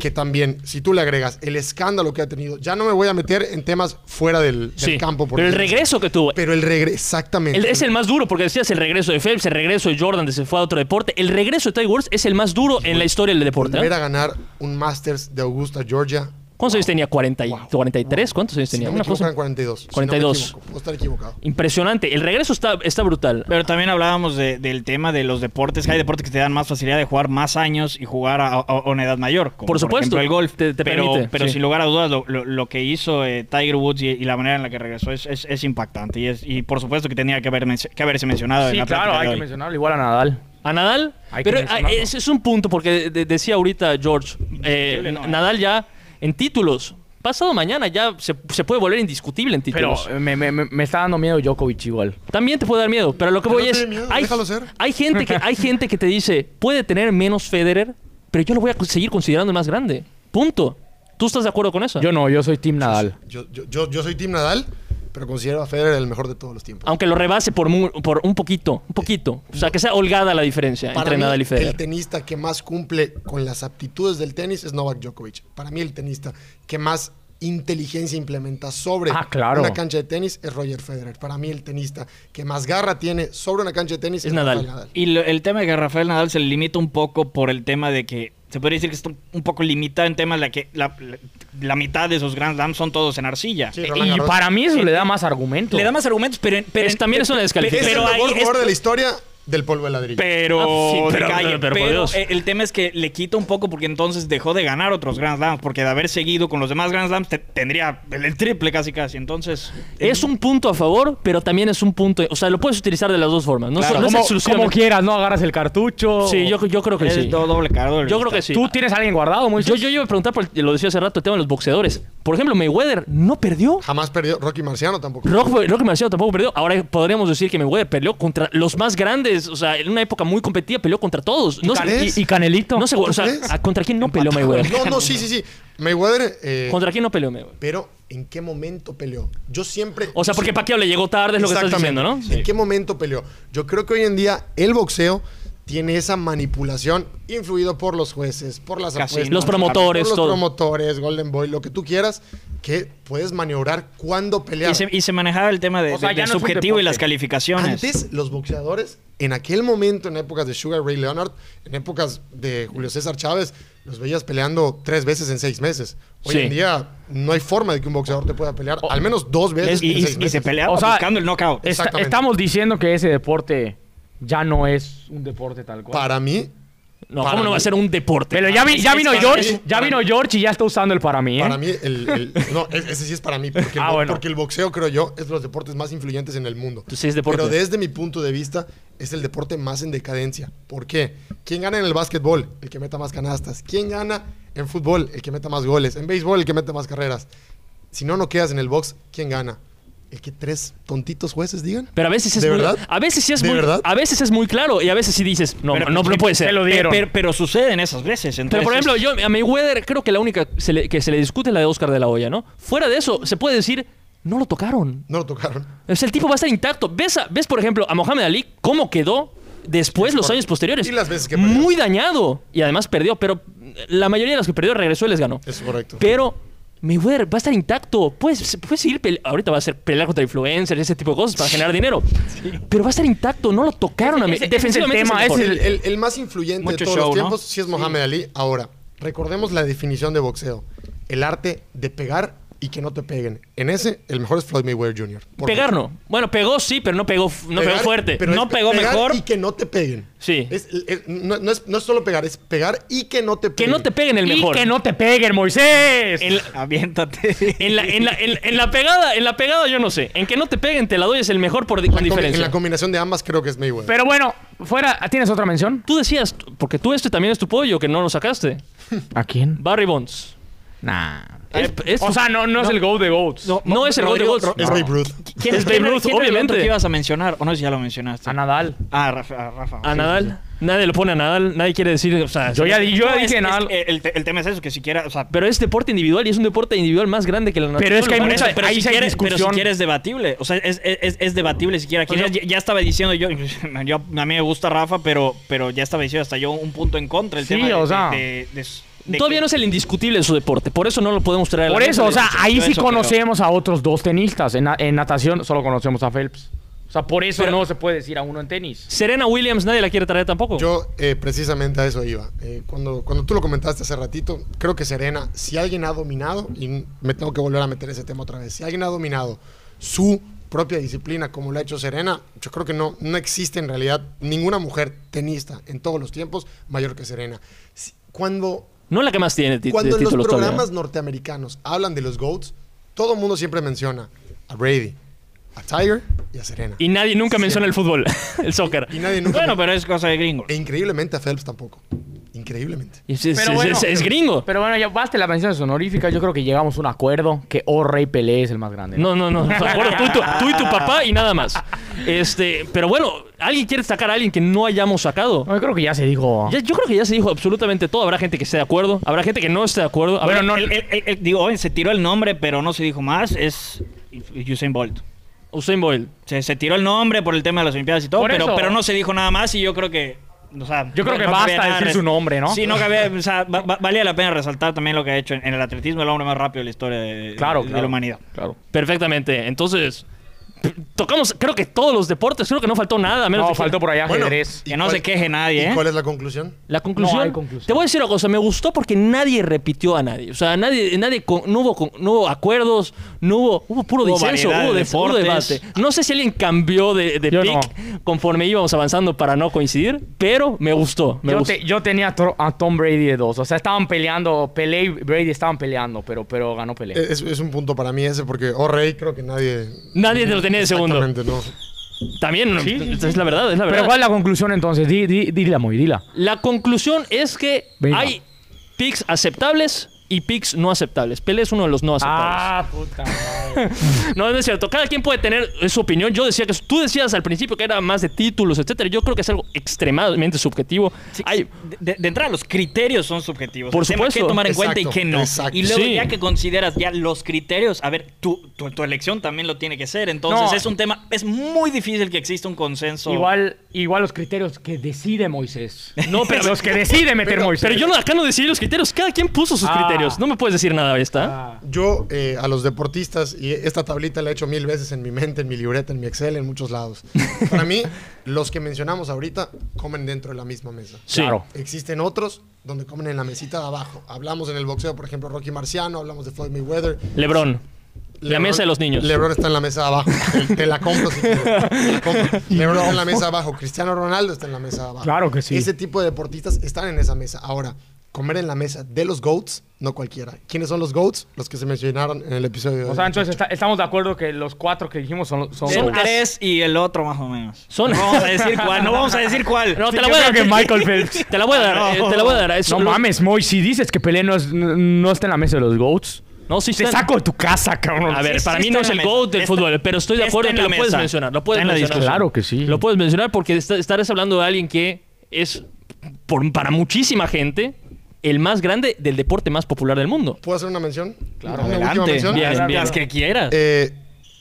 Speaker 4: que también, si tú le agregas el escándalo que ha tenido, ya no me voy a meter en temas fuera del, del
Speaker 1: Sí.
Speaker 4: campo. por
Speaker 1: Pero el
Speaker 4: ejemplo.
Speaker 1: regreso que tuvo.
Speaker 4: Pero el regreso, exactamente.
Speaker 1: el- es el más duro, porque decías el regreso de Phelps, el regreso de Jordan, que se fue a otro deporte. El regreso de Tiger Woods es el más duro en la historia del deporte.
Speaker 4: Volver
Speaker 1: ¿eh?
Speaker 4: a ganar un Masters de Augusta, Georgia.
Speaker 1: ¿Cuántos años tenía? ¿40 y- ¿43? ¿Cuántos años Pues tenía?
Speaker 4: si no me
Speaker 1: Una
Speaker 4: equivoco,
Speaker 1: cosa
Speaker 4: eran 42. si no me
Speaker 1: 42.
Speaker 4: equivoco. puedo estar equivocado.
Speaker 1: impresionante. El regreso está, está brutal.
Speaker 3: Pero también hablábamos de- del tema de los deportes. que Hay deportes que te dan más facilidad de jugar más años y jugar a, a- a una edad mayor. Como
Speaker 1: Por supuesto,
Speaker 3: ejemplo, el golf.
Speaker 1: te- te
Speaker 3: pero
Speaker 1: permite,
Speaker 3: pero
Speaker 1: sí.
Speaker 3: sin lugar a dudas, lo, lo- lo que hizo eh, Tiger Woods y, y la manera en la que regresó es, es- es impactante. Y, es, y por supuesto que tenía que, haber men- que haberse mencionado Ah, en
Speaker 2: Sí,
Speaker 3: la
Speaker 2: claro,
Speaker 3: plática de
Speaker 2: hay que
Speaker 3: hoy.
Speaker 2: mencionarlo igual a Nadal.
Speaker 1: A Nadal.
Speaker 2: Hay que
Speaker 1: pero
Speaker 2: mencionarlo.
Speaker 1: ah, es, es un punto, porque de- decía ahorita George, eh,
Speaker 3: Indiscutible, ¿no?
Speaker 1: Nadal ya en títulos. Pasado mañana ya se, se puede volver indiscutible en
Speaker 2: Pero
Speaker 1: títulos.
Speaker 2: eh, me, me- me- me está dando miedo Djokovic igual.
Speaker 1: También te puede dar miedo, pero lo que
Speaker 4: Que no
Speaker 1: voy
Speaker 4: te
Speaker 1: es.
Speaker 4: dé miedo,
Speaker 1: hay,
Speaker 4: déjalo ser.
Speaker 1: hay gente que, hay gente que te dice, puede tener menos Federer, pero yo lo voy a seguir considerando el más grande. Punto. ¿Tú estás de acuerdo con eso?
Speaker 2: Yo no, yo soy Team Nadal.
Speaker 4: Yo, yo, yo, yo soy Team Nadal, pero considero a Federer el mejor de todos los tiempos.
Speaker 1: Aunque lo rebase por, mu- por un poquito, un poquito. O sea, que sea holgada la diferencia
Speaker 4: Para
Speaker 1: entre
Speaker 4: mí,
Speaker 1: Nadal y Federer.
Speaker 4: el tenista que más cumple con las aptitudes del tenis es Novak Djokovic. Para mí, el tenista que más inteligencia implementa sobre
Speaker 2: Ah, claro.
Speaker 4: una cancha de tenis es Roger Federer. Para mí, el tenista que más garra tiene sobre una cancha de tenis
Speaker 1: Es Nadal.
Speaker 4: Rafael Nadal.
Speaker 3: Y lo- el tema de que a Rafael Nadal se le limita un poco por el tema de que se podría decir que está un- un poco limitado en temas de que la, la- la mitad de esos Grand Slams son todos en arcilla.
Speaker 4: Sí, Roland
Speaker 2: Y
Speaker 4: Garros.
Speaker 2: para mí eso le da más argumento.
Speaker 3: Le da más argumentos, pero, en- pero
Speaker 1: Es-
Speaker 3: en-
Speaker 1: también es una
Speaker 4: es
Speaker 1: descalificación.
Speaker 4: el
Speaker 3: pero ahí
Speaker 4: mejor
Speaker 3: es-
Speaker 4: jugador de la historia del polvo de ladrillo.
Speaker 3: Pero,
Speaker 1: Ah, sí,
Speaker 3: de
Speaker 1: pero-
Speaker 3: calle.
Speaker 1: pero- pero por
Speaker 3: Pero,
Speaker 1: Dios.
Speaker 3: eh, el tema es que le quita un poco porque entonces dejó de ganar otros Grand Slams. Porque de haber seguido con los demás Grand Slams te- tendría el, el triple casi casi. Entonces,
Speaker 1: Es un punto a favor, pero también es un punto. O sea, lo puedes utilizar de las dos formas. No,
Speaker 3: Claro.
Speaker 1: so- no es
Speaker 2: como, como
Speaker 1: exclusivamente.
Speaker 2: quieras, ¿no? Agarras el cartucho.
Speaker 1: Sí, yo, yo creo que
Speaker 3: es
Speaker 1: sí.
Speaker 3: do- doble cara.
Speaker 1: Yo creo que sí.
Speaker 2: ¿Tú tienes a alguien guardado, muy
Speaker 1: Yo, yo iba a preguntar, por el- lo decía hace rato, el tema de los boxeadores. Por ejemplo, Mayweather no perdió.
Speaker 4: Jamás perdió Rocky Marciano tampoco.
Speaker 1: Rock- Rocky Marciano tampoco perdió. Ahora podríamos decir que Mayweather peleó contra los más grandes. O sea, en una época muy competida peleó contra todos. No,
Speaker 4: tal
Speaker 1: sé-
Speaker 4: vez?
Speaker 1: y-
Speaker 2: Y Canelito.
Speaker 1: y- no sé, o sea,
Speaker 4: crees?
Speaker 1: ¿a- ¿contra quién no peleó Mayweather?
Speaker 4: No, no, sí, sí, sí. Mayweather. eh,
Speaker 1: ¿Contra quién no peleó Mayweather?
Speaker 4: Pero, ¿en qué momento peleó? Yo siempre.
Speaker 1: O sea, porque Pacquiao le llegó tarde, es lo que estás diciendo, ¿no?
Speaker 4: ¿En qué momento peleó? Yo creo que hoy en día el boxeo tiene esa manipulación influido por los jueces, por las
Speaker 3: Casinos,
Speaker 4: apuestas,
Speaker 1: los promotores,
Speaker 4: por los
Speaker 1: todo.
Speaker 4: promotores, Golden Boy, lo que tú quieras, que puedes maniobrar cuando pelear.
Speaker 3: Y se, y se manejaba el tema de,
Speaker 2: O sea,
Speaker 3: de-
Speaker 2: ya
Speaker 3: del
Speaker 2: no es un
Speaker 3: subjetivo
Speaker 2: deporte.
Speaker 3: y las calificaciones.
Speaker 4: Antes los boxeadores en aquel momento en épocas de Sugar Ray Leonard, en épocas de Julio César Chávez, los veías peleando tres veces en seis meses. Hoy
Speaker 1: Sí.
Speaker 4: en día no hay forma de que un boxeador te pueda pelear al menos dos veces
Speaker 3: y,
Speaker 4: en
Speaker 3: y-
Speaker 4: seis
Speaker 3: y se
Speaker 4: meses.
Speaker 3: peleaba
Speaker 2: O sea,
Speaker 3: buscando el
Speaker 1: eh,
Speaker 3: knockout.
Speaker 2: Está-
Speaker 4: Exactamente.
Speaker 2: estamos diciendo que ese deporte ya no es un deporte tal cual.
Speaker 4: Para mí,
Speaker 1: No,
Speaker 4: Para
Speaker 1: ¿cómo no va a
Speaker 4: mí.
Speaker 1: ser un deporte? Ah,
Speaker 2: Pero ya, vi- ya
Speaker 3: Es-
Speaker 2: vino
Speaker 3: es-
Speaker 2: George,
Speaker 4: es-
Speaker 2: ya vino George y ya está usando el para mí, ¿eh?
Speaker 4: Para mí, el, el- no, e- ese sí es para mí, porque el,
Speaker 2: Ah,
Speaker 4: bo-
Speaker 2: bueno.
Speaker 4: porque el boxeo, creo yo, es de los deportes más influyentes en el mundo.
Speaker 1: Pues sí, es deporte.
Speaker 4: Pero desde mi punto de vista, es el deporte más en decadencia. ¿Por qué? ¿Quién gana en el básquetbol? El que meta más canastas. ¿Quién gana en fútbol? El que meta más goles. En béisbol, el que meta más carreras. Si no, no quedas en el box, ¿quién gana? El que tres tontitos jueces digan.
Speaker 1: Pero a veces es
Speaker 4: ¿De
Speaker 1: muy,
Speaker 4: verdad?
Speaker 1: a veces sí es
Speaker 4: ¿De
Speaker 1: muy,
Speaker 4: verdad?
Speaker 1: a veces es muy claro y a veces sí dices, no,
Speaker 2: Pero,
Speaker 1: no, no
Speaker 2: ¿quién
Speaker 1: puede ser.
Speaker 2: te lo
Speaker 1: Pero,
Speaker 2: di?
Speaker 3: pero,
Speaker 2: dieron.
Speaker 3: pero, pero suceden esas veces. Entonces,
Speaker 1: por ejemplo, yo a Mayweather creo que la única se le- que se le discute es la de Oscar de la Hoya, ¿no? Fuera de eso, se puede decir, no lo tocaron.
Speaker 4: No lo tocaron.
Speaker 1: O sea, el tipo va a estar intacto. ¿Ves, a- ves por ejemplo, a Mohamed Ali cómo quedó después, los
Speaker 4: correcto.
Speaker 1: años posteriores?
Speaker 4: Y las veces que perdió.
Speaker 1: Muy dañado. Y además perdió, pero la mayoría de las que perdió regresó y les ganó.
Speaker 4: Es correcto.
Speaker 1: Pero Mayweather va a estar intacto. Puede, se- puede seguir pele- Ahorita va a ser pelear contra influencers y ese tipo de cosas para generar dinero. Pero va a estar intacto. No lo tocaron a
Speaker 2: Ese-
Speaker 1: mí.
Speaker 2: ese- ese es el
Speaker 1: Defensivamente
Speaker 2: tema,
Speaker 1: mejor.
Speaker 2: ese
Speaker 4: el, el- el más influyente
Speaker 3: Mucho
Speaker 4: de todos
Speaker 3: show,
Speaker 4: los
Speaker 3: ¿no?
Speaker 4: tiempos sí es Mohamed Ali. Ahora, recordemos la definición de boxeo. El arte de pegar y que no te peguen. En ese, el mejor es Floyd Mayweather Jr. Por
Speaker 1: Pegar
Speaker 4: mucho.
Speaker 1: no. Bueno, pegó sí, pero no pegó, f- no
Speaker 4: Pegar,
Speaker 1: pegó fuerte.
Speaker 4: pero
Speaker 3: No
Speaker 4: es
Speaker 3: pegó
Speaker 4: pegar
Speaker 3: mejor.
Speaker 4: Y que no te peguen.
Speaker 1: Sí.
Speaker 4: Es- es- no, no es, no es solo pegar, es pegar y que no te
Speaker 1: que
Speaker 4: peguen.
Speaker 1: no te peguen el
Speaker 2: Y
Speaker 1: mejor.
Speaker 2: que no te peguen, Moisés.
Speaker 3: En la- aviéntate.
Speaker 1: En la, en, la, en, en la pegada, en la pegada yo no sé. En que no te peguen, te la doy, es el mejor por di-
Speaker 4: La
Speaker 1: con
Speaker 4: combi- En
Speaker 1: diferencia.
Speaker 4: la combinación de ambas creo que es Mayweather.
Speaker 2: Pero bueno, fuera, ¿tienes otra mención?
Speaker 1: Tú decías, porque tú este también es tu pollo, que no lo sacaste.
Speaker 2: ¿A quién?
Speaker 1: Barry Bonds.
Speaker 2: Nah.
Speaker 1: Es- es-
Speaker 2: O sea, no, no, es el Go de Goats.
Speaker 1: no es el gol de
Speaker 4: Rodrigo-
Speaker 1: Goats.
Speaker 4: es Babe Ruth.
Speaker 3: ¿Quién,
Speaker 1: Es
Speaker 3: quién
Speaker 1: Babe
Speaker 3: era-
Speaker 1: Ruth,
Speaker 3: quién era el
Speaker 1: obviamente.
Speaker 3: otro que ibas a mencionar? O no sé si ya lo mencionaste.
Speaker 2: A Nadal.
Speaker 3: Ah, Rafa. A, Rafa,
Speaker 1: A
Speaker 3: sí, sí, sí.
Speaker 1: Nadal. Nadie lo pone a Nadal. Nadie quiere decir. O sea,
Speaker 2: Yo ya, di- yo ya
Speaker 3: No, es-
Speaker 2: dije
Speaker 3: es-
Speaker 2: Nadal.
Speaker 3: eh, el, te- el tema es eso, que siquiera, o sea,
Speaker 1: Pero es deporte individual y es un deporte individual más grande que la
Speaker 2: Pero es que hay
Speaker 1: Por
Speaker 2: mucha-
Speaker 1: eso, pero
Speaker 2: hay-
Speaker 1: sí-
Speaker 2: sí
Speaker 3: quieres- pero si
Speaker 2: discusión.
Speaker 3: quieres debatible, o sea, es, es- es- es debatible si quieres.
Speaker 1: sea-
Speaker 3: ya, ya estaba diciendo yo, yo- a mí me gusta Rafa, pero, pero ya estaba diciendo hasta yo un punto en contra el
Speaker 2: Sí,
Speaker 3: tema de,
Speaker 2: o sea.
Speaker 3: de- de- de- de
Speaker 1: Todavía
Speaker 3: que-
Speaker 1: no es el indiscutible de su deporte, por eso no lo podemos traer a la
Speaker 2: Por
Speaker 1: mesa.
Speaker 2: eso, o sea, ahí
Speaker 3: yo
Speaker 2: sí
Speaker 3: eso creo.
Speaker 2: conocemos a otros dos tenistas. En, na- en natación solo conocemos a Phelps. O sea, por eso
Speaker 1: Pero-
Speaker 2: no se puede decir a uno en tenis.
Speaker 1: Serena Williams nadie la quiere traer tampoco.
Speaker 4: Yo eh, precisamente a eso iba. Eh, cuando, cuando tú lo comentaste hace ratito, creo que Serena, si alguien ha dominado, y me tengo que volver a meter ese tema otra vez, si alguien ha dominado su propia disciplina como lo ha hecho Serena, yo creo que no, no existe en realidad ninguna mujer tenista en todos los tiempos mayor que Serena. Si- Cuando
Speaker 1: no la que más tiene ti- de
Speaker 4: cuando en los
Speaker 1: títulos todavía.
Speaker 4: programas norteamericanos hablan de los GOATs, todo el mundo siempre menciona a Brady, a Tiger y a Serena.
Speaker 1: Y nadie nunca menciona el fútbol, el soccer.
Speaker 4: Y nadie nunca.
Speaker 3: Bueno, pero es cosa de gringos.
Speaker 4: E increíblemente a Phelps tampoco. Increíblemente.
Speaker 1: Es, es-
Speaker 2: Pero
Speaker 1: es-
Speaker 2: bueno,
Speaker 1: es- es gringo.
Speaker 2: Pero bueno, ya basta la mención honorífica. Yo creo que llegamos a un acuerdo que O'Reilly Pelé es el más grande.
Speaker 1: No, no, no. de acuerdo, tú, y tu, tú y tu papá y nada más. Este, pero bueno, ¿alguien quiere sacar a alguien que no hayamos sacado?
Speaker 2: No, yo creo que ya se dijo.
Speaker 1: Ya- yo creo que ya se dijo absolutamente todo. Habrá gente que esté de acuerdo, habrá gente que no esté de acuerdo. habrá-
Speaker 3: Bueno, no, el- el- el- el- digo, se tiró el nombre, pero no se dijo más. Es Usain Bolt.
Speaker 1: Usain Bolt.
Speaker 3: Se, se tiró el nombre por el tema de las Olimpiadas y todo,
Speaker 2: Por
Speaker 3: pero,
Speaker 2: eso.
Speaker 3: pero no se dijo nada más y yo creo que. o sea,
Speaker 2: Yo creo
Speaker 3: no-
Speaker 2: que
Speaker 3: no
Speaker 2: basta
Speaker 3: cabía nada
Speaker 2: decir
Speaker 3: res-
Speaker 2: su nombre, ¿no?
Speaker 3: Sí, no cabía, o sea, va- va- valía la pena resaltar también lo que ha hecho en, en el atletismo, el hombre más rápido de la historia de,
Speaker 2: Claro,
Speaker 3: de
Speaker 2: claro.
Speaker 3: la humanidad.
Speaker 2: Claro.
Speaker 1: Perfectamente. Entonces, p- tocamos, creo que todos los deportes, creo que no faltó nada. a menos
Speaker 2: No,
Speaker 1: de que-
Speaker 2: faltó por allá
Speaker 4: Bueno,
Speaker 2: ajedrez.
Speaker 4: ¿y
Speaker 3: Que no
Speaker 4: cuál-
Speaker 3: se queje nadie,
Speaker 4: ¿Y
Speaker 3: ¿eh?
Speaker 4: cuál es la conclusión?
Speaker 1: La conclusión,
Speaker 2: No hay conclusión.
Speaker 1: Te voy a decir una cosa, me gustó porque nadie repitió a nadie. O sea, nadie, nadie con- no, hubo, con- no hubo acuerdos, no hubo, hubo puro
Speaker 3: Hubo
Speaker 1: disenso,
Speaker 3: variedad de
Speaker 1: hubo, de, hubo
Speaker 3: deportes.
Speaker 1: debate. No sé si alguien cambió de, de
Speaker 2: Yo
Speaker 1: pick
Speaker 2: no.
Speaker 1: conforme íbamos avanzando para no coincidir, pero me gustó. Me
Speaker 2: Yo,
Speaker 1: gustó.
Speaker 2: te- yo tenía a, Tor- a Tom Brady de dos. O sea, estaban peleando. Pelé y Brady estaban peleando, pero, pero ganó Pelé.
Speaker 3: Eh.
Speaker 1: Eh,
Speaker 4: Es, es un punto para mí ese, porque O'Reilly creo que nadie.
Speaker 1: Nadie te lo tenía de segundo.
Speaker 4: Exactamente, no.
Speaker 1: También, es la verdad, es la verdad.
Speaker 2: pero ¿cuál es la conclusión entonces? Di, di, dila, Moy, dila.
Speaker 1: La conclusión es que
Speaker 2: Venga.
Speaker 1: hay picks aceptables y picks no aceptables. Pelé es uno de los no aceptables.
Speaker 2: Ah, puta
Speaker 1: No, no es cierto. Cada quien puede tener eh, su opinión. Yo decía que tú decías al principio que era más de títulos, etcétera. Yo creo que es algo extremadamente subjetivo.
Speaker 3: Sí,
Speaker 1: Hay-
Speaker 3: de, de entrada, los criterios son subjetivos.
Speaker 1: Por
Speaker 3: El tema es
Speaker 1: supuesto.
Speaker 3: qué tomar en cuenta y
Speaker 4: Exacto,
Speaker 3: qué no.
Speaker 4: exacto.
Speaker 3: Y luego,
Speaker 1: Sí.
Speaker 3: ya que consideras ya los criterios, a ver, tu, tu, tu elección también lo tiene que ser. Entonces,
Speaker 2: No.
Speaker 3: es un tema. Es muy difícil que exista un consenso.
Speaker 2: Igual, igual los criterios que decide Moisés.
Speaker 1: No, pero-
Speaker 2: los que decide meter Moisés.
Speaker 1: pero yo no- acá no decidí los criterios. Cada quien puso sus
Speaker 2: Ah.
Speaker 1: criterios. No me puedes decir nada de esta.
Speaker 2: Ah.
Speaker 4: Yo eh, a los deportistas, y esta tablita la he hecho mil veces en mi mente, en mi libreta, en mi Excel, en muchos lados. Para mí, los que mencionamos ahorita comen dentro de la misma mesa.
Speaker 1: Sí.
Speaker 2: Claro.
Speaker 4: Existen otros donde comen en la mesita de abajo. Hablamos en el boxeo, por ejemplo, Rocky Marciano, hablamos de Floyd Mayweather.
Speaker 1: Lebron. La
Speaker 4: LeBron-
Speaker 1: mesa de los niños.
Speaker 4: LeBron está en la mesa de abajo. Te, te la compro si quieres. Te la compro. LeBron está en la mesa de abajo. Cristiano Ronaldo está en la mesa de abajo.
Speaker 2: Claro que sí.
Speaker 4: Ese tipo de deportistas están en esa mesa. Ahora, comer en la mesa de los GOATs, no cualquiera. ¿Quiénes son los GOATs? Los que se mencionaron en el episodio de
Speaker 2: O sea,
Speaker 4: hoy.
Speaker 2: entonces está- estamos de acuerdo que los cuatro que dijimos son. son
Speaker 3: Son
Speaker 2: los-
Speaker 3: tres y el otro más o menos.
Speaker 1: Son-
Speaker 3: No vamos a decir cuál, no vamos a decir cuál.
Speaker 1: No, te
Speaker 2: Sí,
Speaker 1: la
Speaker 2: yo
Speaker 1: voy a dar.
Speaker 2: creo que Michael Phelps.
Speaker 1: Te la voy a dar.
Speaker 3: Ah,
Speaker 1: eh, te la voy a dar. Eso
Speaker 2: No
Speaker 1: lo-
Speaker 2: mames, Moy, si dices que Pelé no, es- no- no está en la mesa de los GOATs,
Speaker 1: No, sí
Speaker 2: te
Speaker 1: están-
Speaker 2: saco de tu casa, cabrón.
Speaker 1: A ver,
Speaker 3: Sí,
Speaker 1: para
Speaker 3: sí
Speaker 1: mí
Speaker 3: está
Speaker 1: no
Speaker 3: en
Speaker 1: es
Speaker 3: la
Speaker 1: el
Speaker 3: mesa.
Speaker 1: GOAT del
Speaker 3: Está-
Speaker 1: fútbol, pero estoy de
Speaker 3: está
Speaker 1: acuerdo
Speaker 3: en
Speaker 1: que lo
Speaker 3: la
Speaker 1: puedes
Speaker 3: mesa.
Speaker 1: mencionar. Lo puedes
Speaker 3: Está en la
Speaker 1: mencionar.
Speaker 3: discusión.
Speaker 2: Claro que sí.
Speaker 1: Lo puedes mencionar porque está- estarás hablando de alguien que es, por- para muchísima gente, el más grande del deporte más popular del mundo.
Speaker 4: ¿Puedo hacer una mención?
Speaker 3: Claro,
Speaker 4: Una última
Speaker 3: adelante.
Speaker 4: mención.
Speaker 1: Bien,
Speaker 2: claro,
Speaker 1: bien.
Speaker 2: claro.
Speaker 1: Las que quieras.
Speaker 4: Eh,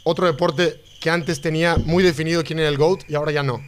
Speaker 4: otro deporte que antes tenía muy definido quién era el GOAT y ahora ya no.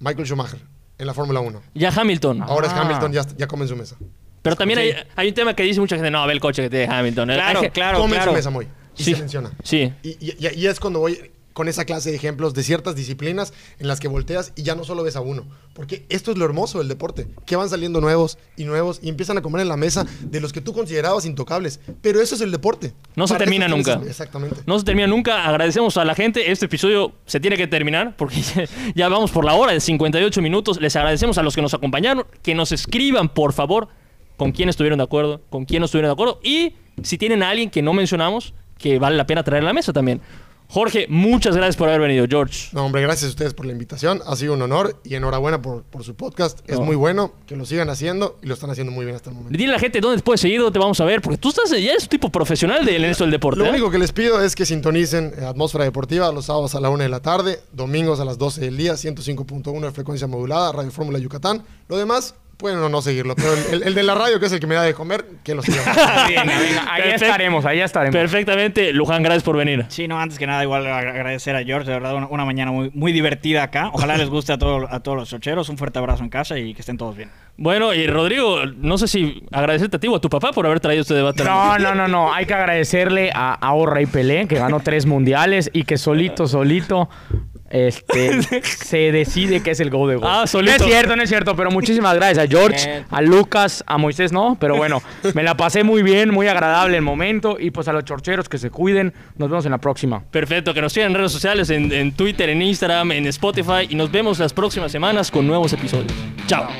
Speaker 4: Michael Schumacher en la Fórmula 1.
Speaker 1: ya Hamilton.
Speaker 4: Ahora
Speaker 2: Ah.
Speaker 4: es Hamilton, ya, ya come en su mesa.
Speaker 1: Pero también hay, hay un tema que dice mucha gente, no, ve el coche que tiene Hamilton.
Speaker 3: Claro,
Speaker 1: Hay ge-
Speaker 3: claro,
Speaker 4: come en
Speaker 3: claro.
Speaker 4: su mesa, muy. Y
Speaker 1: Sí.
Speaker 4: se menciona.
Speaker 1: Sí.
Speaker 4: Y, y- y es cuando voy con esa clase de ejemplos de ciertas disciplinas en las que volteas y ya no solo ves a uno. Porque esto es lo hermoso del deporte, que van saliendo nuevos y nuevos y empiezan a comer en la mesa de los que tú considerabas intocables. Pero eso es el deporte.
Speaker 1: No se
Speaker 4: Para
Speaker 1: termina
Speaker 4: eso tienes-
Speaker 1: nunca.
Speaker 4: Exactamente.
Speaker 1: No se termina nunca. Agradecemos a la gente. Este episodio se tiene que terminar porque ya, ya vamos por la hora de 58 minutos. Les agradecemos a los que nos acompañaron. Que nos escriban, por favor, con quién estuvieron de acuerdo, con quién no estuvieron de acuerdo. Y si tienen a alguien que no mencionamos, que vale la pena traer a la mesa también. Jorge, muchas gracias por haber venido, George.
Speaker 4: No, hombre, gracias a ustedes por la invitación. Ha sido un honor y enhorabuena por, por su podcast. Es muy bueno que lo sigan haciendo y lo están haciendo muy bien hasta el momento.
Speaker 1: Dile a la gente dónde te puedes seguir, dónde te vamos a ver, porque tú estás, ya eres un tipo profesional de, en esto del deporte.
Speaker 4: Lo
Speaker 1: ¿eh?
Speaker 4: único que les pido es que sintonicen eh, Atmósfera Deportiva los sábados a la 1 de la tarde, domingos a las 12 del día, 105.1 de frecuencia modulada, Radio Fórmula Yucatán. Lo demás, pueden o no seguirlo, pero el, el- el de la radio, que es el que me da de comer, que lo siga.
Speaker 2: Ahí
Speaker 1: Perfecto.
Speaker 2: estaremos, ahí estaremos.
Speaker 1: Perfectamente, Luján, gracias por venir.
Speaker 3: Sí, no, antes que nada, igual agra- agradecer a George, de verdad, una, una mañana muy, muy divertida acá. Ojalá les guste a, todo- a todos los chocheros. Un fuerte abrazo en casa y que estén todos bien.
Speaker 1: Bueno, y Rodrigo, no sé si agradecerte a ti o a tu papá por haber traído este debate.
Speaker 2: No, no, no, no. Hay que agradecerle a Ahorra y Pelé, que ganó tres mundiales y que solito, solito. Este, se decide que es el go de go.
Speaker 1: Ah, solito.
Speaker 2: No es cierto, no es cierto, pero muchísimas gracias a George, a Lucas, a Moisés, no, pero bueno, me la pasé muy bien, muy agradable el momento y pues a los chorcheros que se cuiden. Nos vemos en la próxima.
Speaker 1: Perfecto, que nos sigan en redes sociales, en, en Twitter, en Instagram, en Spotify y nos vemos las próximas semanas con nuevos episodios. Chao.